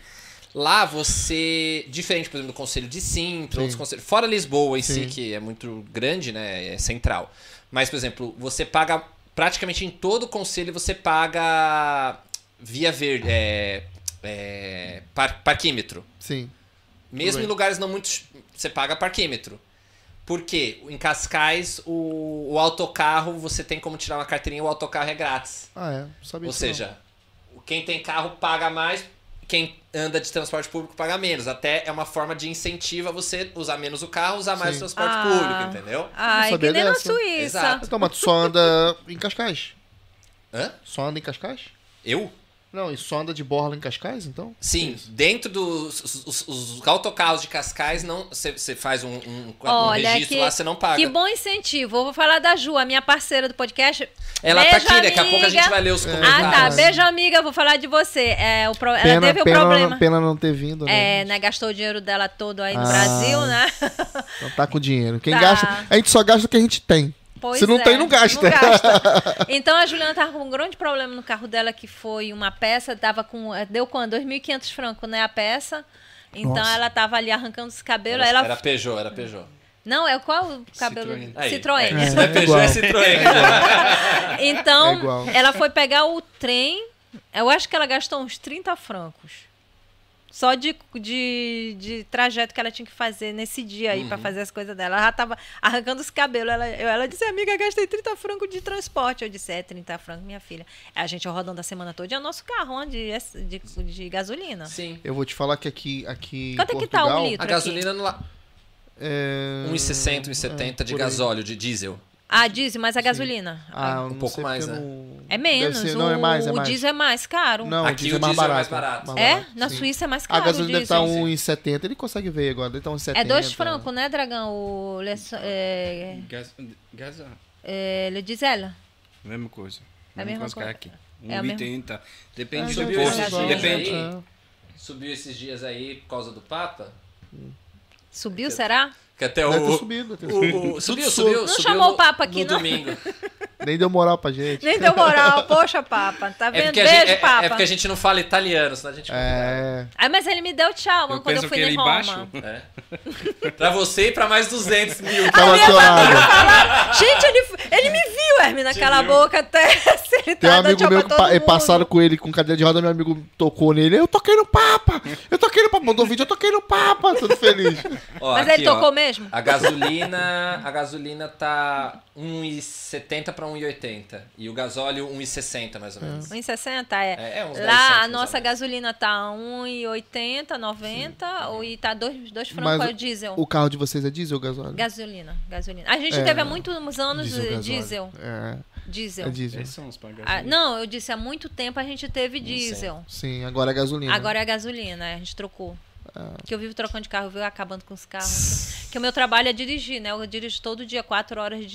Speaker 2: lá você, diferente, por exemplo, do conselho de Sintra,
Speaker 1: Sim.
Speaker 2: outros conselhos, fora Lisboa em si,
Speaker 1: Sim.
Speaker 2: que é muito grande, né, é central, mas, por exemplo, você paga, praticamente em todo o conselho você paga via verde, é, é, par- parquímetro.
Speaker 1: Sim.
Speaker 2: Mesmo
Speaker 1: bem.
Speaker 2: em lugares não muito. ch- Você paga parquímetro. Por quê? Em Cascais, o, o autocarro, você tem como tirar uma carteirinha, o autocarro é grátis.
Speaker 1: Ah, é. Não Sabia
Speaker 2: Ou
Speaker 1: disso, não.
Speaker 2: seja, quem tem carro paga mais, quem anda de transporte público paga menos. Até é uma forma de incentivo a você usar menos o carro, usar
Speaker 1: Sim.
Speaker 2: mais o transporte
Speaker 3: Ah.
Speaker 2: público, entendeu?
Speaker 3: Ai, que
Speaker 1: sabia
Speaker 3: nem na
Speaker 1: dessa.
Speaker 3: Suíça.
Speaker 2: Exato.
Speaker 1: Então, mas tu só anda em Cascais?
Speaker 2: Hã?
Speaker 1: Só anda em Cascais?
Speaker 2: Eu?
Speaker 1: Não, e só anda de borla em Cascais, então?
Speaker 2: Sim, dentro dos os, os- os autocarros de Cascais, não você você faz um, um- um
Speaker 3: Olha,
Speaker 2: registro
Speaker 3: que-
Speaker 2: lá, você não paga.
Speaker 3: Que bom incentivo. Eu vou falar da Ju, a minha parceira do podcast.
Speaker 2: Ela tá
Speaker 3: Beijo,
Speaker 2: aqui, daqui a pouco a gente
Speaker 3: amiga.
Speaker 2: vai ler
Speaker 1: É.
Speaker 2: os comentários.
Speaker 3: Ah, tá.
Speaker 1: Verdade.
Speaker 3: Beijo, amiga. Vou falar de você. É, o pro- Ela
Speaker 1: Pena,
Speaker 3: teve o
Speaker 1: pena,
Speaker 3: problema.
Speaker 1: não, pena não ter vindo, né?
Speaker 3: É, né? Gastou o dinheiro dela todo aí no
Speaker 1: Ah.
Speaker 3: Brasil, né? *laughs*
Speaker 1: Não tá com dinheiro. Quem
Speaker 3: Tá.
Speaker 1: gasta, a gente só gasta o que a gente tem.
Speaker 3: Pois
Speaker 1: Se não
Speaker 3: é,
Speaker 1: tem, não gasta. *laughs*
Speaker 3: gasta. Então a Juliana tava com um grande problema no carro dela, que foi uma peça, tava com. é, Deu quanto? 2.500 francos, né? A peça. Então
Speaker 1: Nossa.
Speaker 3: ela tava ali arrancando os cabelos.
Speaker 2: Era,
Speaker 3: ela...
Speaker 2: era Peugeot, era Peugeot.
Speaker 3: Não, é qual o cabelo?
Speaker 2: Aí,
Speaker 3: Citroën.
Speaker 2: É, isso
Speaker 1: É,
Speaker 2: não é
Speaker 1: é
Speaker 2: Peugeot,
Speaker 1: igual.
Speaker 2: é
Speaker 3: *laughs*
Speaker 2: Citroën.
Speaker 1: É
Speaker 3: Então,
Speaker 1: igual.
Speaker 3: ela foi pegar o trem. Eu acho que ela gastou uns 30 francos. Só de, de, de trajeto que ela tinha que fazer nesse dia aí
Speaker 1: Uhum.
Speaker 3: pra fazer as coisas dela. Ela já tava arrancando os cabelos. Ela, eu- ela disse, amiga, gastei 30 francos de transporte. Eu disse, é, 30 francos, minha filha. A gente rodando a semana toda é o nosso carro de, de, de gasolina.
Speaker 2: Sim.
Speaker 1: Eu vou te falar que aqui, aqui
Speaker 3: Quanto
Speaker 1: em
Speaker 3: é que tá um
Speaker 1: Portugal...
Speaker 3: litro?
Speaker 2: A
Speaker 3: aqui.
Speaker 2: gasolina no lá.
Speaker 1: É...
Speaker 2: 1,60, 1,70 de
Speaker 1: por aí.
Speaker 2: gasóleo, de diesel.
Speaker 3: Ah, dieso, mas a gasolina.
Speaker 1: Ah, eu
Speaker 2: Um
Speaker 1: não
Speaker 2: pouco
Speaker 1: sei
Speaker 2: mais,
Speaker 1: porque
Speaker 2: né?
Speaker 1: eu não-
Speaker 3: é menos.
Speaker 1: Deve ser-
Speaker 3: o,
Speaker 1: Não, é mais, é
Speaker 3: o
Speaker 1: mais.
Speaker 3: diesel é mais caro.
Speaker 1: Não,
Speaker 2: Aqui
Speaker 1: o diesel
Speaker 2: o
Speaker 1: é mais
Speaker 2: diesel é
Speaker 1: barato.
Speaker 2: mais barato.
Speaker 1: mais
Speaker 3: É?
Speaker 1: barato,
Speaker 3: Na
Speaker 1: sim.
Speaker 3: Suíça é mais
Speaker 1: A
Speaker 3: caro.
Speaker 1: gasolina deve tá um
Speaker 3: o
Speaker 1: estar
Speaker 3: diesel.
Speaker 1: 1,70. Ele consegue ver agora. Deve tá um estar 1,70.
Speaker 3: assim. É dois francos, né, Dragão? O le,
Speaker 1: Então.
Speaker 3: é,
Speaker 4: Gaz, Gaza.
Speaker 3: é, le diesel.
Speaker 4: ah, Mesma coisa.
Speaker 3: É
Speaker 4: Mesma
Speaker 3: a mesma
Speaker 4: coisa que
Speaker 3: coisa.
Speaker 4: aqui.
Speaker 3: É a mesma- Ah,
Speaker 4: 1,80.
Speaker 1: É,
Speaker 4: Depende
Speaker 1: deve
Speaker 4: do
Speaker 1: ser
Speaker 2: esses
Speaker 4: posto.
Speaker 1: igual.
Speaker 2: dias
Speaker 4: Depende.
Speaker 2: aí.
Speaker 1: É.
Speaker 2: Subiu esses dias aí por causa do Papa?
Speaker 3: Subiu, será?
Speaker 2: Que até
Speaker 1: Deve ter
Speaker 2: o.
Speaker 1: subido. deve ter subido.
Speaker 2: o- o- subiu, subiu,
Speaker 3: Não
Speaker 2: subiu
Speaker 3: chamou
Speaker 2: no-
Speaker 3: o Papa aqui,
Speaker 2: no
Speaker 3: não? *laughs*
Speaker 2: domingo.
Speaker 1: Nem deu moral pra gente.
Speaker 3: Nem
Speaker 1: *laughs*
Speaker 3: deu moral. Poxa, Papa. Tá
Speaker 2: É
Speaker 3: vendo?
Speaker 2: porque, a
Speaker 3: Beijo,
Speaker 2: gente, é-
Speaker 3: Papa.
Speaker 2: é porque a gente não fala italiano, senão a gente.
Speaker 1: É.
Speaker 3: Ah, mas ele me deu tchau, mano,
Speaker 4: Eu
Speaker 3: quando eu
Speaker 4: penso
Speaker 3: fui
Speaker 4: que
Speaker 3: em
Speaker 4: ele
Speaker 3: Roma.
Speaker 4: baixo.
Speaker 2: É. *laughs* Pra você e pra mais 200 mil.
Speaker 1: Tava acionado.
Speaker 3: Gente, ele, ele me viu, Hermina, cala a boca até *laughs* se
Speaker 1: Tem
Speaker 3: ele
Speaker 1: um
Speaker 3: tá dando
Speaker 1: amigo
Speaker 3: tchau
Speaker 1: meu que
Speaker 3: pra todo
Speaker 1: pa- eh,
Speaker 3: mundo.
Speaker 1: passaram com ele com cadeira de roda, meu amigo tocou nele. Eu toquei no Papa! Eu toquei no Papa. Mandou vídeo, eu toquei no Papa. Tudo feliz.
Speaker 2: Ó,
Speaker 3: Mas
Speaker 2: aqui,
Speaker 3: ele tocou
Speaker 2: ó.
Speaker 3: mesmo?
Speaker 2: A gasolina, a gasolina tá 1,70 para 1,80 e o gasóleo 1,60 mais ou
Speaker 1: Hum.
Speaker 2: menos.
Speaker 3: 1,60 é.
Speaker 2: É, é uns 10
Speaker 3: Lá a
Speaker 2: cêntimos
Speaker 3: nossa
Speaker 2: a mais.
Speaker 3: gasolina tá 1,80, 90 ou, e tá 2 francos
Speaker 1: Mas
Speaker 3: é o diesel.
Speaker 1: O carro de vocês é diesel ou gasóleo?
Speaker 3: Gasolina, gasolina. A gente
Speaker 1: É.
Speaker 3: teve há muitos anos eh,
Speaker 1: gasóleo.
Speaker 3: diesel.
Speaker 1: É,
Speaker 3: Diesel.
Speaker 1: é diesel.
Speaker 4: Eles são os pagados.
Speaker 3: Ah, não, eu disse há muito tempo a gente teve diesel.
Speaker 1: Sim, agora é gasolina.
Speaker 3: Agora é a gasolina, a gente trocou. Que eu vivo trocando de carro, eu vivo acabando com os carros. que o meu trabalho é dirigir, né? Eu dirijo todo dia quatro horas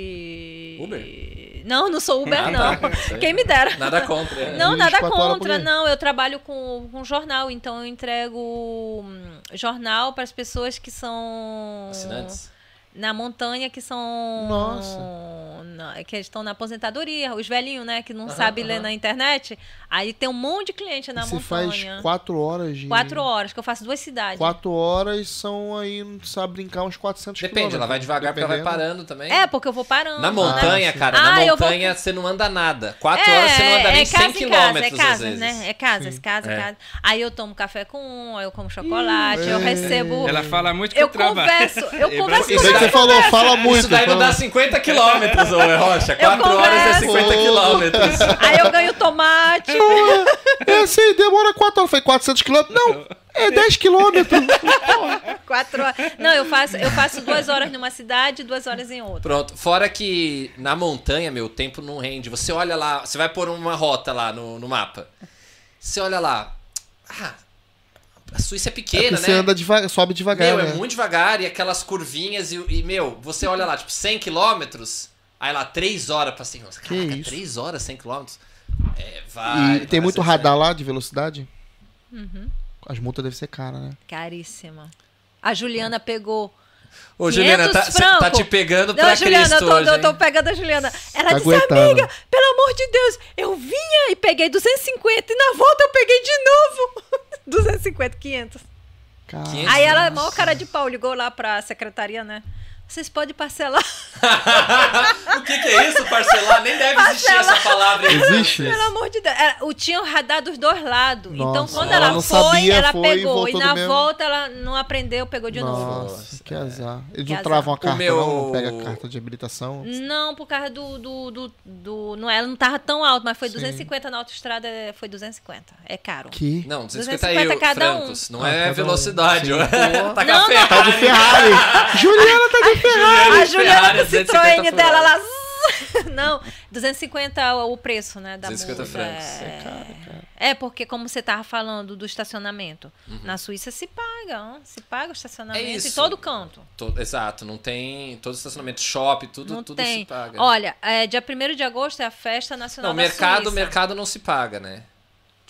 Speaker 3: de.
Speaker 2: Uber?
Speaker 3: Não, não sou Uber, não.
Speaker 2: Isso aí.
Speaker 3: Quem me dera.
Speaker 2: Nada contra. é.
Speaker 3: Não, nada
Speaker 1: 24 horas por
Speaker 3: contra.
Speaker 1: dia.
Speaker 3: Não, eu trabalho com, com jornal, então eu entrego hum, jornal para as pessoas que são
Speaker 2: Assinantes.
Speaker 3: na montanha que são.
Speaker 1: Nossa.
Speaker 3: na- que estão na aposentadoria, os velhinhos, né? Que não
Speaker 2: Aham,
Speaker 3: sabem ler
Speaker 2: aham.
Speaker 3: na internet. Aí tem um monte de cliente na
Speaker 1: E Você faz
Speaker 3: montanha.
Speaker 1: quatro horas de.
Speaker 3: Quatro horas, que eu faço duas cidades.
Speaker 1: Quatro horas são aí, não sabe brincar, uns 400
Speaker 2: Depende, ela vai devagar porque ela vai
Speaker 1: dependendo.
Speaker 2: parando também.
Speaker 3: É, porque eu vou parando.
Speaker 2: Na montanha,
Speaker 1: Ah, sim.
Speaker 2: cara,
Speaker 3: Ah,
Speaker 2: na
Speaker 3: eu vou-
Speaker 2: montanha você não anda nada. Quatro
Speaker 3: É,
Speaker 2: horas você não anda
Speaker 3: é
Speaker 2: nem
Speaker 3: casa
Speaker 2: 100
Speaker 3: em casa,
Speaker 2: quilômetros
Speaker 3: é casa,
Speaker 2: às vezes.
Speaker 3: né? É casas,
Speaker 1: Sim.
Speaker 3: casa,
Speaker 2: É.
Speaker 3: casa. Aí eu tomo café com um, aí eu como chocolate, eu
Speaker 1: Hum.
Speaker 3: recebo.
Speaker 4: Ela fala muito que
Speaker 3: eu
Speaker 4: trabalha.
Speaker 3: converso,
Speaker 2: *laughs*
Speaker 3: eu
Speaker 4: É
Speaker 3: converso
Speaker 1: Isso
Speaker 3: com
Speaker 1: aí que
Speaker 2: Isso
Speaker 1: você
Speaker 2: daí-
Speaker 1: falou, fala muito.
Speaker 2: Isso daí não
Speaker 1: fala-
Speaker 2: dá 50 quilômetros, ô Rocha.
Speaker 3: Eu
Speaker 2: Quatro horas é
Speaker 3: converso.
Speaker 2: 50
Speaker 1: Oh.
Speaker 2: quilômetros.
Speaker 3: Aí eu ganho tomate.
Speaker 1: É assim, demora 4 horas. Foi 400 quilômetros? Não, é 10 quilômetros.
Speaker 3: Quatro horas. Não, eu faço, eu faço duas horas numa cidade e duas horas em outra.
Speaker 2: Pronto, fora que na montanha, meu, o tempo não rende. Você olha lá, você vai pôr uma rota lá no, no mapa. Você olha lá. Ah, a Suíça é
Speaker 1: Porque
Speaker 2: pequena,
Speaker 1: você
Speaker 2: né?
Speaker 1: anda devagar, sobe devagar.
Speaker 2: meu,
Speaker 1: né?
Speaker 2: é muito devagar e aquelas curvinhas e, e, meu, você olha lá, tipo, 100 quilômetros, aí lá 3 horas pra 100 km. Caraca,
Speaker 1: isso?
Speaker 2: 3 horas, 100 quilômetros? É, vai.
Speaker 1: E tem
Speaker 2: parece
Speaker 1: muito
Speaker 2: que-
Speaker 1: radar lá de velocidade?
Speaker 3: Uhum.
Speaker 1: As multas devem ser caras, né?
Speaker 3: Caríssima. A Juliana pegou.
Speaker 2: Ô, Juliana, tá,
Speaker 3: 500
Speaker 2: cê tá
Speaker 3: franco.
Speaker 2: te pegando pra
Speaker 3: Não, Juliana,
Speaker 2: Cristo
Speaker 3: eu tô,
Speaker 2: hoje,
Speaker 3: eu tô
Speaker 2: hein?
Speaker 3: pegando a Juliana. Ela
Speaker 1: Tá
Speaker 3: disse,
Speaker 1: aguentando.
Speaker 3: amiga, pelo amor de Deus, eu vinha e peguei 250 e na volta eu peguei de novo. *laughs* 250, 500.
Speaker 1: Cara,
Speaker 2: Quinhentos.
Speaker 3: Aí ela, é maior cara de pau, ligou lá pra secretaria, né? Vocês podem parcelar. *laughs*
Speaker 2: o que, que é isso, parcelar? Nem deve existir essa palavra. aí.
Speaker 1: Existe?
Speaker 3: Pelo amor de Deus. Ela, o tinham radado dos dois lados. então,
Speaker 1: Nossa,
Speaker 3: quando
Speaker 2: ela
Speaker 3: ela,
Speaker 1: não
Speaker 3: foi,
Speaker 1: sabia,
Speaker 3: ela
Speaker 1: foi e
Speaker 3: pegou. E,
Speaker 1: voltou do
Speaker 3: na
Speaker 1: mesmo.
Speaker 3: volta ela não aprendeu, pegou de novo.
Speaker 1: Nossa, que azar. Eles
Speaker 3: Que
Speaker 1: não
Speaker 3: azar.
Speaker 1: travam a
Speaker 2: é. O
Speaker 1: carta,
Speaker 2: meu-
Speaker 1: não? Não pega a carta de habilitação?
Speaker 3: Não, por causa do. do, do, do- não, é, ela não tava tão alto, mas foi
Speaker 1: Sim.
Speaker 3: 250 na autoestrada, é- foi 250. É caro.
Speaker 1: Que...
Speaker 2: Não, 250 aí,
Speaker 3: 250 cada
Speaker 2: um francos. Não
Speaker 1: Ah,
Speaker 2: é
Speaker 1: cada um.
Speaker 2: velocidade.
Speaker 1: Sim.
Speaker 2: ó. *laughs* tá com a
Speaker 3: Não,
Speaker 2: ferra.
Speaker 1: Tá de
Speaker 2: *laughs*
Speaker 1: Ferrari! Juliana tá de Ferrari!
Speaker 3: a Juliana
Speaker 2: Ferrari,
Speaker 3: do
Speaker 2: 250
Speaker 3: Citroën
Speaker 2: por
Speaker 3: dela
Speaker 2: hora.
Speaker 3: lá. zzz, *laughs* Não, 250 o o preço, né? Da
Speaker 2: 250
Speaker 3: multa,
Speaker 2: francos.
Speaker 3: É... é, porque como você tava falando do estacionamento, na Suíça se paga, ó, se paga o estacionamento em
Speaker 2: isso.
Speaker 3: todo canto.
Speaker 2: Todo- exato, não tem. Todo estacionamento, shopping, tudo,
Speaker 3: não
Speaker 2: tudo
Speaker 3: tem.
Speaker 2: se paga.
Speaker 3: Olha, é, dia 1 de agosto é a festa nacional
Speaker 2: não,
Speaker 3: da
Speaker 2: mercado,
Speaker 3: Suíça.
Speaker 2: mercado não se paga, né?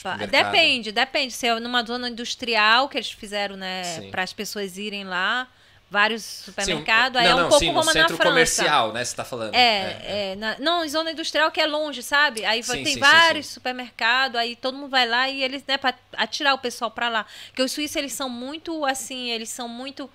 Speaker 3: Pa-
Speaker 2: mercado.
Speaker 3: Depende, depende. Se é numa zona industrial que eles fizeram, né,
Speaker 2: Sim.
Speaker 3: para as pessoas irem lá, vários
Speaker 2: Sim, um-
Speaker 3: supermercados, aí
Speaker 2: não,
Speaker 3: é um
Speaker 2: não,
Speaker 3: pouco
Speaker 2: sim,
Speaker 3: como
Speaker 2: no
Speaker 3: na
Speaker 2: centro
Speaker 3: França.
Speaker 2: comercial, né? Você tá falando.
Speaker 3: É, é, na- não, em zona industrial que é longe, sabe? Aí vai-
Speaker 2: Sim,
Speaker 3: tem
Speaker 2: sim, sim,
Speaker 3: vários supermercados, aí todo mundo vai lá e eles, né, pra atirar o pessoal pra lá. Porque os suíços, eles são muito, assim, eles são muito...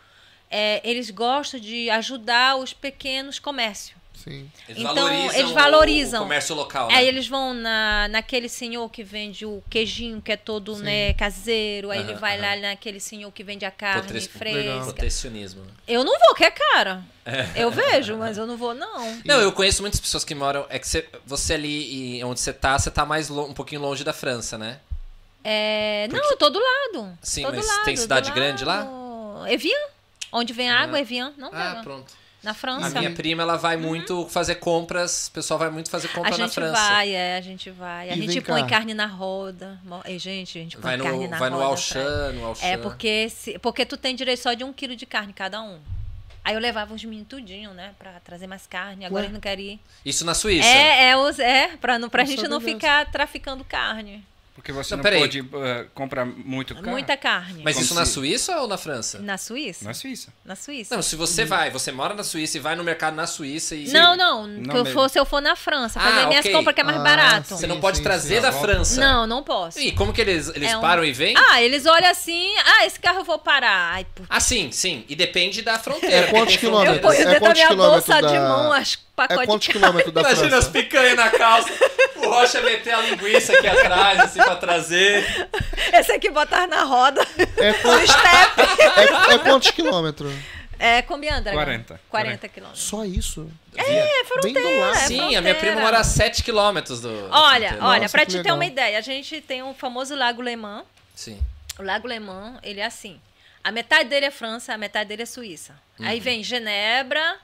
Speaker 3: é, eles gostam de ajudar os pequenos comércios.
Speaker 1: Sim.
Speaker 2: Eles
Speaker 3: Então,
Speaker 2: valorizam
Speaker 3: eles
Speaker 2: o-
Speaker 3: valorizam. É,
Speaker 2: O comércio local, né?
Speaker 3: Aí eles vão na, naquele senhor que vende o queijinho, que é todo né, caseiro. Aí ele
Speaker 2: Aham,
Speaker 3: vai lá
Speaker 2: aham.
Speaker 3: naquele senhor que vende a carne
Speaker 2: Potres-
Speaker 1: Legal.
Speaker 3: fresca.
Speaker 2: Protecionismo. né?
Speaker 3: Eu não vou, que é cara. Eu vejo, mas eu não vou, não.
Speaker 2: Não, eu conheço muitas pessoas que moram. É que você, você ali e onde você tá, você tá mais lo- um pouquinho longe da França, né?
Speaker 3: É, não, eu tô do lado.
Speaker 2: Sim,
Speaker 3: tô do
Speaker 2: mas
Speaker 3: lado,
Speaker 2: tem cidade
Speaker 3: do
Speaker 2: grande lá?
Speaker 3: lado. Evian. Onde vem água, Evian. Não
Speaker 2: Ah,
Speaker 3: pega.
Speaker 2: pronto.
Speaker 3: Na
Speaker 2: A
Speaker 3: França.
Speaker 2: minha prima, ela vai muito fazer compras. O pessoal vai muito fazer
Speaker 3: Uhum. A
Speaker 2: compra na
Speaker 3: gente
Speaker 2: França.
Speaker 3: vai, é, a gente vai. A
Speaker 1: E
Speaker 3: gente
Speaker 1: vem
Speaker 3: põe
Speaker 1: cá.
Speaker 3: carne na roda. Mo- Ei, gente, a gente põe
Speaker 2: Vai no,
Speaker 3: carne na
Speaker 2: vai
Speaker 3: roda.
Speaker 2: no
Speaker 3: atrás.
Speaker 2: Auchan, no Auchan.
Speaker 3: É, porque, se- porque tu tem direito só de um quilo de carne cada um. Aí eu levava os meninos tudinho, né? Pra trazer mais carne. Agora
Speaker 1: Ué?
Speaker 3: eles não querem ir.
Speaker 2: Isso né? na Suíça.
Speaker 3: É, é, os- é pra, não, pra
Speaker 1: Não
Speaker 3: gente
Speaker 1: sabia
Speaker 3: não
Speaker 1: dessa.
Speaker 3: ficar traficando carne.
Speaker 4: Porque você
Speaker 2: Não,
Speaker 4: não,
Speaker 2: peraí.
Speaker 4: pode eh, comprar muito caro
Speaker 3: Muita carne.
Speaker 2: Mas
Speaker 4: Como
Speaker 2: isso na
Speaker 4: se-
Speaker 2: Suíça ou na França?
Speaker 3: Na Suíça?
Speaker 4: na Suíça.
Speaker 3: Na Suíça.
Speaker 2: Não, se você vai, você mora na Suíça e vai no mercado na Suíça e.
Speaker 3: Uhum. Não, não.
Speaker 4: Não
Speaker 3: que eu
Speaker 4: mesmo.
Speaker 3: for- se eu for na França,
Speaker 2: Ah,
Speaker 3: fazer minhas
Speaker 2: ok.
Speaker 3: compras que é mais
Speaker 1: Ah,
Speaker 3: barato.
Speaker 2: Você
Speaker 1: sim.
Speaker 2: não pode trazer da
Speaker 4: na volta.
Speaker 2: França.
Speaker 3: Não, não posso.
Speaker 2: E como que eles, eles
Speaker 3: É um-
Speaker 2: param e vêm? Ah.
Speaker 3: Ah, eles olham assim, ah, esse carro eu vou parar. Ai, puta.
Speaker 2: sim, sim. E depende da
Speaker 1: É
Speaker 2: fronteira.
Speaker 1: quantos
Speaker 2: porque tem
Speaker 1: quilômetros?
Speaker 3: Eu
Speaker 2: fronteira.
Speaker 3: ponho
Speaker 1: É
Speaker 3: dentro da
Speaker 1: quantos
Speaker 3: minha
Speaker 1: quilômetros
Speaker 3: bolsa de
Speaker 1: da-
Speaker 3: mão as
Speaker 1: É
Speaker 3: pacotes
Speaker 1: quantos
Speaker 3: de carne.
Speaker 1: quilômetros da
Speaker 2: Imagina as
Speaker 1: França?
Speaker 2: picanhas na calça. O Rocha meter a linguiça aqui atrás, assim, pra trazer.
Speaker 3: *laughs* Esse aqui botar na roda.
Speaker 1: É,
Speaker 3: *laughs* No
Speaker 1: quan-
Speaker 3: step.
Speaker 1: é- é quantos quilômetros?
Speaker 3: É, combinando, Dragão.
Speaker 4: 40.
Speaker 3: 40 quilômetros.
Speaker 1: Só isso?
Speaker 2: É,
Speaker 1: Bem do lado.
Speaker 3: é
Speaker 2: Sim, a minha
Speaker 3: fronteira.
Speaker 2: prima mora a 7 quilômetros do. da
Speaker 3: Olha,
Speaker 2: fronteira.
Speaker 3: olha,
Speaker 1: Nossa,
Speaker 3: pra
Speaker 1: que
Speaker 3: te ter
Speaker 1: legal.
Speaker 3: uma ideia, a gente tem o famoso Lago Lemã.
Speaker 2: Sim.
Speaker 3: O Lago Lemã, ele é assim. A metade dele é França, a metade dele é Suíça. Aí
Speaker 1: Uhum.
Speaker 3: vem Genebra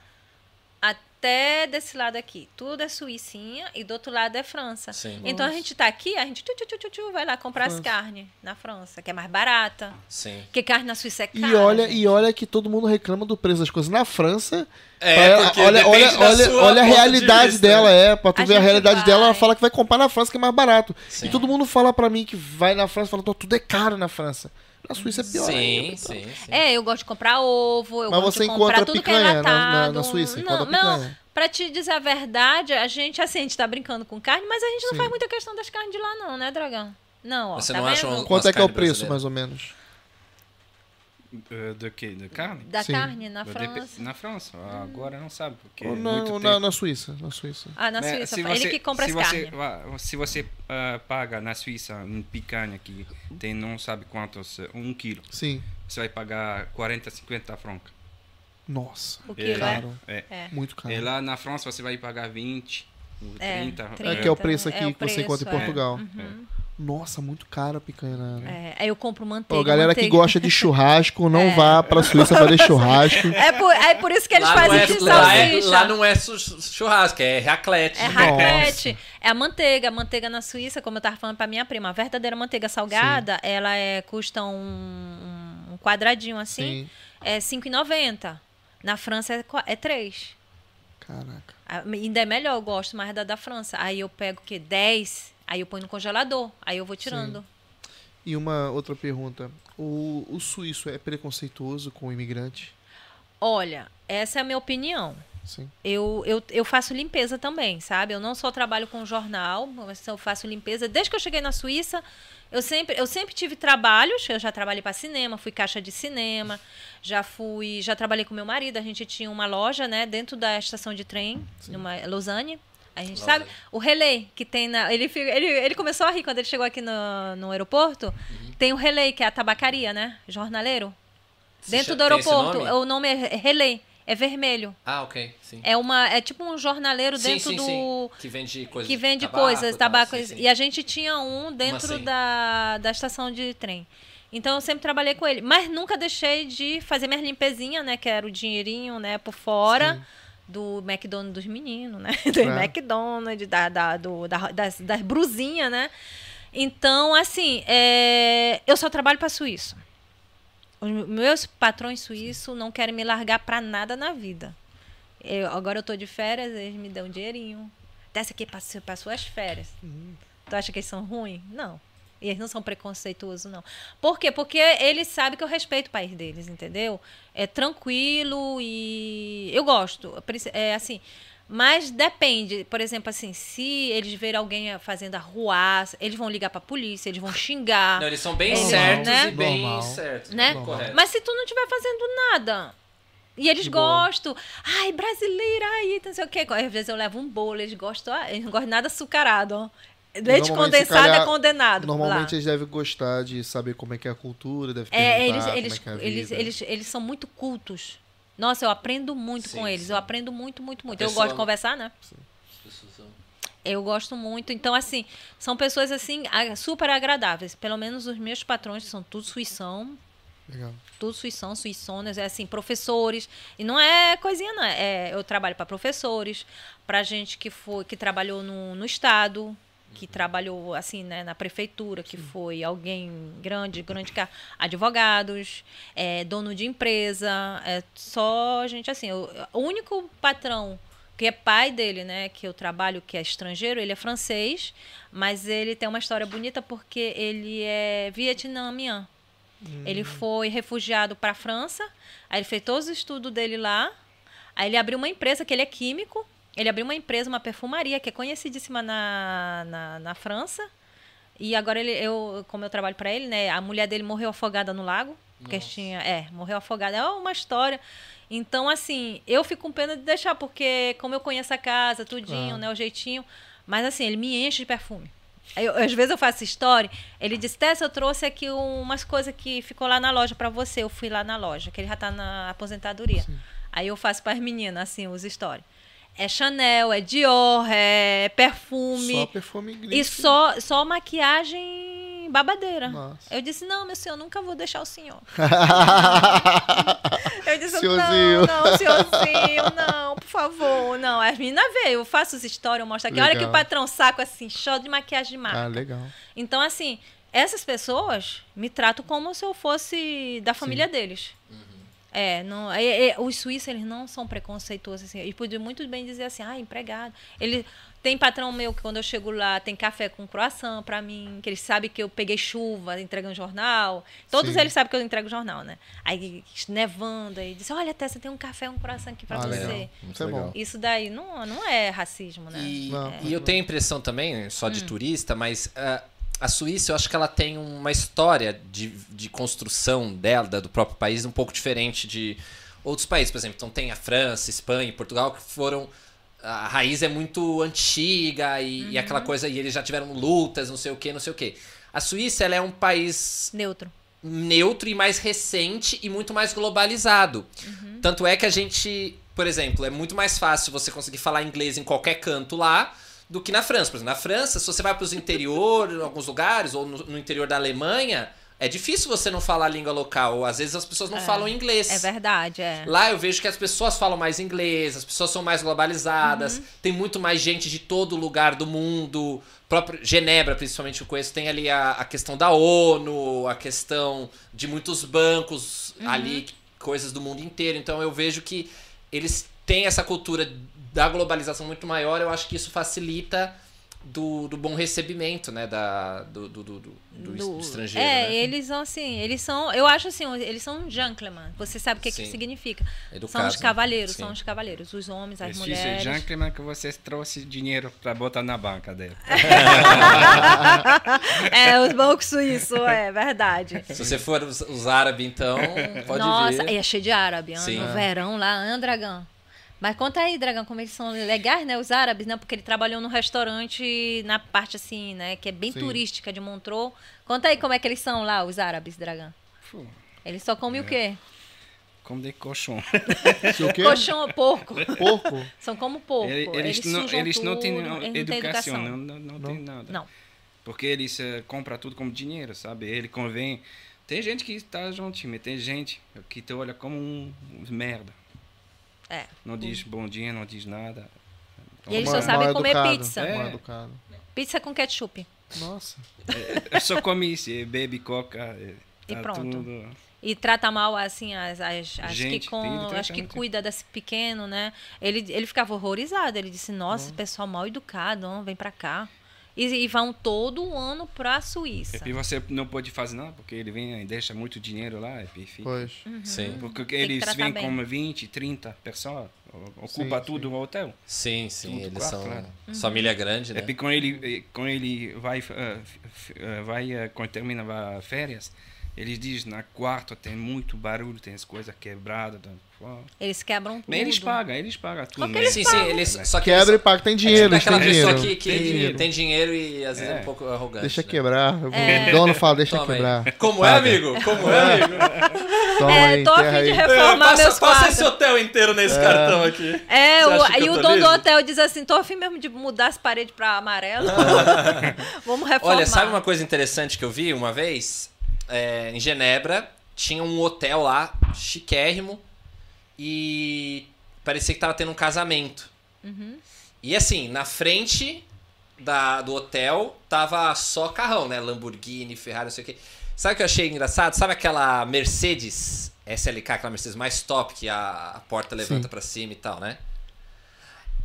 Speaker 3: até desse lado aqui. Tudo é Suícinha e do outro lado é França.
Speaker 2: Sim.
Speaker 3: Então a gente tá aqui, a gente tiu, tiu, tiu, tiu, tiu, vai lá comprar as carnes na França, que é mais barata.
Speaker 2: Sim.
Speaker 3: Porque carne na Suíça é cara.
Speaker 1: E olha,
Speaker 3: gente.
Speaker 1: e olha que todo mundo reclama do preço das coisas. Na França,
Speaker 2: É,
Speaker 1: pra-
Speaker 2: porque
Speaker 1: olha,
Speaker 2: depende
Speaker 1: olha,
Speaker 2: da
Speaker 1: olha,
Speaker 2: sua
Speaker 1: olha a
Speaker 2: ponto de
Speaker 1: realidade
Speaker 2: vista. né?
Speaker 1: dela, é. Pra tu
Speaker 3: A
Speaker 1: ver a
Speaker 3: gente
Speaker 1: realidade
Speaker 3: vai.
Speaker 1: dela, ela fala que vai comprar na França, que é mais barato.
Speaker 2: Sim.
Speaker 1: E todo mundo fala pra mim que vai na França, fala, "Tô, tudo é caro na França. Na Suíça é pior.
Speaker 2: Sim,
Speaker 1: ainda.
Speaker 2: sim, sim.
Speaker 3: É, eu gosto de comprar ovo, eu
Speaker 1: Mas
Speaker 3: gosto
Speaker 1: você
Speaker 3: de comprar
Speaker 1: encontra
Speaker 3: tudo que é
Speaker 1: picanha na-
Speaker 3: enlatado.
Speaker 1: na- na Suíça,
Speaker 3: Não,
Speaker 1: encontra
Speaker 3: não,
Speaker 1: picanha.
Speaker 3: pra te dizer a verdade, a gente, assim, a gente tá brincando com carne, mas a gente não
Speaker 1: Sim.
Speaker 3: faz muita questão das carnes de lá não, né, Dragão? Não, ó,
Speaker 2: Mas você
Speaker 3: tá
Speaker 2: não acha
Speaker 3: vendo?
Speaker 2: um-
Speaker 1: Quanto é que é o
Speaker 2: Nossa, carne
Speaker 1: preço,
Speaker 2: brasileira.
Speaker 1: mais ou menos?
Speaker 4: Eh, de quê? De carne?
Speaker 3: Da
Speaker 1: Sim.
Speaker 3: carne na
Speaker 4: De-
Speaker 3: França. Hum.
Speaker 4: Na França. Ah, Agora não sabe. Porque é
Speaker 1: Ou na,
Speaker 4: muito
Speaker 1: ou
Speaker 4: tempo.
Speaker 1: na, na Suíça? Na Suíça.
Speaker 3: Ah, na
Speaker 4: Mas
Speaker 3: Suíça.
Speaker 4: se
Speaker 3: Ele
Speaker 4: você-
Speaker 3: que compra
Speaker 4: se
Speaker 3: as
Speaker 4: você,
Speaker 3: carnes.
Speaker 4: ah, Se você ah, paga na Suíça um picanha que tem não sabe quantos, eh, um quilo,
Speaker 1: Sim.
Speaker 4: você vai pagar 40, 50 francos.
Speaker 1: Nossa.
Speaker 3: O
Speaker 4: É,
Speaker 3: quilo é.
Speaker 1: Caro.
Speaker 4: É.
Speaker 3: É.
Speaker 1: Muito caro.
Speaker 4: E lá na França você vai pagar um 20, ou 30.
Speaker 1: É
Speaker 3: 30.
Speaker 1: que é o preço aqui
Speaker 3: É o
Speaker 1: que você encontra em
Speaker 3: preço, é.
Speaker 1: Portugal.
Speaker 4: Uhum.
Speaker 1: Nossa, muito caro a picanha. Né?
Speaker 3: É, aí eu compro manteiga.
Speaker 1: Ó, galera que
Speaker 3: manteiga.
Speaker 1: gosta de churrasco,
Speaker 3: *laughs*
Speaker 1: não vá pra Suíça fazer churrasco.
Speaker 3: É por, é por isso que eles
Speaker 2: Lá não,
Speaker 3: fazem
Speaker 2: é,
Speaker 3: de
Speaker 2: lá, é,
Speaker 3: salsicha.
Speaker 2: lá não é su- churrasco, é raclete.
Speaker 3: É raclette, é a manteiga. A manteiga na Suíça, como eu tava falando pra minha prima, a verdadeira manteiga salgada, ela é, custa um, um quadradinho assim,
Speaker 1: Sim.
Speaker 3: é 5,90. Na França é, qua- é 3.
Speaker 1: Caraca.
Speaker 3: Ah, Ainda é melhor, eu gosto mais da da França. Aí eu pego o quê? 10, aí eu ponho no congelador, aí eu vou tirando.
Speaker 1: E uma outra pergunta. O, o suíço é preconceituoso com o imigrante?
Speaker 3: Olha, essa é a minha opinião.
Speaker 1: Sim.
Speaker 3: Eu, eu, eu faço limpeza também, sabe? Eu não só trabalho com jornal, mas eu faço limpeza. Desde que eu cheguei na Suíça, eu sempre, eu sempre tive trabalhos. Eu já trabalhei para cinema, fui caixa de cinema, já fui, já trabalhei com meu marido. A gente tinha uma loja, né, dentro da estação de trem,
Speaker 1: Sim.
Speaker 3: numa é, Lausanne. A gente
Speaker 2: Lausanne.
Speaker 3: sabe o relé que tem na. Ele, fica- ele, ele começou a rir quando ele chegou aqui no, no aeroporto.
Speaker 2: Uhum.
Speaker 3: Tem o relé, que é a tabacaria, né? Jornaleiro.
Speaker 2: Se
Speaker 3: Dentro
Speaker 2: cha-
Speaker 3: do
Speaker 2: tem esse
Speaker 3: aeroporto,
Speaker 2: nome?
Speaker 3: o nome é relé, é vermelho.
Speaker 2: Ah, ok. Sim.
Speaker 3: É uma, é tipo um jornaleiro
Speaker 2: Sim,
Speaker 3: dentro
Speaker 2: sim,
Speaker 3: do
Speaker 2: sim. Que vende coisas.
Speaker 3: que vende
Speaker 2: tabaco,
Speaker 3: coisas,
Speaker 2: tal,
Speaker 3: tabaco,
Speaker 2: sim, sim.
Speaker 3: e a gente tinha um dentro
Speaker 2: senha.
Speaker 3: da, da estação de trem. Então eu sempre trabalhei com ele, mas nunca deixei de fazer minhas limpezinhas, né, que era o dinheirinho, né, por fora. Do McDonald's dos meninos, né? Do
Speaker 1: É.
Speaker 3: McDonald's, da, da, do, da, das, das brusinhas, né? Então, assim, é, eu só trabalho para suíço. Os meus patrões suíços não querem me largar pra nada na vida. Eu- agora eu tô de férias, eles me dão um dinheirinho. Desce aqui pra, su- pra suas férias. Tu acha que eles são ruins? Não. E eles não são preconceituosos, não. Por quê? Porque eles sabem que eu respeito o país deles, entendeu? É tranquilo e. Eu gosto. Princi- É assim. Mas depende, por exemplo, assim, se eles verem alguém fazendo arruaça, eles vão ligar pra polícia, eles vão xingar.
Speaker 2: Não, eles são bem
Speaker 3: Normal,
Speaker 2: certos
Speaker 3: né?
Speaker 2: e bem
Speaker 1: Normal.
Speaker 2: certos.
Speaker 3: Né?
Speaker 2: bem corretos.
Speaker 3: Mas se tu não estiver fazendo nada. E eles
Speaker 1: é. De boa.
Speaker 3: gostam. Ai, brasileira, aí, não sei o quê. Às vezes eu levo um bolo, eles gostam. ah, Eles não gostam de nada açucarado, ó. Leite
Speaker 1: Normalmente,
Speaker 3: condensado
Speaker 1: se calhar,
Speaker 3: é condenado. lá.
Speaker 1: Normalmente eles devem gostar de saber como é que é a cultura, deve perguntar
Speaker 3: É, eles, eles,
Speaker 1: como é que é a
Speaker 3: eles,
Speaker 1: vida.
Speaker 3: eles, eles são muito cultos. Nossa, eu aprendo muito
Speaker 2: Sim,
Speaker 3: com eles.
Speaker 2: sim.
Speaker 3: Eu aprendo muito, muito, muito. eu
Speaker 2: pessoa-
Speaker 3: gosto de conversar, né?
Speaker 2: As pessoas são-
Speaker 3: Eu gosto muito. Então, assim, são pessoas assim, a- super agradáveis. Pelo menos os meus patrões são todos suição,
Speaker 1: Legal.
Speaker 3: todos suição, suiçonas, é assim, professores. E não é coisinha, não. É, eu trabalho para professores, para gente que foi, que trabalhou no, no estado, que trabalhou assim, né, na prefeitura, que foi alguém grande, grande ca- advogados, é, dono de empresa, é só gente assim. eu- o único patrão que é pai dele, né, que eu trabalho, que é estrangeiro, ele é francês, mas ele tem uma história bonita porque ele é vietnamiano. Ele foi refugiado para a França, aí ele fez todos os estudos dele lá, aí ele abriu uma empresa, que ele é químico, ele abriu uma empresa, uma perfumaria, que é conhecidíssima na, na, na França, e agora ele, eu, como eu trabalho para ele, né, a mulher dele morreu afogada no lago, porque
Speaker 2: Nossa.
Speaker 3: tinha, é, morreu afogada, é uma história... Então, assim, eu fico com pena de deixar, porque como eu conheço a casa,
Speaker 1: Claro.
Speaker 3: tudinho, né, o jeitinho, mas assim, ele me enche de perfume. Aí eu- às vezes eu faço story, ele disse, Tessa, eu trouxe aqui umas coisas que ficou lá na loja pra você. Eu fui lá na loja, que ele já tá na aposentadoria. Aí eu faço pras meninas, assim, os stories. É Chanel, é Dior, é
Speaker 1: Só né?
Speaker 3: perfume.
Speaker 1: perfume
Speaker 3: e
Speaker 1: inglês.
Speaker 3: só, só maquiagem babadeira.
Speaker 1: Nossa.
Speaker 3: Eu disse, não, meu senhor, eu nunca vou deixar o senhor.
Speaker 1: *laughs*
Speaker 3: Eu disse,
Speaker 1: Senhorzinho. *laughs*
Speaker 3: não, não, senhorzinho, não, por favor, não. As meninas veem, eu faço as histórias, eu mostro aqui. Olha
Speaker 1: Legal.
Speaker 3: que o patrão saco assim, show de maquiagem de marca.
Speaker 1: Ah,
Speaker 3: *laughs*
Speaker 1: legal.
Speaker 3: Então, assim, essas pessoas me tratam como se eu fosse da família deles.
Speaker 1: Uhum.
Speaker 3: É, não, é, é, os suíços, eles não são preconceituosos, assim. Eles podiam muito bem dizer assim, ah, empregado. Ele, tem patrão meu que quando eu chego lá, tem café com croissant pra mim, que eles sabem que eu peguei chuva, entregando jornal. Todos
Speaker 1: Sim.
Speaker 3: eles sabem que eu entrego jornal, né? Aí, nevando, aí diz, olha, Tessa, tem um café, um croissant aqui pra
Speaker 1: Ah,
Speaker 3: você.
Speaker 1: legal. Isso é bom.
Speaker 3: Isso daí não, não é racismo, né?
Speaker 2: E,
Speaker 1: Não, é.
Speaker 2: e eu tenho a impressão também, só de turista, mas ah, a Suíça eu acho que ela tem uma história de, de construção dela, da- do próprio país, um pouco diferente de outros países. Por exemplo, então tem a França, Espanha e Portugal que foram. A raiz é muito antiga e, e aquela coisa, e eles já tiveram lutas, não sei o que, não sei o que. A Suíça ela é um país
Speaker 3: Neutro.
Speaker 2: neutro e mais recente e muito mais globalizado.
Speaker 3: Uhum.
Speaker 2: Tanto é que a gente, por exemplo, é muito mais fácil você conseguir falar inglês em qualquer canto lá do que na França. Por exemplo, na França, se você vai para os interior, *laughs* em alguns lugares, ou no, no interior da Alemanha, é difícil você não falar a língua local. Às vezes as pessoas não falam inglês.
Speaker 3: É verdade, é.
Speaker 2: Lá eu vejo que as pessoas falam mais inglês, as pessoas são mais
Speaker 3: Uhum.
Speaker 2: globalizadas, tem muito mais gente de todo lugar do mundo. Próprio Genebra, principalmente, que eu conheço, tem ali a, a questão da ONU, a questão de muitos bancos
Speaker 3: Uhum.
Speaker 2: ali, coisas do mundo inteiro. Então eu vejo que eles têm essa cultura da globalização muito maior, eu acho que isso facilita do, do bom recebimento, né? Da, do, do, do, do, do
Speaker 3: Do-
Speaker 2: estrangeiro.
Speaker 3: É,
Speaker 2: né?
Speaker 3: eles são assim, eles são, eu acho assim, eles são um gentleman. Você sabe o que, que
Speaker 2: Sim.
Speaker 3: significa. são
Speaker 2: Educados,
Speaker 3: os
Speaker 2: né?
Speaker 3: cavaleiros,
Speaker 2: Sim.
Speaker 3: são os cavaleiros, os homens, as
Speaker 4: Esse
Speaker 3: Tá mulheres.
Speaker 4: é gentleman que você trouxe dinheiro para botar na banca dele.
Speaker 3: *laughs* é, os bancos suíços, é verdade.
Speaker 2: Se você for os, os árabes,
Speaker 3: *laughs*
Speaker 2: então, pode
Speaker 3: Nossa,
Speaker 2: vir.
Speaker 3: e é cheio de árabe, ah,
Speaker 2: Sim.
Speaker 3: no verão lá, ah, Dragão. Mas conta aí, Dragão, como eles são legais, né, os árabes, né? Porque ele trabalhou num restaurante na parte assim, né, que é bem
Speaker 1: Sim.
Speaker 3: turística de Montreux. Conta aí como é que eles são lá, os árabes, Dragão.
Speaker 4: Pô,
Speaker 3: Eles só comem o quê?
Speaker 4: Como de colchão.
Speaker 1: Se o quê?
Speaker 3: Coxão, porco.
Speaker 1: Porco?
Speaker 3: São como porco.
Speaker 4: Ele-
Speaker 3: Eles,
Speaker 4: eles não,
Speaker 3: sujam
Speaker 4: eles não
Speaker 3: tudo,
Speaker 4: têm
Speaker 3: eles não têm
Speaker 4: educação, né? não, não, não tem nada.
Speaker 3: Não.
Speaker 4: Porque eles eh, compram tudo como dinheiro, sabe? Ele convém. Tem gente que está juntinho, mas tem gente que te olha como um, um merda.
Speaker 3: É.
Speaker 4: Não diz bom dia, não diz nada.
Speaker 3: E eles
Speaker 1: Mal-
Speaker 3: só sabem
Speaker 1: mal
Speaker 3: comer
Speaker 1: educado,
Speaker 3: pizza.
Speaker 4: É.
Speaker 1: Mal educado.
Speaker 3: Pizza com ketchup.
Speaker 1: Nossa.
Speaker 4: Eu só come isso, e bebe coca. E,
Speaker 3: E
Speaker 4: tá
Speaker 3: pronto.
Speaker 4: tudo.
Speaker 3: E trata mal, assim, as, as, as
Speaker 4: Gente,
Speaker 3: que com,
Speaker 4: tem- tem-
Speaker 3: as que
Speaker 4: tem-
Speaker 3: cuida desse pequeno, né? Ele, ele ficava horrorizado. Ele disse, nossa, esse pessoal mal educado, ó, vem pra cá. E, e vão todo ano pra
Speaker 4: E
Speaker 3: Suíça.
Speaker 4: puis você não pode fazer nada, porque ele vem e deixa muito dinheiro lá, e puis fica.
Speaker 1: Pois.
Speaker 2: Uhum. Sim,
Speaker 4: Porque
Speaker 3: que
Speaker 4: eles
Speaker 3: tratar
Speaker 4: vêm
Speaker 3: bem.
Speaker 4: como 20, 30 pessoas, o- ocupa
Speaker 1: Sim,
Speaker 4: tudo o hotel.
Speaker 2: sim, sim.
Speaker 4: Tudo
Speaker 2: eles
Speaker 3: né?
Speaker 4: claro,
Speaker 2: são
Speaker 4: claro.
Speaker 3: Uhum.
Speaker 2: família grande, né?
Speaker 4: E puis quando ele, eh, quando ele vai, eh, f- eh, vai eh, quando termina as férias, ele diz na quarta tem muito barulho, tem as coisas quebradas. tá? Ó.
Speaker 3: Eles quebram tudo.
Speaker 4: Mas eles pagam, eles pagam tudo.
Speaker 3: Porque
Speaker 4: né?
Speaker 3: eles
Speaker 2: Sim, sim, eles só que
Speaker 1: Quebra e
Speaker 2: eles-
Speaker 1: paga. Tem
Speaker 2: é tipo
Speaker 1: dinheiro,
Speaker 2: aquela
Speaker 1: tem
Speaker 2: pessoa
Speaker 1: dinheiro.
Speaker 2: que, que
Speaker 1: tem dinheiro.
Speaker 2: tem dinheiro e às vezes é,
Speaker 4: É.
Speaker 2: um pouco arrogante.
Speaker 1: Deixa
Speaker 2: né?
Speaker 1: quebrar.
Speaker 3: É.
Speaker 1: O dono fala, deixa
Speaker 2: Toma aí.
Speaker 1: quebrar.
Speaker 2: Como é,
Speaker 1: Paga.
Speaker 2: amigo? Como é, amigo?
Speaker 1: Toma
Speaker 3: É,
Speaker 1: aí,
Speaker 3: tô a
Speaker 1: enterra
Speaker 3: fim
Speaker 1: aí.
Speaker 3: de
Speaker 2: É,
Speaker 3: reformar meus
Speaker 2: passa passa
Speaker 3: quadros.
Speaker 2: esse hotel inteiro nesse cartão aqui.
Speaker 3: É,
Speaker 2: Você
Speaker 3: o-
Speaker 2: acha que
Speaker 3: aí
Speaker 2: eu
Speaker 3: o
Speaker 2: tô
Speaker 3: dono do
Speaker 2: liso?
Speaker 3: hotel diz assim: tô afim mesmo de mudar as paredes
Speaker 2: *laughs*
Speaker 3: pra amarelo. Vamos reformar.
Speaker 2: Olha, sabe uma coisa interessante que eu vi uma vez? É, em Genebra, tinha um hotel lá, chiquérrimo, e parecia que tava tendo um casamento. E assim, na frente da, do hotel tava só carrão, né? Lamborghini, Ferrari, não sei o quê. Sabe o que eu achei engraçado? Sabe aquela Mercedes SLK, aquela Mercedes mais top que a, a porta levanta pra cima e tal, né?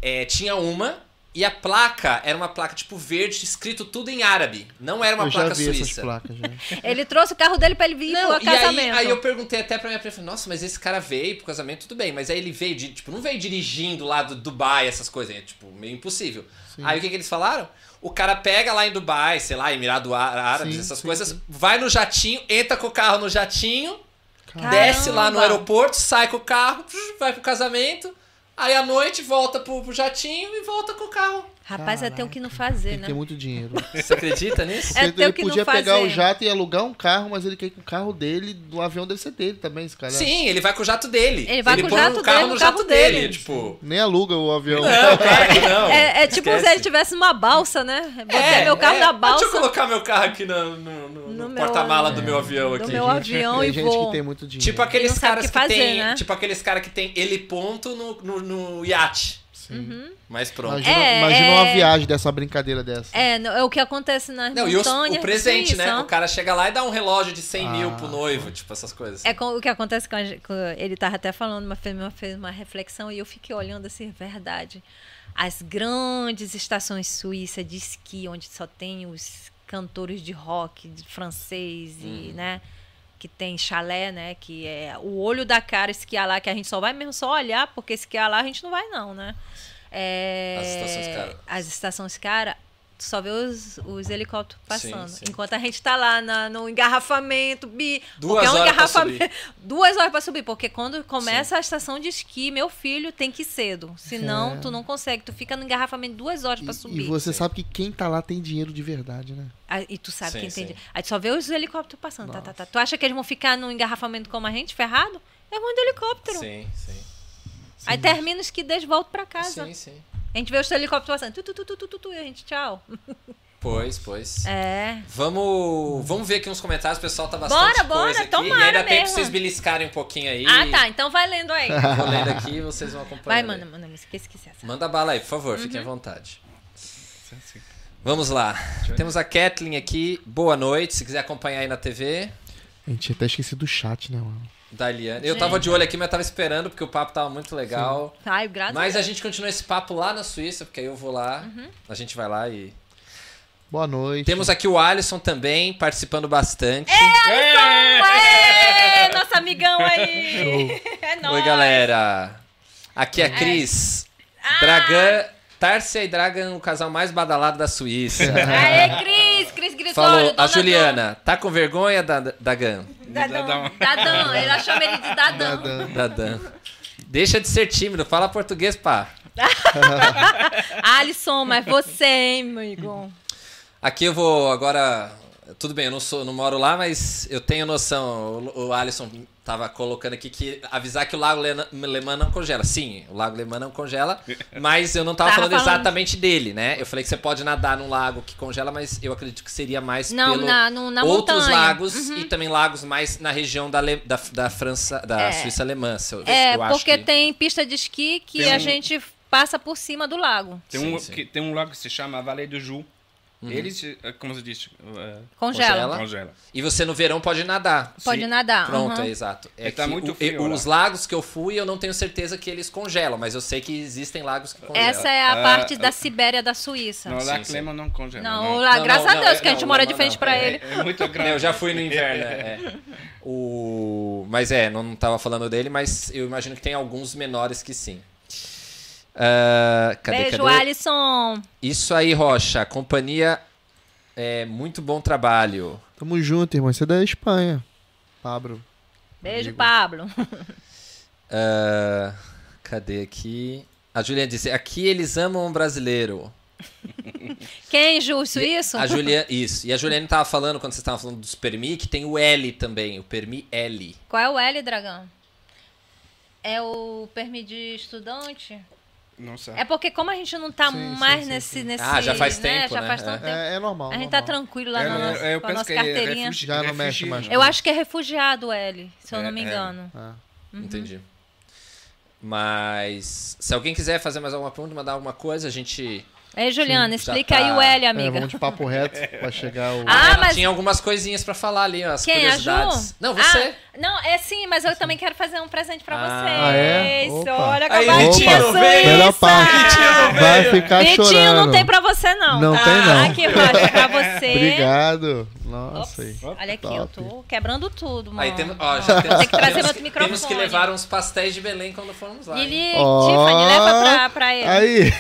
Speaker 2: É, tinha uma e a placa era uma placa tipo verde, escrito tudo em árabe. Não era uma
Speaker 1: Eu já
Speaker 2: placa
Speaker 1: vi essas
Speaker 2: suíça.
Speaker 1: placas. Já.
Speaker 3: Ele trouxe o carro dele pra ele vir
Speaker 2: Não,
Speaker 3: pro
Speaker 2: e aí,
Speaker 3: é casamento.
Speaker 2: aí eu perguntei até pra minha prima, falei, nossa, mas esse cara veio pro casamento, tudo bem, mas aí ele veio, de, tipo, não veio dirigindo lá do Dubai, essas coisas, é tipo, meio impossível. Aí o que, que eles falaram? O cara pega lá em Dubai, sei lá, Emirado Á- Árabes,
Speaker 1: Sim,
Speaker 2: essas
Speaker 1: sim,
Speaker 2: coisas, vai no jatinho, entra com o carro no jatinho,
Speaker 1: Caramba.
Speaker 2: desce lá no aeroporto, sai com o carro, *laughs* vai pro casamento, aí à noite volta pro, pro jatinho e volta com o carro.
Speaker 3: Rapaz, é ter o que não fazer,
Speaker 1: Tem que
Speaker 3: né?
Speaker 1: ter muito dinheiro.
Speaker 2: Você acredita nisso?
Speaker 3: É
Speaker 1: ele
Speaker 3: ter o que não
Speaker 1: podia pegar
Speaker 3: fazer.
Speaker 1: o jato e alugar um carro, mas ele quer que o carro dele, do avião deve ser dele também, esse cara.
Speaker 2: *laughs* Sim, ele vai com o jato dele.
Speaker 3: Ele vai com o
Speaker 2: põe um
Speaker 3: jato dele, no carro dele.
Speaker 2: tipo...
Speaker 1: Nem aluga o avião. *laughs*
Speaker 2: Não, claro que não.
Speaker 3: É, é tipo
Speaker 2: Esquece.
Speaker 3: se ele tivesse numa balsa, né? Botei meu carro
Speaker 2: é.
Speaker 3: na
Speaker 2: Deixa eu
Speaker 3: balsa
Speaker 2: colocar meu carro aqui no, no- no-
Speaker 3: No
Speaker 2: no
Speaker 3: meu-
Speaker 2: porta-mala do meu avião
Speaker 3: do
Speaker 2: aqui.
Speaker 3: meu avião e
Speaker 1: Tem gente
Speaker 3: vou.
Speaker 1: que tem muito dinheiro.
Speaker 2: Tipo
Speaker 3: Ele
Speaker 2: aqueles
Speaker 3: não sabe
Speaker 2: caras que,
Speaker 3: o que fazer,
Speaker 2: tem,
Speaker 3: né?
Speaker 2: tipo aqueles cara que tem ele ponto no, no, no iate.
Speaker 1: Sim.
Speaker 2: Mas pronto.
Speaker 1: Imagina,
Speaker 3: Uhum. É,
Speaker 1: imagina uma
Speaker 3: é.
Speaker 1: viagem dessa uma brincadeira dessa.
Speaker 3: É, no- é o que acontece nas
Speaker 2: Não, e os-
Speaker 3: montanhas.
Speaker 2: o presente,
Speaker 3: suíças,
Speaker 2: né?
Speaker 3: ó.
Speaker 2: O cara chega lá e dá um relógio de 100 mil
Speaker 1: Ah,
Speaker 2: pro noivo, tipo essas coisas.
Speaker 3: É com- o que acontece com, a, gen- com- Ele tava até falando, mas fez uma, fez uma reflexão e eu fiquei olhando assim, verdade. As grandes estações suíças de esqui, onde só tem os cantores de rock de francês e,
Speaker 2: Uhum.
Speaker 3: né? Que tem chalé, né? Que é o olho da cara esquiar lá, que a gente só vai mesmo só olhar, porque esquiar lá a gente não vai, não, né? É,
Speaker 2: As estações cara.
Speaker 3: As estações cara, tu só vê os, os helicópteros passando.
Speaker 2: sim.
Speaker 3: Enquanto a gente tá lá na- no engarrafamento, bi,
Speaker 2: Duas
Speaker 3: porque é
Speaker 2: horas
Speaker 3: um
Speaker 2: pra
Speaker 3: engarrafamento. *laughs* Duas horas pra subir, porque quando começa a estação de esqui, meu filho tem que ir cedo. Senão,
Speaker 1: É.
Speaker 3: tu não consegue. Tu fica no engarrafamento duas horas
Speaker 1: E-
Speaker 3: pra
Speaker 1: e,
Speaker 3: subir.
Speaker 1: você
Speaker 2: Sim.
Speaker 1: sabe que quem tá lá tem dinheiro de verdade, né?
Speaker 3: Ah, e tu sabe
Speaker 2: Sim,
Speaker 3: que entende.
Speaker 2: sim.
Speaker 3: Aí tu só vê os helicópteros passando. Tá, tá, tá. Tu acha que eles vão ficar no engarrafamento como a gente, ferrado? É muito helicóptero.
Speaker 2: Sim, sim.
Speaker 3: Aí termina o esqui e volta pra casa.
Speaker 2: Sim, sim.
Speaker 3: A gente vê os helicópteros passando. Tu, tu, tu, tu, tu, tu, tu, e a gente, tchau.
Speaker 2: Pois, pois.
Speaker 3: É.
Speaker 2: Vamos, vamos ver aqui nos comentários, o pessoal tá bastante
Speaker 3: Bora, bora,
Speaker 2: coisa aqui. e
Speaker 3: tomara
Speaker 2: ainda tem pra
Speaker 3: mesmo.
Speaker 2: vocês beliscarem um pouquinho aí.
Speaker 3: Ah, tá. Então vai
Speaker 1: *laughs*
Speaker 3: lendo aí.
Speaker 2: Vou lendo aqui e vocês vão acompanhar.
Speaker 3: Vai, Uhum. mano, mano, me esqueci que essa.
Speaker 2: Manda bala aí, por favor, fiquem à vontade. Vamos lá. Temos a Kathleen aqui. Boa noite. Se quiser acompanhar aí na TV.
Speaker 1: A gente tinha até esquecido do chat, né, mano?
Speaker 2: Da Eliane.
Speaker 3: É.
Speaker 2: Eu tava de olho aqui, mas tava esperando porque o papo tava muito legal.
Speaker 3: Ai, graças a
Speaker 2: Mas
Speaker 3: Deus. Uhum.
Speaker 2: a gente continua esse papo lá na Suíça, porque aí eu vou lá. A gente vai lá e
Speaker 1: Boa noite.
Speaker 2: Temos aqui o Alisson também, participando bastante.
Speaker 3: É, Ué, nosso amigão aí. É nóis.
Speaker 2: é.
Speaker 3: Ah.
Speaker 2: Oi, galera. Aqui é a Cris. Dragan, Tárcia e Dragan, o casal mais badalado da
Speaker 3: *laughs*
Speaker 2: Suíça.
Speaker 3: Aê, Cris, Cris Grisório.
Speaker 2: Falou a
Speaker 3: Dona
Speaker 2: Juliana, tá com vergonha da Dagan?
Speaker 3: Dadão. Dadão.
Speaker 4: Dadão.
Speaker 3: Dadão. Ela chama ele de Dadão.
Speaker 1: Nada.
Speaker 3: *laughs*
Speaker 2: Dadan. Deixa de ser tímido, fala português, pá.
Speaker 3: Alisson, mas você, hein, amigo?
Speaker 2: Aqui eu vou agora. Tudo bem, eu não, sou, não moro lá, mas eu tenho noção. O, o Alisson tava colocando aqui que avisar que o Lago Lena- Lemã não congela. Sim, o Lago Lemã não *laughs* congela, mas eu não tava,
Speaker 3: Tava
Speaker 2: falando,
Speaker 3: falando.
Speaker 2: exatamente dele, né? Eu falei que você pode nadar num lago que congela, mas eu acredito que seria mais
Speaker 3: Não,
Speaker 2: pelo
Speaker 3: na- no- na
Speaker 2: outros
Speaker 3: montanha. Uhum.
Speaker 2: lagos e também lagos mais na região da, Ale- da, da França, da
Speaker 3: É.
Speaker 2: Suíça alemã. se eu-
Speaker 3: É,
Speaker 2: eu acho
Speaker 3: porque
Speaker 2: que-
Speaker 3: tem pista de esqui que
Speaker 4: Tem
Speaker 3: a
Speaker 4: um-
Speaker 3: gente passa por cima do lago.
Speaker 4: Tem
Speaker 2: Sim,
Speaker 4: um,
Speaker 2: sim. Uhum.
Speaker 4: que- tem um lago que se chama Vale do Ju. Ele, se- eh, como se diz? eh,
Speaker 3: Congela.
Speaker 2: Congela.
Speaker 4: Congela.
Speaker 2: E você no verão pode nadar.
Speaker 3: Pode
Speaker 4: Sim.
Speaker 3: nadar.
Speaker 2: Pronto,
Speaker 3: aham.
Speaker 2: é exato. É
Speaker 4: E tá
Speaker 2: que
Speaker 4: muito
Speaker 2: o-
Speaker 4: frio
Speaker 2: e-
Speaker 4: lá.
Speaker 2: os lagos que eu fui, eu não tenho certeza que eles congelam, mas eu sei que existem lagos que congelam.
Speaker 3: Essa é a
Speaker 4: Ah,
Speaker 3: parte da
Speaker 4: ah.
Speaker 3: Sibéria da Suíça.
Speaker 4: Não,
Speaker 3: Não,
Speaker 4: lá
Speaker 2: Sim, sim.
Speaker 4: Clema não congela.
Speaker 3: o la-
Speaker 2: Não,
Speaker 3: graças
Speaker 2: não,
Speaker 3: a Deus
Speaker 2: é-
Speaker 3: que a gente
Speaker 2: não,
Speaker 3: mora
Speaker 2: não,
Speaker 3: de frente
Speaker 2: não,
Speaker 3: pra
Speaker 2: é-
Speaker 3: ele.
Speaker 4: É muito grande.
Speaker 2: Eu já fui no inverno. é. *laughs* O... Mas é, não, não tava falando dele, mas eu imagino que tem alguns menores que sim. Ah, cadê,
Speaker 3: Beijo,
Speaker 2: cadê?
Speaker 3: Alisson.
Speaker 2: Isso aí, Rocha. Companhia é muito bom trabalho.
Speaker 1: Tamo junto, irmão. Você é da Espanha. Pablo.
Speaker 3: Beijo,
Speaker 1: Amigo.
Speaker 3: Pablo.
Speaker 2: Ah, cadê aqui? A Juliana disse: aqui eles amam o brasileiro.
Speaker 3: Quem, Ju? Suíço?
Speaker 2: A Juliana, isso. E a Juliana tava falando, quando vocês estavam falando dos Permi, que tem o L também, o Permi L.
Speaker 3: Qual é o L, Dragão? É o permi de estudante?
Speaker 4: Não sabe.
Speaker 3: É porque como a gente não tá
Speaker 1: Sim, sim,
Speaker 3: mais
Speaker 1: sim,
Speaker 3: nesse,
Speaker 1: sim.
Speaker 3: nesse...
Speaker 2: Ah, já faz tempo,
Speaker 3: Já
Speaker 2: né?
Speaker 3: faz
Speaker 2: É.
Speaker 3: tanto tempo.
Speaker 1: É, é normal.
Speaker 3: A gente tá
Speaker 1: normal.
Speaker 3: tranquilo lá
Speaker 4: Eu-
Speaker 3: na
Speaker 4: eu-
Speaker 3: nossa,
Speaker 4: eu
Speaker 3: com a
Speaker 4: penso
Speaker 3: nossa
Speaker 4: que é
Speaker 3: carteirinha.
Speaker 4: refugi-
Speaker 1: Já não mexe mais.
Speaker 4: refugiado.
Speaker 3: Eu acho que é refugiado o L, se eu
Speaker 4: É,
Speaker 3: não me
Speaker 4: é.
Speaker 3: engano.
Speaker 1: Ah.
Speaker 3: Uhum.
Speaker 2: Entendi. Mas se alguém quiser fazer mais alguma pergunta, mandar alguma coisa, a gente.
Speaker 3: Ei, Juliana,
Speaker 2: Sim, já
Speaker 3: explica aí
Speaker 2: tá.
Speaker 3: o L,
Speaker 1: É,
Speaker 3: amiga.
Speaker 1: vamos de papo
Speaker 3: *laughs*
Speaker 1: reto pra chegar o.
Speaker 3: Ah,
Speaker 2: Ela
Speaker 3: mas-
Speaker 2: tinha algumas coisinhas pra falar ali, as
Speaker 3: Quem? A Ju?
Speaker 2: curiosidades. Não, você.
Speaker 3: Ah, não, é sim, mas eu também quero fazer um presente pra
Speaker 2: Ah,
Speaker 1: é?
Speaker 3: vocês.
Speaker 1: Opa.
Speaker 3: Olha,
Speaker 2: Aí,
Speaker 3: acabaram de
Speaker 2: Vitinho,
Speaker 3: Suíça.
Speaker 2: vem.
Speaker 1: Melhor parte. Vai ficar
Speaker 3: Vitinho,
Speaker 1: chorando.
Speaker 3: não tem pra você, não.
Speaker 1: Não
Speaker 3: tá?
Speaker 1: tem, não.
Speaker 3: Aqui, Rocha,
Speaker 1: *laughs*
Speaker 3: pra você.
Speaker 1: Obrigado. Nossa. aí.
Speaker 3: Olha aqui,
Speaker 1: Top.
Speaker 3: eu tô quebrando tudo, mano.
Speaker 2: Aí temos. Ó,
Speaker 3: Ó,
Speaker 2: já temos,
Speaker 3: tem que trazer
Speaker 2: temos
Speaker 3: outro microfone.
Speaker 2: Temos que levar uns pastéis de Belém quando formos lá. hein?
Speaker 3: Lili,
Speaker 1: Ó.
Speaker 3: Tiffany, leva pra, pra ele.
Speaker 1: Aí,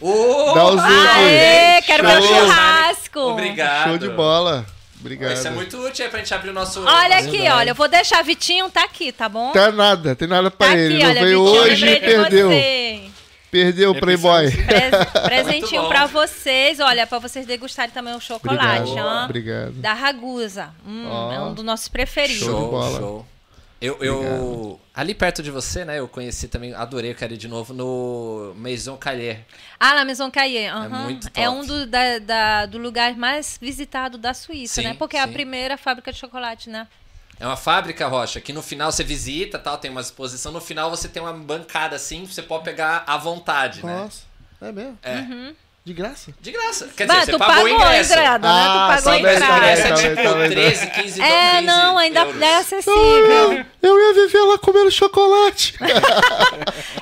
Speaker 2: Ô,
Speaker 1: Dá o zoom
Speaker 3: Aê,
Speaker 1: aí.
Speaker 3: quero ver o
Speaker 1: Show.
Speaker 3: churrasco.
Speaker 2: Obrigado.
Speaker 1: show de bola. Obrigado.
Speaker 2: Isso é muito útil aí pra gente abrir o nosso.
Speaker 3: Olha aqui, olha, eu vou deixar Vitinho, tá aqui, tá bom?
Speaker 1: Tá nada, tem nada pra
Speaker 3: Tá
Speaker 1: ele.
Speaker 3: aqui,
Speaker 1: não
Speaker 3: olha,
Speaker 1: veio
Speaker 3: Vitinho,
Speaker 1: hoje e
Speaker 3: lembrei de
Speaker 1: perdeu.
Speaker 3: você.
Speaker 1: Perdeu o
Speaker 4: Eu
Speaker 1: Playboy.
Speaker 2: *laughs*
Speaker 3: Pres- presentinho
Speaker 2: bom.
Speaker 3: pra vocês, olha, pra vocês degustarem também o chocolate,
Speaker 1: Obrigado.
Speaker 3: ó.
Speaker 1: Obrigado.
Speaker 3: Da Ragusa. Hum,
Speaker 1: Ó.
Speaker 3: É um dos nossos
Speaker 1: Show
Speaker 3: preferidos.
Speaker 1: de bola.
Speaker 2: Show. Eu, eu ali perto de você, né? Eu conheci também, adorei, eu quero ir de novo no Maison Calher.
Speaker 3: Ah, la Maison Cahier. aham.
Speaker 2: muito
Speaker 3: É
Speaker 2: top.
Speaker 3: um do, da- da- do lugar mais visitado da Suíça,
Speaker 2: Sim,
Speaker 3: né? Porque é a
Speaker 2: sim.
Speaker 3: primeira fábrica de chocolate, né?
Speaker 2: É uma fábrica, Rocha, que no final você visita, tal, tem uma exposição, no final você tem uma bancada assim, você pode pegar à vontade, né?
Speaker 1: Nossa, é mesmo? É. De graça?
Speaker 2: De graça. Quer
Speaker 3: Bah,
Speaker 2: dizer,
Speaker 3: tu
Speaker 2: você pagou o ingresso.
Speaker 3: entrada, né? Tu
Speaker 1: Ah,
Speaker 3: pagou
Speaker 1: só
Speaker 3: a
Speaker 1: dez
Speaker 2: Mas o
Speaker 3: entrada.
Speaker 2: ingresso é
Speaker 1: Tá bem, tá
Speaker 2: tipo
Speaker 1: bem, tá bem.
Speaker 2: 13, 15
Speaker 3: É,
Speaker 2: 15
Speaker 3: não, ainda
Speaker 2: euros.
Speaker 3: é acessível.
Speaker 1: Eu ia viver lá comendo chocolate.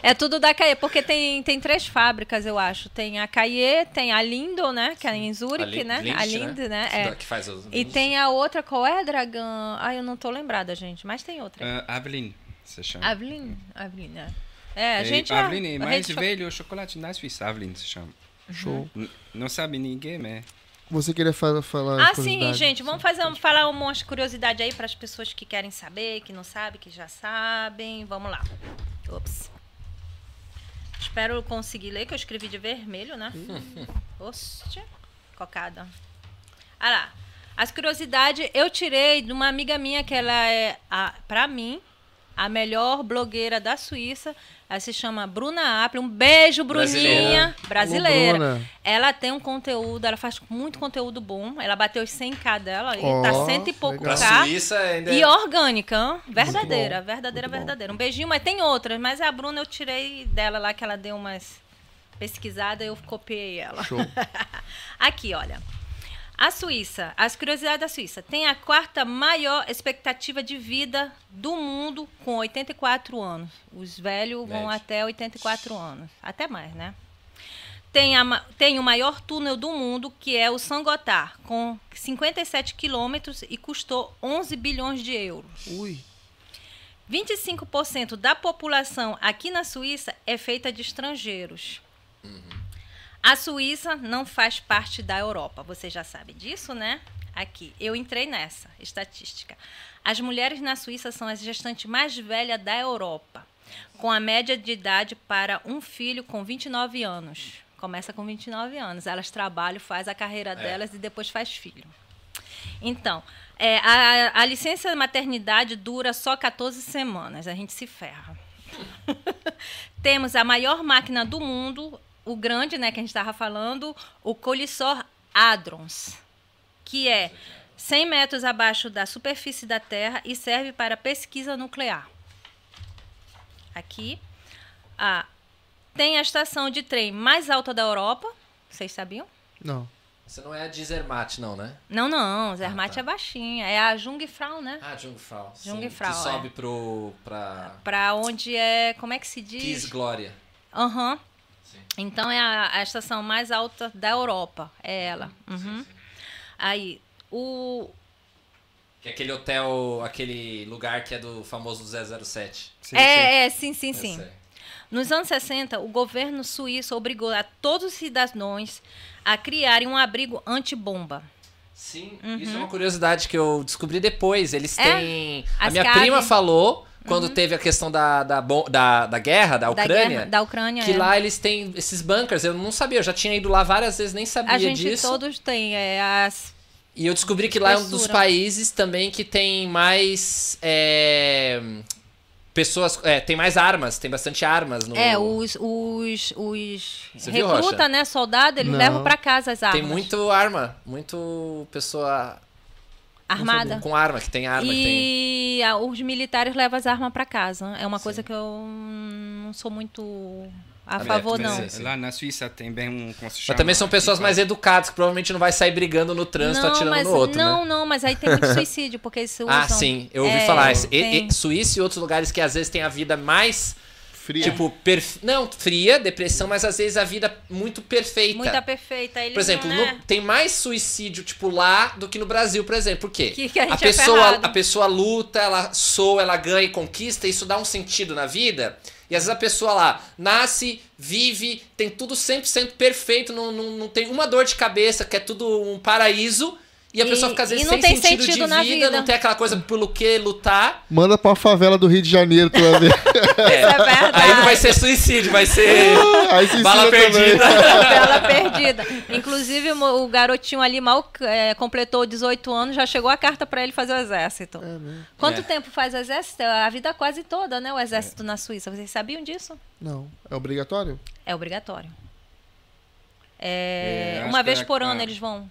Speaker 3: É tudo da Caie, porque tem, tem três fábricas, eu acho. Tem a Caie, tem a Lindo, né? Que é em
Speaker 2: A
Speaker 3: Zurich,
Speaker 2: Lin-
Speaker 3: né?
Speaker 2: Lindt,
Speaker 3: a Lind, né? É.
Speaker 2: Que faz os
Speaker 3: E tem a outra, qual é, Dragan? Ah, eu não tô lembrada, gente, mas tem
Speaker 2: É.
Speaker 3: outra.
Speaker 4: Eh, Aveline se chama.
Speaker 3: Aveline? Aveline, né? É, a
Speaker 4: Eh,
Speaker 3: gente... é-
Speaker 4: Aveline é
Speaker 3: a
Speaker 4: mais
Speaker 3: gente-
Speaker 4: velho chocolate na Suíça. Aveline se chama.
Speaker 1: Show.
Speaker 4: N- Não sabe ninguém, né? mas...
Speaker 1: Uhum. Você queria fa- falar.
Speaker 3: Ah, sim,
Speaker 1: curiosidade?
Speaker 3: gente, vamos fazer, um- falar um monte de curiosidade aí para as pessoas que querem saber, que não sabem, que já sabem. Vamos lá. Ops. Espero conseguir ler, que eu escrevi de vermelho, né? Hostia. Cocada. Ah lá. As curiosidades eu tirei de uma amiga minha que ela é, a, pra mim, a melhor blogueira da Suíça. Ela se chama Bruna Apple. Um beijo, Bruninha. Brasileira.
Speaker 1: Ô, Bruna.
Speaker 3: Ela tem um conteúdo, ela faz muito conteúdo bom. Ela bateu os 100k dela e
Speaker 1: Ó,
Speaker 3: tá cento e pouco
Speaker 2: Pra
Speaker 1: legal.
Speaker 3: k.
Speaker 2: Suíça ainda
Speaker 3: E
Speaker 2: é-
Speaker 3: orgânica, hã? verdadeira,
Speaker 1: bom,
Speaker 3: verdadeira,
Speaker 1: muito bom.
Speaker 3: verdadeira. Um beijinho, mas tem outras. Mas a Bruna eu tirei dela lá, que ela deu umas pesquisadas, eu copiei ela.
Speaker 1: Show.
Speaker 3: *laughs* Aqui, olha. A Suíça, as curiosidades da Suíça, tem a quarta maior expectativa de vida do mundo com 84 anos. Os velhos vão
Speaker 2: Médio.
Speaker 3: até 84 anos, até mais, né? tem, a ma- tem o maior túnel do mundo, que é o Sangotar, com 57 quilômetros e custou 11 bilhões de euros.
Speaker 1: Ui.
Speaker 3: 25% da população aqui na Suíça é feita de estrangeiros. A Suíça não faz parte da Europa, você já sabe disso, né? Aqui, eu entrei nessa estatística. As mulheres na Suíça são as gestantes mais velhas da Europa, com a média de idade para um filho com 29 anos. Começa com 29 anos, elas trabalham, faz a carreira delas e depois faz filho. Então, é, a, a licença maternidade dura só 14 semanas, a gente se ferra. *laughs* Temos a maior máquina do mundo, o grande, né, que a gente estava falando, o colissor Hadrons, que é 100 metros abaixo da superfície da Terra e serve para pesquisa nuclear. Aqui. Ah, tem a estação de trem mais alta da Europa, vocês sabiam?
Speaker 1: Não.
Speaker 2: Você não é a Dizermat, não, né?
Speaker 3: Não, não, Zermatt
Speaker 2: tá.
Speaker 3: é baixinha, é a Jungfrau, né?
Speaker 2: Ah, Jungfrau. sim,
Speaker 3: Jungfrau,
Speaker 2: Que
Speaker 3: é.
Speaker 2: sobe pro. pra.
Speaker 3: Pra onde é. Como é que se
Speaker 2: Kiss
Speaker 3: diz?
Speaker 2: Glória.
Speaker 3: Aham.
Speaker 2: Sim.
Speaker 3: Então é a, a estação mais alta da Europa. É ela. Uhum. Aí, o.
Speaker 2: Que é aquele hotel, aquele lugar que é do famoso 007.
Speaker 4: Sim, sim.
Speaker 3: é, é, sim, sim,
Speaker 2: Eu
Speaker 3: sim.
Speaker 2: sei.
Speaker 3: Nos anos 60, o governo suíço obrigou a todos os cidadãos a criarem um abrigo antibomba.
Speaker 2: Sim, isso é uma curiosidade que eu descobri depois. Eles
Speaker 3: Uhum. É,
Speaker 2: têm. a
Speaker 3: as
Speaker 2: minha
Speaker 3: caves.
Speaker 2: prima falou, quando teve a questão da, da, bom- da, da guerra, da Ucrânia,
Speaker 3: Uhum. Da, guerra, da Ucrânia.
Speaker 2: que
Speaker 3: é.
Speaker 2: lá eles têm esses bunkers. Eu não sabia, eu já tinha ido lá várias vezes, nem sabia
Speaker 3: a gente
Speaker 2: disso.
Speaker 3: todos tem é, as
Speaker 2: E eu descobri que lá é um dos
Speaker 3: Fessura.
Speaker 2: países também que tem mais. é, pessoas. é, tem mais armas, tem bastante armas no.
Speaker 3: É, os, os, os
Speaker 2: Você viu,
Speaker 3: recruta,
Speaker 2: Rocha?
Speaker 3: né, soldado, eles
Speaker 1: Não.
Speaker 3: levam pra casa as armas.
Speaker 2: Tem muito arma, muito pessoa
Speaker 3: armada.
Speaker 2: com arma, que tem arma, que tem.
Speaker 3: Ah, E a- os militares levam as armas pra casa. É uma coisa que eu não sou muito a
Speaker 2: Aberto,
Speaker 3: favor,
Speaker 4: Mas
Speaker 3: não.
Speaker 2: sim, sim.
Speaker 4: Lá na Suíça tem bem um. como
Speaker 2: Mas
Speaker 4: se chama?
Speaker 2: também são pessoas
Speaker 4: Tipo,
Speaker 2: mais educadas, que provavelmente não vai sair brigando no trânsito
Speaker 3: não,
Speaker 2: atirando
Speaker 3: mas,
Speaker 2: no outro,
Speaker 3: não,
Speaker 2: né?
Speaker 3: não, mas aí
Speaker 2: *laughs*
Speaker 3: tem muito suicídio, porque eles usam.
Speaker 2: Ah, sim, eu ouvi
Speaker 3: É,
Speaker 2: falar. Esse- e-
Speaker 3: tem.
Speaker 2: e- Suíça e outros lugares que às vezes tem a vida mais,
Speaker 1: Fria.
Speaker 2: tipo, perf- não, fria, depressão, mas às vezes a vida muito perfeita.
Speaker 3: Muita perfeita. Eles
Speaker 2: Por exemplo,
Speaker 3: não,
Speaker 2: no-
Speaker 3: né?
Speaker 2: tem mais suicídio, tipo, lá do que no Brasil, por exemplo. Por quê?
Speaker 3: Que- que a gente é
Speaker 2: pessoa, *laughs*
Speaker 3: ferrado.
Speaker 2: a pessoa luta, ela soa, ela ganha e conquista, isso dá um sentido na vida. E às vezes a pessoa lá nasce, vive, tem tudo 100% perfeito, não, não, não tem uma dor de cabeça, que é tudo um paraíso. E a
Speaker 3: E-
Speaker 2: pessoa fica às
Speaker 3: e
Speaker 2: vezes
Speaker 3: não
Speaker 2: sem
Speaker 3: tem
Speaker 2: sentido,
Speaker 3: sentido
Speaker 2: de
Speaker 3: na
Speaker 2: vida,
Speaker 3: vida.
Speaker 2: não tem aquela coisa pelo que lutar.
Speaker 1: Manda pra favela do Rio de Janeiro pra
Speaker 3: *laughs*
Speaker 1: ela ver. *laughs*
Speaker 2: É.
Speaker 3: É verdade.
Speaker 2: *laughs* Aí não vai ser suicídio, vai ser
Speaker 1: *laughs* Aí se
Speaker 2: bala
Speaker 1: ensina também.
Speaker 2: perdida.
Speaker 3: Bela perdida. Inclusive, mo- o garotinho ali mal é, completou 18 anos, já chegou a carta pra ele fazer o exército. Quanto
Speaker 2: É.
Speaker 3: tempo faz o exército? A vida quase toda, né? O exército na Suíça. Vocês sabiam disso?
Speaker 1: Não. É obrigatório?
Speaker 3: É obrigatório. É,
Speaker 4: É, acho
Speaker 3: uma
Speaker 4: que
Speaker 3: vez
Speaker 4: é-
Speaker 3: por ano
Speaker 4: é.
Speaker 3: eles vão.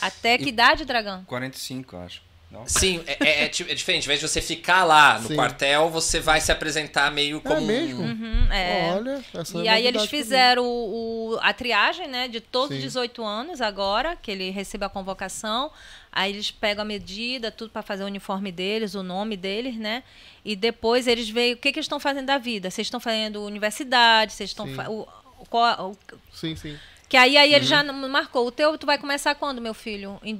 Speaker 3: Até que idade, Dragão?
Speaker 4: tipo, 45, eu acho. Não?
Speaker 2: Sim, é, é- é ti- é diferente. Ao invés de você ficar lá no
Speaker 1: Sim.
Speaker 2: quartel, você vai se apresentar meio
Speaker 1: É
Speaker 2: como.
Speaker 1: mesmo?
Speaker 2: um-
Speaker 3: Uhum, é.
Speaker 1: Olha, essa é
Speaker 3: E aí
Speaker 1: novidade
Speaker 3: eles
Speaker 1: pra mim.
Speaker 3: fizeram o, o- a triagem, né, de todos os
Speaker 1: Sim.
Speaker 3: 18 anos agora, que ele recebe a convocação. Aí eles pegam a medida, tudo para fazer o uniforme deles, o nome deles, né? E depois eles veem o que, que eles estão fazendo da vida. Vocês estão fazendo universidade, vocês estão.
Speaker 1: Sim.
Speaker 3: fa- o- o- qual- o-
Speaker 1: Sim, sim.
Speaker 3: que aí, aí
Speaker 2: Uhum.
Speaker 3: ele já n- marcou. O teu, tu vai começar quando, meu filho? Em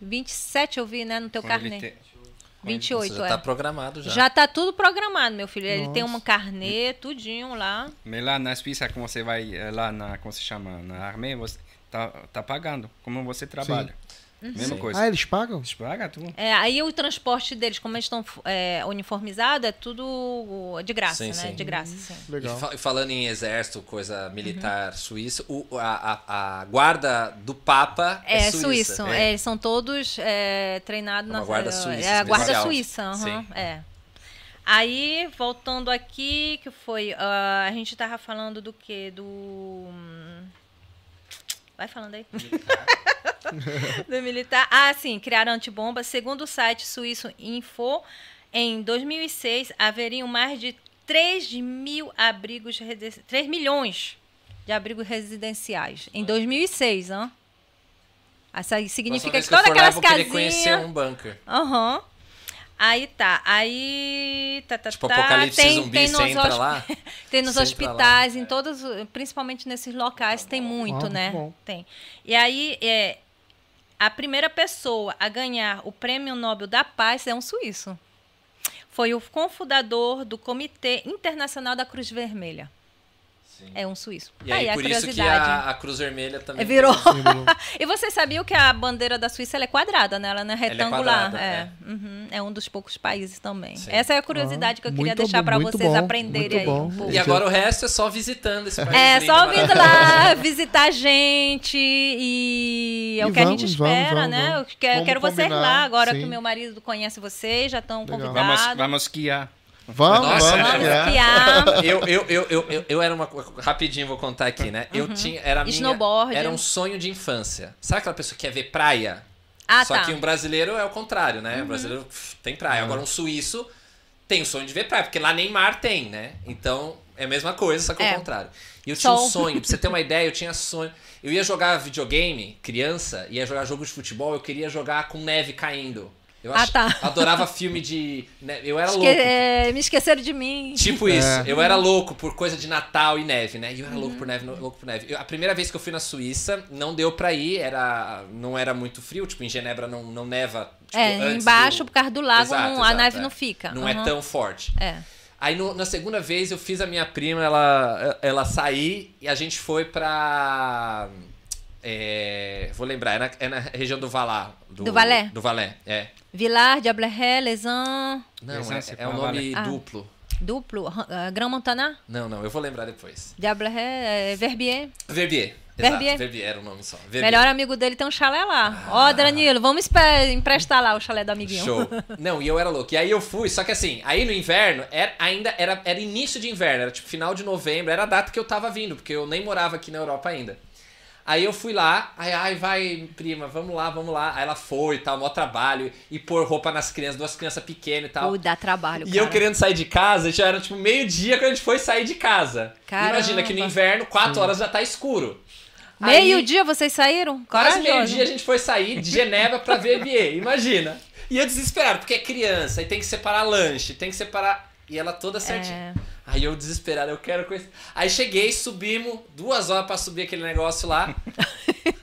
Speaker 3: 2027, eu vi, né, no teu
Speaker 4: Quando ele
Speaker 3: carnê.
Speaker 4: te- quando ele-
Speaker 2: Nossa,
Speaker 3: 28,
Speaker 2: já
Speaker 3: é.
Speaker 2: tá programado já.
Speaker 3: Já tá tudo programado, meu filho. Ele tem um
Speaker 1: Nossa.
Speaker 3: carnê, tudinho lá.
Speaker 4: Mas lá na Suíça, como você vai eh, lá na, como se chama, na armeia, você tá, tá pagando, como você trabalha.
Speaker 3: Uhum.
Speaker 4: Mesma
Speaker 2: Sim.
Speaker 4: coisa.
Speaker 1: Ah, eles pagam?
Speaker 4: Eles pagam tudo.
Speaker 3: É, aí o transporte deles, como eles estão é, uniformizados, é tudo de graça,
Speaker 2: Sim,
Speaker 3: né?
Speaker 2: sim.
Speaker 3: De graça, sim.
Speaker 2: E
Speaker 1: Legal.
Speaker 2: fa- e falando em exército, coisa militar suíça, o- a, a- a guarda do Papa é,
Speaker 3: É,
Speaker 2: suíça.
Speaker 3: suíço. é, eles são todos é, treinados
Speaker 2: É uma
Speaker 3: na
Speaker 2: guarda suíça
Speaker 3: É a guarda
Speaker 2: especial.
Speaker 3: suíça, aham,
Speaker 2: Sim.
Speaker 3: é. Aí, voltando aqui, que foi. ah, a gente tava falando do quê? Do. hum, Vai falando aí. *laughs* do militar. Ah, sim, criaram antibomba. Segundo o site suíço Info, em 2006 haveriam mais de 3 mil abrigos resi- 3 milhões de abrigos residenciais. Em 2006, hã? Essa aí
Speaker 2: Próxima
Speaker 3: significa
Speaker 2: vez
Speaker 3: que
Speaker 2: eu
Speaker 3: todas
Speaker 2: for lá, eu
Speaker 3: aquelas
Speaker 2: vou querer conhecer
Speaker 3: casinhas.
Speaker 2: um bunker.
Speaker 3: Aham. Aí tá, aí tá, tá,
Speaker 2: Tipo,
Speaker 3: tá.
Speaker 2: apocalipse
Speaker 3: tem,
Speaker 2: zumbi,
Speaker 3: tem
Speaker 2: você
Speaker 3: nos
Speaker 2: entra
Speaker 3: hosp- *laughs*
Speaker 2: lá,
Speaker 3: tem nos
Speaker 2: você entra
Speaker 3: hospitais, em todos, principalmente nesses locais tem
Speaker 2: Tá
Speaker 3: muito,
Speaker 1: Ah,
Speaker 3: né?
Speaker 1: muito bom.
Speaker 3: Tem. E aí é a primeira pessoa a ganhar o Prêmio Nobel da Paz é um suíço. Foi o cofundador do Comitê Internacional da Cruz Vermelha.
Speaker 2: Sim.
Speaker 3: É um suíço.
Speaker 2: E aí,
Speaker 3: aí a
Speaker 2: por isso que
Speaker 3: curiosidade.
Speaker 2: a, a Cruz Vermelha também.
Speaker 3: É, Virou.
Speaker 1: *laughs* Virou.
Speaker 3: e você sabia que a bandeira da Suíça ela é quadrada, né? Ela não é
Speaker 2: Ela é
Speaker 3: retangular.
Speaker 2: quadrada,
Speaker 3: é. Uhum. É um dos poucos países também.
Speaker 2: Sim.
Speaker 3: Essa é a curiosidade que eu queria
Speaker 1: muito
Speaker 3: deixar para
Speaker 1: bom, muito
Speaker 3: vocês
Speaker 1: bom, muito
Speaker 3: aprenderem aí.
Speaker 1: bom.
Speaker 3: Um pouco.
Speaker 2: E agora o resto é só visitando esse país.
Speaker 3: É,
Speaker 2: lindo,
Speaker 3: só vindo
Speaker 2: maravilhoso.
Speaker 3: lá *laughs* visitar a gente e é
Speaker 1: E
Speaker 3: o que a
Speaker 1: vamos,
Speaker 3: gente
Speaker 1: vamos,
Speaker 3: espera,
Speaker 1: vamos,
Speaker 3: né?
Speaker 1: vamos.
Speaker 3: Eu que- quero,
Speaker 1: Vamos
Speaker 3: vocês
Speaker 1: combinar,
Speaker 3: lá agora
Speaker 1: sim.
Speaker 3: que o meu marido conhece vocês, já estão
Speaker 1: Legal. É.
Speaker 3: convidados.
Speaker 4: Vamos, vamos esquiar.
Speaker 1: Vamos,
Speaker 2: Nossa,
Speaker 1: vamos,
Speaker 2: vamos
Speaker 1: criar.
Speaker 3: esquiar.
Speaker 2: Eu, eu, eu, eu, eu, eu era uma. co- Rapidinho, vou contar aqui, né? Eu tinha. Era a minha,
Speaker 3: Uhum. Snowboard.
Speaker 2: Era um sonho de infância. Sabe aquela pessoa que quer ver praia?
Speaker 3: Ah,
Speaker 2: Só
Speaker 3: tá. Uhum.
Speaker 2: que um brasileiro é o contrário, né? O brasileiro pff, tem praia. Agora um suíço tem o sonho de ver praia, porque lá nem mar tem, né? Então é a mesma coisa, só que é
Speaker 3: É.
Speaker 2: o contrário. E eu tinha um
Speaker 3: Sol.
Speaker 2: sonho, pra você ter
Speaker 3: *laughs*
Speaker 2: uma ideia, eu tinha sonho. Eu ia jogar videogame, criança, ia jogar jogo de futebol, eu queria jogar com neve caindo. Eu
Speaker 3: Ah,
Speaker 2: ach-
Speaker 3: tá. *laughs*
Speaker 2: adorava filme de. ne- Eu era
Speaker 3: Esque-
Speaker 2: louco.
Speaker 3: é, me esqueceram de mim.
Speaker 2: Tipo isso, eu era louco por coisa de Natal e neve, né? E eu era louco por
Speaker 3: Uhum.
Speaker 2: neve, no- louco por neve. Eu- a primeira vez que eu fui na Suíça, não deu pra ir, era, não era muito frio, tipo, em Genebra não, não neva. Tipo,
Speaker 3: é,
Speaker 2: antes
Speaker 3: embaixo,
Speaker 2: do-
Speaker 3: por causa do lago,
Speaker 2: Exato,
Speaker 3: não- a
Speaker 2: exato,
Speaker 3: neve
Speaker 2: é.
Speaker 3: não fica.
Speaker 2: Não
Speaker 3: Uhum.
Speaker 2: é tão forte.
Speaker 3: É.
Speaker 2: Aí no- na segunda vez eu fiz a minha prima, ela, ela sair e a gente foi pra. é, vou lembrar, é na, é na região do Valá.
Speaker 3: Do Valais?
Speaker 2: Do Valé, é.
Speaker 3: Vilar, Diableré, Lesan,
Speaker 2: Não,
Speaker 4: Exato,
Speaker 2: é,
Speaker 4: você
Speaker 2: é um
Speaker 4: fala
Speaker 2: nome
Speaker 3: Valais. Ah.
Speaker 2: duplo.
Speaker 3: Duplo, ah, Gran Montana,
Speaker 2: Não, não, eu vou lembrar depois.
Speaker 3: Diableré, Verbier.
Speaker 2: Verbier. exato,
Speaker 3: Verbier.
Speaker 2: Verbier era o nome só. Verbier.
Speaker 3: Melhor amigo dele tem um chalé lá. Ó, Danilo, vamos espe- emprestar lá o chalé do amiguinho.
Speaker 2: Ah. Show. Não, e eu era louco. E aí eu fui, só que assim, aí no inverno, era, ainda era, era início de inverno, era tipo final de novembro, era a data que eu tava vindo, porque eu nem morava aqui na Europa ainda. Aí eu fui lá, ai, ai, vai, prima, vamos lá, vamos lá. Aí ela foi e tal, mó trabalho, e pôr roupa nas crianças, duas crianças pequenas e tal.
Speaker 3: Ou dá trabalho,
Speaker 2: E
Speaker 3: cara.
Speaker 2: eu querendo sair de casa, já era tipo meio-dia quando a gente foi sair de casa.
Speaker 3: Caramba.
Speaker 2: Imagina que no inverno, quatro horas já tá escuro. Aí-
Speaker 3: Meio-dia vocês saíram?
Speaker 2: Quase
Speaker 3: Corajoso.
Speaker 2: meio-dia a gente foi sair de Genebra pra VBA, imagina. E eu desesperado, porque é criança, e tem que separar lanche, tem que separar. E ela toda certinha. Aí eu desesperado, eu quero coisa. Aí cheguei, subimos, duas horas pra subir aquele negócio lá.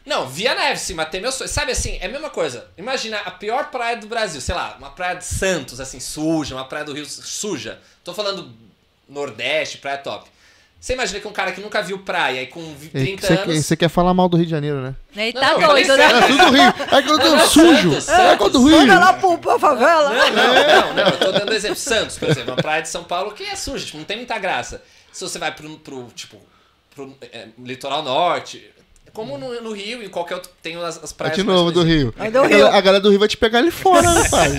Speaker 2: Não, via neve, sim, matei meu sonho. Sabe assim, é a mesma coisa. Imagina a pior praia do Brasil, sei lá, uma praia de Santos, assim, suja, uma praia do Rio suja. Tô falando Nordeste, praia top. Você imagina que um cara que nunca viu praia e com vi- 30
Speaker 1: Você, quer-
Speaker 2: anos.
Speaker 1: você quer falar mal do Rio de Janeiro, né?
Speaker 3: Ele
Speaker 2: Não,
Speaker 3: tá
Speaker 2: não, eu falei
Speaker 3: doido, né? *laughs*
Speaker 1: É tudo Rio. É que eu tô
Speaker 2: Não,
Speaker 1: sujo.
Speaker 2: Santos,
Speaker 1: É que eu
Speaker 2: Santos.
Speaker 1: do Rio.
Speaker 3: Manda lá pro, pra favela.
Speaker 2: Não, não, não, não. Eu tô dando exemplo. Santos, por exemplo, uma praia de São Paulo que é suja, tipo, não tem muita graça. Se você vai pro, pro tipo, pro é, litoral norte, é como no, no Rio e qualquer outro, tem as, as
Speaker 1: É
Speaker 2: praias.
Speaker 1: de
Speaker 2: mais
Speaker 1: novo do
Speaker 2: conhecidas.
Speaker 1: Rio.
Speaker 3: É do
Speaker 1: A galera-
Speaker 3: Rio.
Speaker 1: A galera do Rio vai te pegar ali fora, né, pai?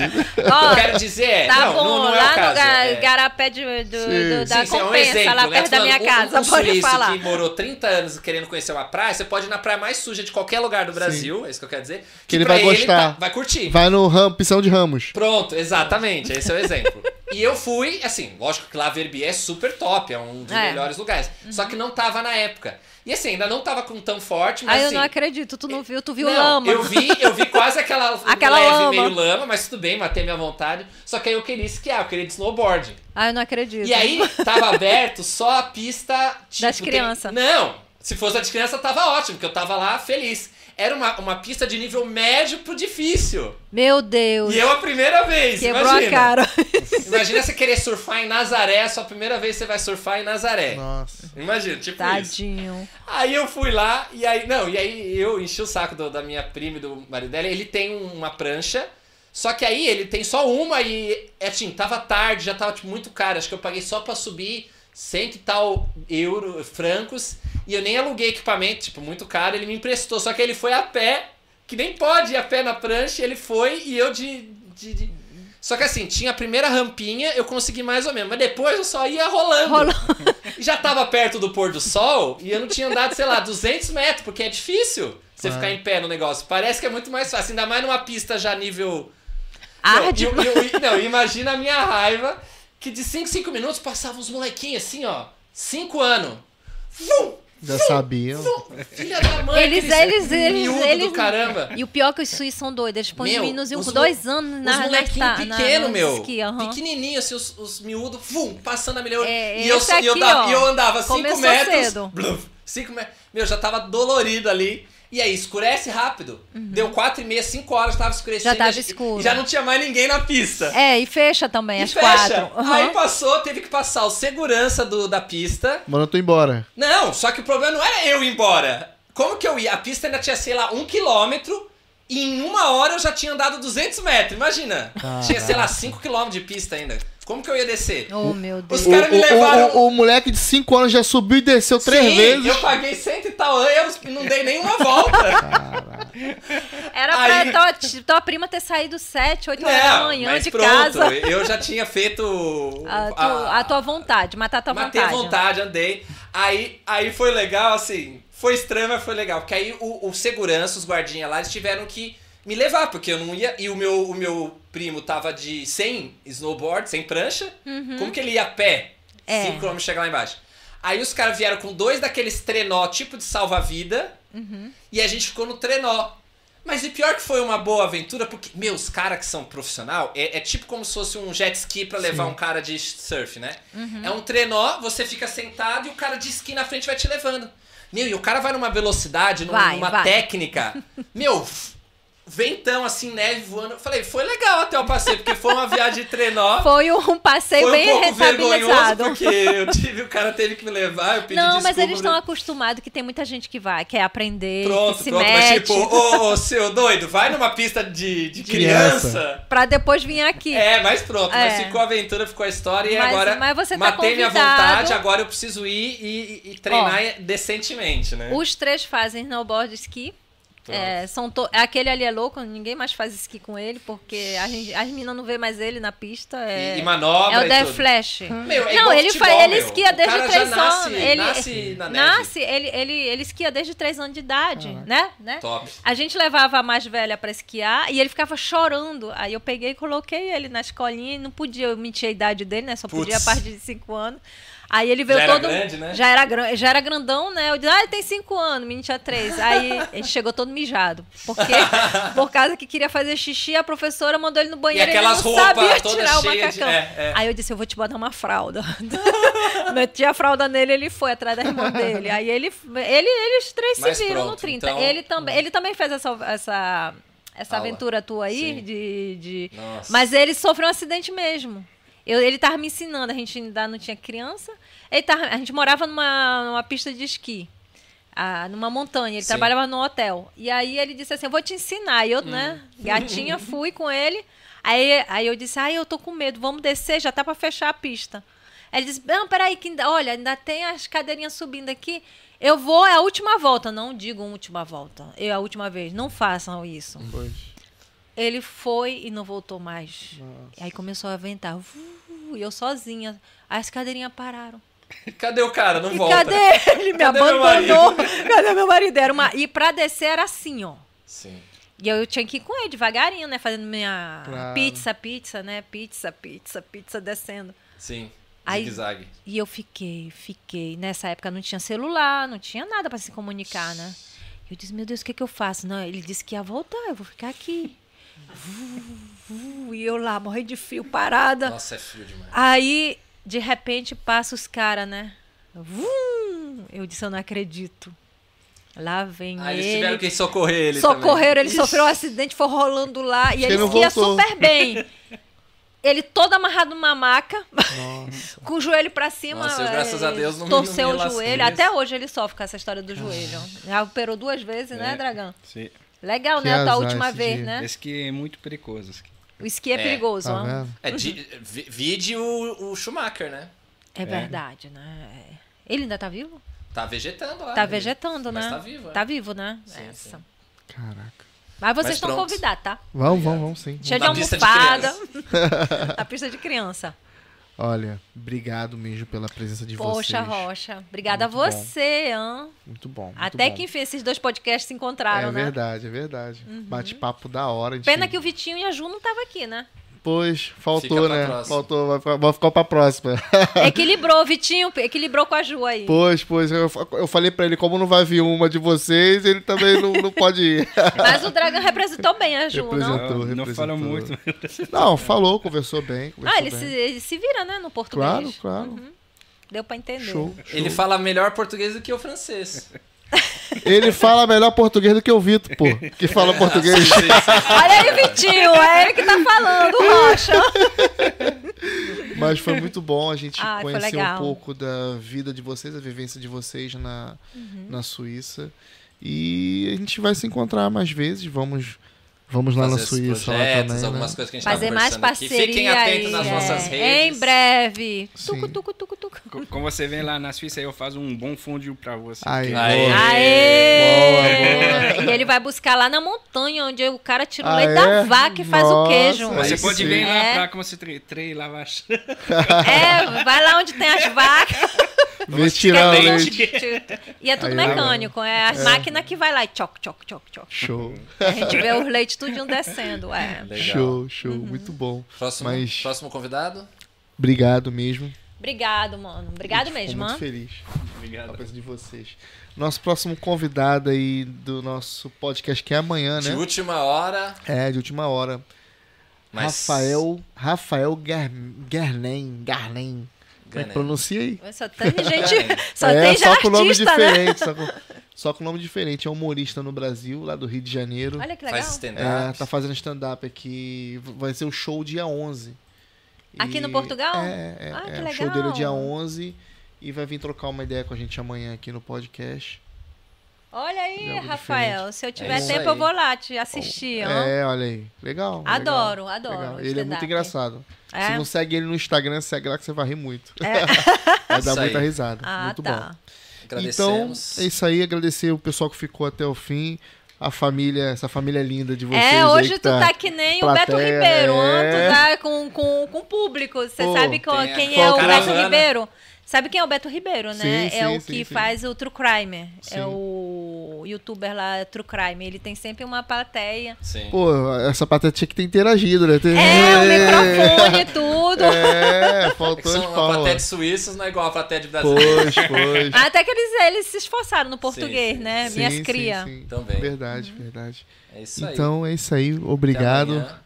Speaker 3: Ó,
Speaker 2: Eu quero dizer, é,
Speaker 3: tá
Speaker 2: não,
Speaker 3: bom,
Speaker 2: não, não é
Speaker 3: lá
Speaker 2: o
Speaker 3: no
Speaker 2: caso.
Speaker 3: ga-
Speaker 2: é,
Speaker 3: garapé de, do,
Speaker 1: Sim.
Speaker 3: do- da
Speaker 2: Sim, sim, é um
Speaker 3: Compensa,
Speaker 2: exemplo,
Speaker 3: lá
Speaker 2: né?
Speaker 3: perto da minha
Speaker 2: Falando, um-
Speaker 3: casa,
Speaker 2: um
Speaker 3: pode
Speaker 2: suíço
Speaker 3: falar.
Speaker 2: que morou 30 anos querendo conhecer uma praia, você pode ir na praia mais suja de qualquer lugar do Brasil, é isso que eu quero dizer. Que,
Speaker 1: ele
Speaker 2: pra
Speaker 1: vai gostar.
Speaker 2: tá- vai curtir.
Speaker 1: Vai no ram, Pisão de Ramos.
Speaker 2: Pronto, exatamente, esse é o exemplo. e eu fui, assim, lógico que lá Verbier é super top, é um dos
Speaker 3: É.
Speaker 2: melhores lugares. Só que não tava na época. E assim, ainda não tava com tão forte, mas
Speaker 3: Aí eu
Speaker 2: assim,
Speaker 3: não acredito, tu não viu, tu viu
Speaker 2: não,
Speaker 3: lama.
Speaker 2: Eu vi, eu vi quase aquela,
Speaker 3: *laughs* Aquela
Speaker 2: leve
Speaker 3: lama.
Speaker 2: meio lama, mas tudo bem, matei minha vontade. Só que aí eu queria esquiar, eu queria de snowboard.
Speaker 3: Ah, eu não acredito.
Speaker 2: E aí tava aberto só a pista tipo,
Speaker 3: Das
Speaker 2: tem-
Speaker 3: crianças.
Speaker 2: Não, se fosse a de criança tava ótimo, porque eu tava lá feliz. Era uma, uma pista de nível médio pro difícil.
Speaker 3: Meu Deus,
Speaker 2: E eu a primeira vez,
Speaker 3: quebrou
Speaker 2: imagina.
Speaker 3: a cara.
Speaker 2: Imagina você querer surfar em Nazaré, só a primeira vez que você vai surfar em Nazaré.
Speaker 1: Nossa.
Speaker 2: Imagina, tipo isso.
Speaker 3: Tadinho.
Speaker 2: Aí eu fui lá, e aí. Não, e aí eu enchi o saco do- da minha prima e do marido dela. Ele tem um- uma prancha. Só que aí ele tem só uma e. É assim, tava tarde, já tava tipo, muito caro. Acho que eu paguei só pra subir cento e tal euro, francos. E eu nem aluguei equipamento, tipo, muito caro. Ele me emprestou. Só que ele foi a pé, que nem pode ir a pé na prancha. Ele foi e eu de. de- de- Só que assim, tinha a primeira rampinha, eu consegui mais ou menos. Mas depois eu só ia rolando.
Speaker 3: Rolou.
Speaker 2: E Já tava perto do pôr do sol e eu não tinha andado, sei lá, 200 metros, porque é difícil você
Speaker 1: Claro.
Speaker 2: ficar em pé no negócio. Parece que é muito mais fácil, ainda mais numa pista já nível.
Speaker 3: Arde.
Speaker 2: Não, eu- eu- não, imagina a minha raiva que de 5 em 5 minutos passavam os molequinhos assim, ó, 5 anos. Vum!
Speaker 1: Já sabiam.
Speaker 2: Filha da mãe,
Speaker 3: Eles-
Speaker 2: aqueles
Speaker 3: eles- eles-
Speaker 2: miúdo
Speaker 3: eles-
Speaker 2: do caramba.
Speaker 3: E o pior é que os suíços são doidos. Eles põem
Speaker 2: Meu,
Speaker 3: o meninozinho
Speaker 2: os
Speaker 3: com
Speaker 2: mo-
Speaker 3: um dois anos
Speaker 2: Os
Speaker 3: na
Speaker 2: molequinhos
Speaker 3: na- na-
Speaker 2: pequenos,
Speaker 3: na-
Speaker 2: meu.
Speaker 3: esqui, aham.
Speaker 2: Pequenininho, assim, os, os miúdos, fum, passando a milhão.
Speaker 3: É,
Speaker 2: e, eu,
Speaker 3: esse
Speaker 2: só- e eu
Speaker 3: aqui,
Speaker 2: dava-
Speaker 3: ó,
Speaker 2: e eu andava 5
Speaker 3: começou
Speaker 2: metros.
Speaker 3: cedo.
Speaker 2: bluf, cinco me- Meu, já tava dolorido ali. E aí, escurece rápido. Deu 4 e meia, 5 horas, tava escurecendo.
Speaker 3: Uhum. Já
Speaker 2: e
Speaker 3: tava
Speaker 2: a gente-
Speaker 3: escuro.
Speaker 2: E já não tinha mais ninguém na pista.
Speaker 3: É, e fecha também,
Speaker 2: E
Speaker 3: às
Speaker 2: fecha.
Speaker 3: quatro. Aham.
Speaker 2: Aí passou, teve que passar o segurança do, da pista.
Speaker 1: Mano, eu tô embora.
Speaker 2: Não, só que o problema não era eu ir embora. Como que eu ia? A pista ainda tinha, sei lá, um quilômetro e em uma hora eu já tinha andado 200 metros, imagina. Tinha, sei lá, 5 quilômetros de pista ainda. Como que eu ia descer?
Speaker 3: Oh, meu Deus.
Speaker 2: Os caras me
Speaker 1: O- o-
Speaker 2: levaram-
Speaker 1: O, o moleque de 5 anos já subiu e desceu três
Speaker 2: Sim,
Speaker 1: vezes.
Speaker 2: eu paguei cento e tal euros e não dei nenhuma
Speaker 3: *laughs*
Speaker 2: volta.
Speaker 3: Era
Speaker 2: Aí-
Speaker 3: pra tua, tua prima ter saído sete, oito horas da
Speaker 2: não,
Speaker 3: manhã
Speaker 2: mas
Speaker 3: de
Speaker 2: pronto,
Speaker 3: casa.
Speaker 2: eu já tinha feito...
Speaker 3: A, tu- a tua vontade, matar a tua
Speaker 2: Matei a
Speaker 3: vontade.
Speaker 2: vontade, andei. Aí, aí foi legal, assim. Foi estranho, mas foi legal. Porque aí o, o segurança, os guardinhas lá, eles tiveram que me levar, porque eu não ia. E o meu, o meu primo tava de sem snowboard, sem prancha. Como que ele ia a pé?
Speaker 3: Uhum. É.
Speaker 2: 5 km chegar lá embaixo. Aí os caras vieram com dois daqueles trenó, tipo de salva-vida. E a gente ficou no trenó. Mas e pior que foi uma boa aventura, porque, meu, os caras que são profissional, é, é tipo como se fosse um jet ski pra levar um cara de surf, né?
Speaker 3: Uhum.
Speaker 2: É um trenó, você fica sentado e o cara de esqui na frente vai te levando. Meu, e o cara vai numa velocidade, num-
Speaker 3: Vai,
Speaker 2: numa
Speaker 3: vai.
Speaker 2: técnica.
Speaker 3: *laughs*
Speaker 2: meu, f- ventão assim, neve voando. Eu falei, foi legal até o passeio, porque foi uma viagem de trenó.
Speaker 3: Foi um passeio
Speaker 2: foi
Speaker 3: bem
Speaker 2: um pouco vergonhoso,
Speaker 3: rentabilizado.
Speaker 2: porque eu tive, o cara teve que me levar, eu pedi
Speaker 3: Não,
Speaker 2: desculpa.
Speaker 3: mas eles estão
Speaker 2: pra-
Speaker 3: acostumados que tem muita gente que vai, quer aprender,
Speaker 2: Pronto,
Speaker 3: que se
Speaker 2: pronto, mas
Speaker 3: mete,
Speaker 2: tipo, ô, ô, seu doido, vai numa pista de, de
Speaker 1: Criança.
Speaker 2: criança.
Speaker 3: pra depois vir aqui.
Speaker 2: É, mas pronto,
Speaker 3: É.
Speaker 2: mas ficou a aventura, ficou a história e
Speaker 3: Mas-
Speaker 2: agora
Speaker 3: mas você tá
Speaker 2: matei minha
Speaker 3: convidado.
Speaker 2: vontade, agora eu preciso ir e, e- e treinar decentemente, né?
Speaker 3: Os três fazem snowboard ski. É, são to- Aquele ali é louco, ninguém mais faz esqui com ele, porque a gente- as meninas não vê mais ele na pista. É,
Speaker 2: E, e manobra
Speaker 3: é o
Speaker 2: e
Speaker 3: Death
Speaker 2: tudo.
Speaker 3: Flash.
Speaker 2: Meu, é
Speaker 3: não,
Speaker 2: igual
Speaker 3: ele,
Speaker 2: futebol,
Speaker 3: faz, ele
Speaker 2: meu.
Speaker 3: esquia
Speaker 2: O
Speaker 3: desde
Speaker 2: cara já
Speaker 3: três
Speaker 2: nasce-
Speaker 3: anos. Ele
Speaker 2: nasce na neve.
Speaker 3: nasce, ele, ele, ele esquia desde três anos de idade, né? né?
Speaker 2: Top.
Speaker 3: A gente levava a mais velha pra esquiar e ele ficava chorando. Aí eu peguei e coloquei ele na escolinha e não podia, eu menti a idade dele, né? Só
Speaker 2: Putz.
Speaker 3: podia a partir de cinco anos. Aí ele veio
Speaker 2: Já era
Speaker 3: todo.
Speaker 2: grande, né?
Speaker 3: Já era, gran- já era grandão, né? Eu disse, ah, ele tem cinco anos, o menino tinha três. Aí ele chegou todo mijado.
Speaker 2: *laughs*
Speaker 3: Porque, por causa que queria fazer xixi, a professora mandou ele no
Speaker 2: E
Speaker 3: banheiro.
Speaker 2: aquelas
Speaker 3: ele não sabia
Speaker 2: roupas todas
Speaker 3: tirar o
Speaker 2: cheias de...
Speaker 3: macacão.
Speaker 2: É, é.
Speaker 3: Aí eu disse, eu vou te botar uma fralda. *laughs* Meti a fralda nele, ele foi atrás da irmã dele. Aí ele, ele eles três
Speaker 2: Mas
Speaker 3: se viram no
Speaker 2: pronto,
Speaker 3: 30.
Speaker 2: então-
Speaker 3: ele, também, ele também fez essa, essa, essa
Speaker 2: Aula.
Speaker 3: aventura tua aí.
Speaker 2: Sim.
Speaker 3: De, de...
Speaker 2: Nossa.
Speaker 3: Mas ele sofreu um acidente mesmo. Eu, ele tava me ensinando, a gente ainda não tinha criança. Ele tava- a gente morava numa, numa pista de esqui. ah, numa montanha, ele
Speaker 2: Sim. Hum.
Speaker 3: trabalhava num hotel. E aí ele disse assim: Eu vou te ensinar. E eu, né, gatinha, fui com ele. Aí, aí eu disse: Ah, eu tô com medo, vamos descer, já tá pra fechar a pista. Aí ele disse: Não, peraí, que ainda, olha, ainda tem as cadeirinhas subindo aqui. Eu vou, é a última volta. Não digo última volta, é a última vez. Não façam isso.
Speaker 1: Pois.
Speaker 3: Ele foi e não voltou mais. Aí começou a ventar. Vu, E eu sozinha. Aí As cadeirinhas pararam.
Speaker 2: Cadê o cara? Não
Speaker 3: E
Speaker 2: volta.
Speaker 3: cadê ele? Me
Speaker 2: Cadê meu
Speaker 3: abandonou. *laughs* cadê meu marido? Era uma... E pra descer era assim, ó.
Speaker 2: Sim.
Speaker 3: E eu tinha que ir com ele devagarinho, né? Fazendo minha
Speaker 1: Claro.
Speaker 3: pizza, pizza, né? Pizza, pizza, pizza descendo.
Speaker 2: Sim.
Speaker 3: Aí-
Speaker 2: Zigue-zague.
Speaker 3: E eu fiquei, fiquei. Nessa época não tinha celular, não tinha nada pra se comunicar, né? Eu disse, meu Deus, o que, que eu faço? Não, ele disse que ia voltar, eu vou ficar aqui. Vu, vu, e eu lá, morrendo de fio, parada.
Speaker 2: Nossa, é frio demais.
Speaker 3: Aí, de repente, passa os caras, né? Vum! Eu disse, eu não acredito. Lá vem
Speaker 2: Aí eles tiveram
Speaker 3: ele.
Speaker 2: que socorrer ele
Speaker 3: Socorreram, ele
Speaker 2: também.
Speaker 3: sofreu um acidente, foi rolando lá
Speaker 1: Acho
Speaker 3: e
Speaker 1: que
Speaker 3: ele
Speaker 1: ele não
Speaker 3: esquia
Speaker 1: voltou. *laughs*
Speaker 3: super bem. Ele todo amarrado numa maca, *laughs* com o joelho pra cima.
Speaker 2: Nossa, eu, graças a
Speaker 3: eh,
Speaker 2: Deus, não- não
Speaker 3: Torceu
Speaker 2: me
Speaker 3: o
Speaker 2: lasquei.
Speaker 3: joelho. Até hoje ele sofre com essa história do joelho. Já operou duas vezes,
Speaker 2: É.
Speaker 3: né, Dragão?
Speaker 4: Sim.
Speaker 3: Legal,
Speaker 1: Que
Speaker 3: né? A tua
Speaker 1: azar
Speaker 3: última
Speaker 1: esse
Speaker 3: vez,
Speaker 1: dia.
Speaker 3: né?
Speaker 4: Esse que é muito perigoso. esse aqui.
Speaker 3: O esqui é,
Speaker 2: É,
Speaker 3: perigoso,
Speaker 1: Tá
Speaker 3: ó.
Speaker 1: vendo?
Speaker 2: É, di- vi- vide o, o Schumacher, né?
Speaker 3: É verdade, né? Ele ainda tá vivo?
Speaker 2: Tá vegetando lá.
Speaker 3: Tá
Speaker 2: né?
Speaker 3: vegetando,
Speaker 2: Mas
Speaker 3: né?
Speaker 2: tá vivo, é.
Speaker 3: Tá vivo, né?
Speaker 2: Sim,
Speaker 3: Essa.
Speaker 1: Caraca.
Speaker 3: Mas vocês
Speaker 2: Mas
Speaker 3: estão
Speaker 2: pronto.
Speaker 1: *laughs*
Speaker 3: convidados, tá?
Speaker 1: Vamos, vamos, vamos sim.
Speaker 3: Cheio de
Speaker 2: Na pista de
Speaker 3: almofada. A pista de criança.
Speaker 1: Olha, obrigado mesmo pela presença de
Speaker 3: Poxa,
Speaker 1: vocês.
Speaker 3: Rocha. Obrigada
Speaker 1: Muito
Speaker 3: a você, hein?
Speaker 1: Muito bom. muito
Speaker 3: Até
Speaker 1: bom.
Speaker 3: que enfim esses dois podcasts se encontraram,
Speaker 1: É
Speaker 3: né?
Speaker 1: verdade, é verdade. Bate-papo da hora. a gente-
Speaker 3: Pena que o Vitinho e a Ju não estavam aqui, né? *laughs*
Speaker 1: Pois, faltou,
Speaker 2: Fica pra
Speaker 1: né?
Speaker 2: próxima.
Speaker 1: Faltou, vai, ficar- vai ficar pra próxima. *laughs*
Speaker 3: Equilibrou, Vitinho, equilibrou com a Ju aí.
Speaker 1: pois, pois, eu, eu falei pra ele, como não vai vir uma de vocês, ele também não, não pode
Speaker 3: *laughs*
Speaker 1: ir.
Speaker 3: Mas o Dragon representou bem a Ju, não?
Speaker 1: Representou,
Speaker 4: Não, não
Speaker 1: representou.
Speaker 4: fala muito.
Speaker 1: Não, falou, conversou bem. Conversou
Speaker 3: Ah, ele
Speaker 1: bem.
Speaker 3: se, ele se vira, né, no português. Uhum.
Speaker 1: Claro, claro.
Speaker 3: Deu pra entender.
Speaker 1: Show, show.
Speaker 2: Ele fala melhor português do que o francês.
Speaker 1: Ele fala melhor português do que o Vitor, pô, que fala português.
Speaker 3: Olha aí, Vitinho, é ele que tá falando, o Rocha.
Speaker 1: Mas foi muito bom a gente
Speaker 3: Ah, foi
Speaker 1: conhecer um
Speaker 3: legal.
Speaker 1: pouco da vida de vocês, a vivência de vocês na,
Speaker 3: Uhum.
Speaker 1: na Suíça. E a gente vai se encontrar mais vezes. Vamos, vamos lá
Speaker 2: Fazer
Speaker 1: na
Speaker 2: esses
Speaker 1: Suíça lá
Speaker 2: projetos,
Speaker 1: também. né?
Speaker 2: algumas coisas que a gente
Speaker 3: Fazer
Speaker 2: tá
Speaker 3: mais
Speaker 2: conversando
Speaker 3: parceria
Speaker 2: aqui. Fiquem atentos nas
Speaker 3: aí,
Speaker 2: nossas
Speaker 3: é.
Speaker 2: redes.
Speaker 3: Em breve.
Speaker 1: Sim.
Speaker 3: Tucu, tucu, tucu, tucu.
Speaker 4: Co- Quando você vem lá na Suíça, eu faço um bom fundiu pra você.
Speaker 1: Aí,
Speaker 2: Aí.
Speaker 1: boa.
Speaker 3: Aê! E ele vai buscar lá na montanha, onde o cara tira o
Speaker 1: Ah,
Speaker 3: leite
Speaker 1: é?
Speaker 3: da vaca e faz
Speaker 1: Nossa,
Speaker 3: o queijo.
Speaker 1: aí
Speaker 4: Você
Speaker 1: sim.
Speaker 4: pode vir lá
Speaker 3: É.
Speaker 4: pra como se tre- trei lavagem.
Speaker 3: É, vai lá onde tem as vacas. é
Speaker 1: Vê tirar o leite.
Speaker 3: E é tudo
Speaker 1: Aí,
Speaker 3: mecânico. É as máquinas que vai lá e tchoc, tchoc, tchoc, tchoc.
Speaker 1: Show,
Speaker 3: A gente vê os leites tudinho descendo. É.
Speaker 2: Legal.
Speaker 1: show, show. Muito bom.
Speaker 2: Próximo,
Speaker 1: Mas-
Speaker 2: próximo convidado?
Speaker 1: Obrigado mesmo.
Speaker 3: Obrigado, mano. Obrigado
Speaker 1: Fico
Speaker 3: mesmo,
Speaker 1: muito
Speaker 3: hã?
Speaker 1: feliz. A
Speaker 4: Obrigado.
Speaker 1: presença de vocês. Nosso próximo convidado aí do nosso podcast, que é amanhã,
Speaker 2: De
Speaker 1: né?
Speaker 2: última hora.
Speaker 1: É, de última hora.
Speaker 2: Mas...
Speaker 1: Rafael, Rafael Gar- Garnem, Garnem. Como é que
Speaker 2: Ganem.
Speaker 1: pronuncia aí?
Speaker 3: Só tem gente. Só
Speaker 1: é,
Speaker 3: tem já
Speaker 1: só com nome
Speaker 3: artista, né?
Speaker 1: diferente, só, com, só com nome diferente. É humorista no Brasil, lá do Rio de Janeiro.
Speaker 3: Olha que legal.
Speaker 2: Faz stand-up.
Speaker 1: É, tá fazendo stand-up aqui. Vai ser o show dia 11.
Speaker 3: Aqui no Portugal?
Speaker 1: É, é,
Speaker 3: Ah,
Speaker 1: é.
Speaker 3: que
Speaker 1: O show
Speaker 3: legal.
Speaker 1: dele é dia 11 e vai vir trocar uma ideia com a gente amanhã aqui no podcast.
Speaker 3: Olha aí,
Speaker 1: Algo
Speaker 3: Rafael. Se eu tiver
Speaker 2: isso
Speaker 3: tempo,
Speaker 2: aí.
Speaker 3: eu vou lá te assistir. ó.
Speaker 1: É, olha aí. Legal.
Speaker 3: Adoro,
Speaker 1: legal,
Speaker 3: adoro
Speaker 1: legal.
Speaker 3: o
Speaker 1: Ele é muito
Speaker 3: stand-up.
Speaker 1: engraçado.
Speaker 3: É?
Speaker 1: Se não segue ele no Instagram, segue lá que você vai rir muito.
Speaker 3: É.
Speaker 1: *laughs* Vai
Speaker 2: Isso
Speaker 1: dar
Speaker 2: aí.
Speaker 1: muita risada.
Speaker 3: Ah,
Speaker 1: muito bom.
Speaker 3: tá.
Speaker 1: Então,
Speaker 2: Agradecemos.
Speaker 1: é isso aí. Agradecer o pessoal que ficou até o fim. A família, essa família linda de vocês. aí
Speaker 3: É, hoje
Speaker 1: que
Speaker 3: tu tá que nem
Speaker 1: plateia,
Speaker 3: o Beto
Speaker 1: é.
Speaker 3: Ribeiro, ó, tu tá com, com, com o público. Você
Speaker 1: Pô,
Speaker 3: sabe co-
Speaker 2: tem a-
Speaker 3: quem
Speaker 2: qual
Speaker 3: é o
Speaker 2: caravana?
Speaker 3: Beto Ribeiro? Sabe quem é o Beto Ribeiro, né?
Speaker 1: Sim,
Speaker 3: é
Speaker 1: sim,
Speaker 3: o que
Speaker 1: sim, sim.
Speaker 3: faz o True Crime.
Speaker 1: Sim.
Speaker 3: É o youtuber lá, True Crime. Ele tem sempre uma plateia.
Speaker 2: Sim.
Speaker 1: Pô, essa plateia tinha que ter interagido, né? Tem-
Speaker 3: É, o microfone e tudo.
Speaker 1: *laughs* É,
Speaker 2: É que
Speaker 1: faltou
Speaker 2: são
Speaker 1: de
Speaker 2: a
Speaker 1: pau.
Speaker 2: plateia de suíços não é igual a plateia de brasileiros.
Speaker 1: Pois, pois.
Speaker 3: Até que eles, eles se esforçaram no português,
Speaker 2: sim,
Speaker 3: né?
Speaker 1: Sim,
Speaker 3: Ah, Minhas
Speaker 1: sim,
Speaker 3: cria. Uhum.
Speaker 1: sim.
Speaker 2: Também.
Speaker 1: Verdade, verdade.
Speaker 2: É Então isso aí.
Speaker 1: Então é isso aí.
Speaker 2: Até
Speaker 1: Obrigado.
Speaker 2: amanhã.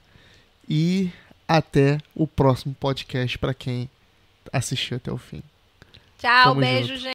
Speaker 1: E até o próximo podcast pra quem assistiu até o fim.
Speaker 3: Tchau,
Speaker 1: Tamo
Speaker 3: beijo,
Speaker 1: junto.
Speaker 3: gente.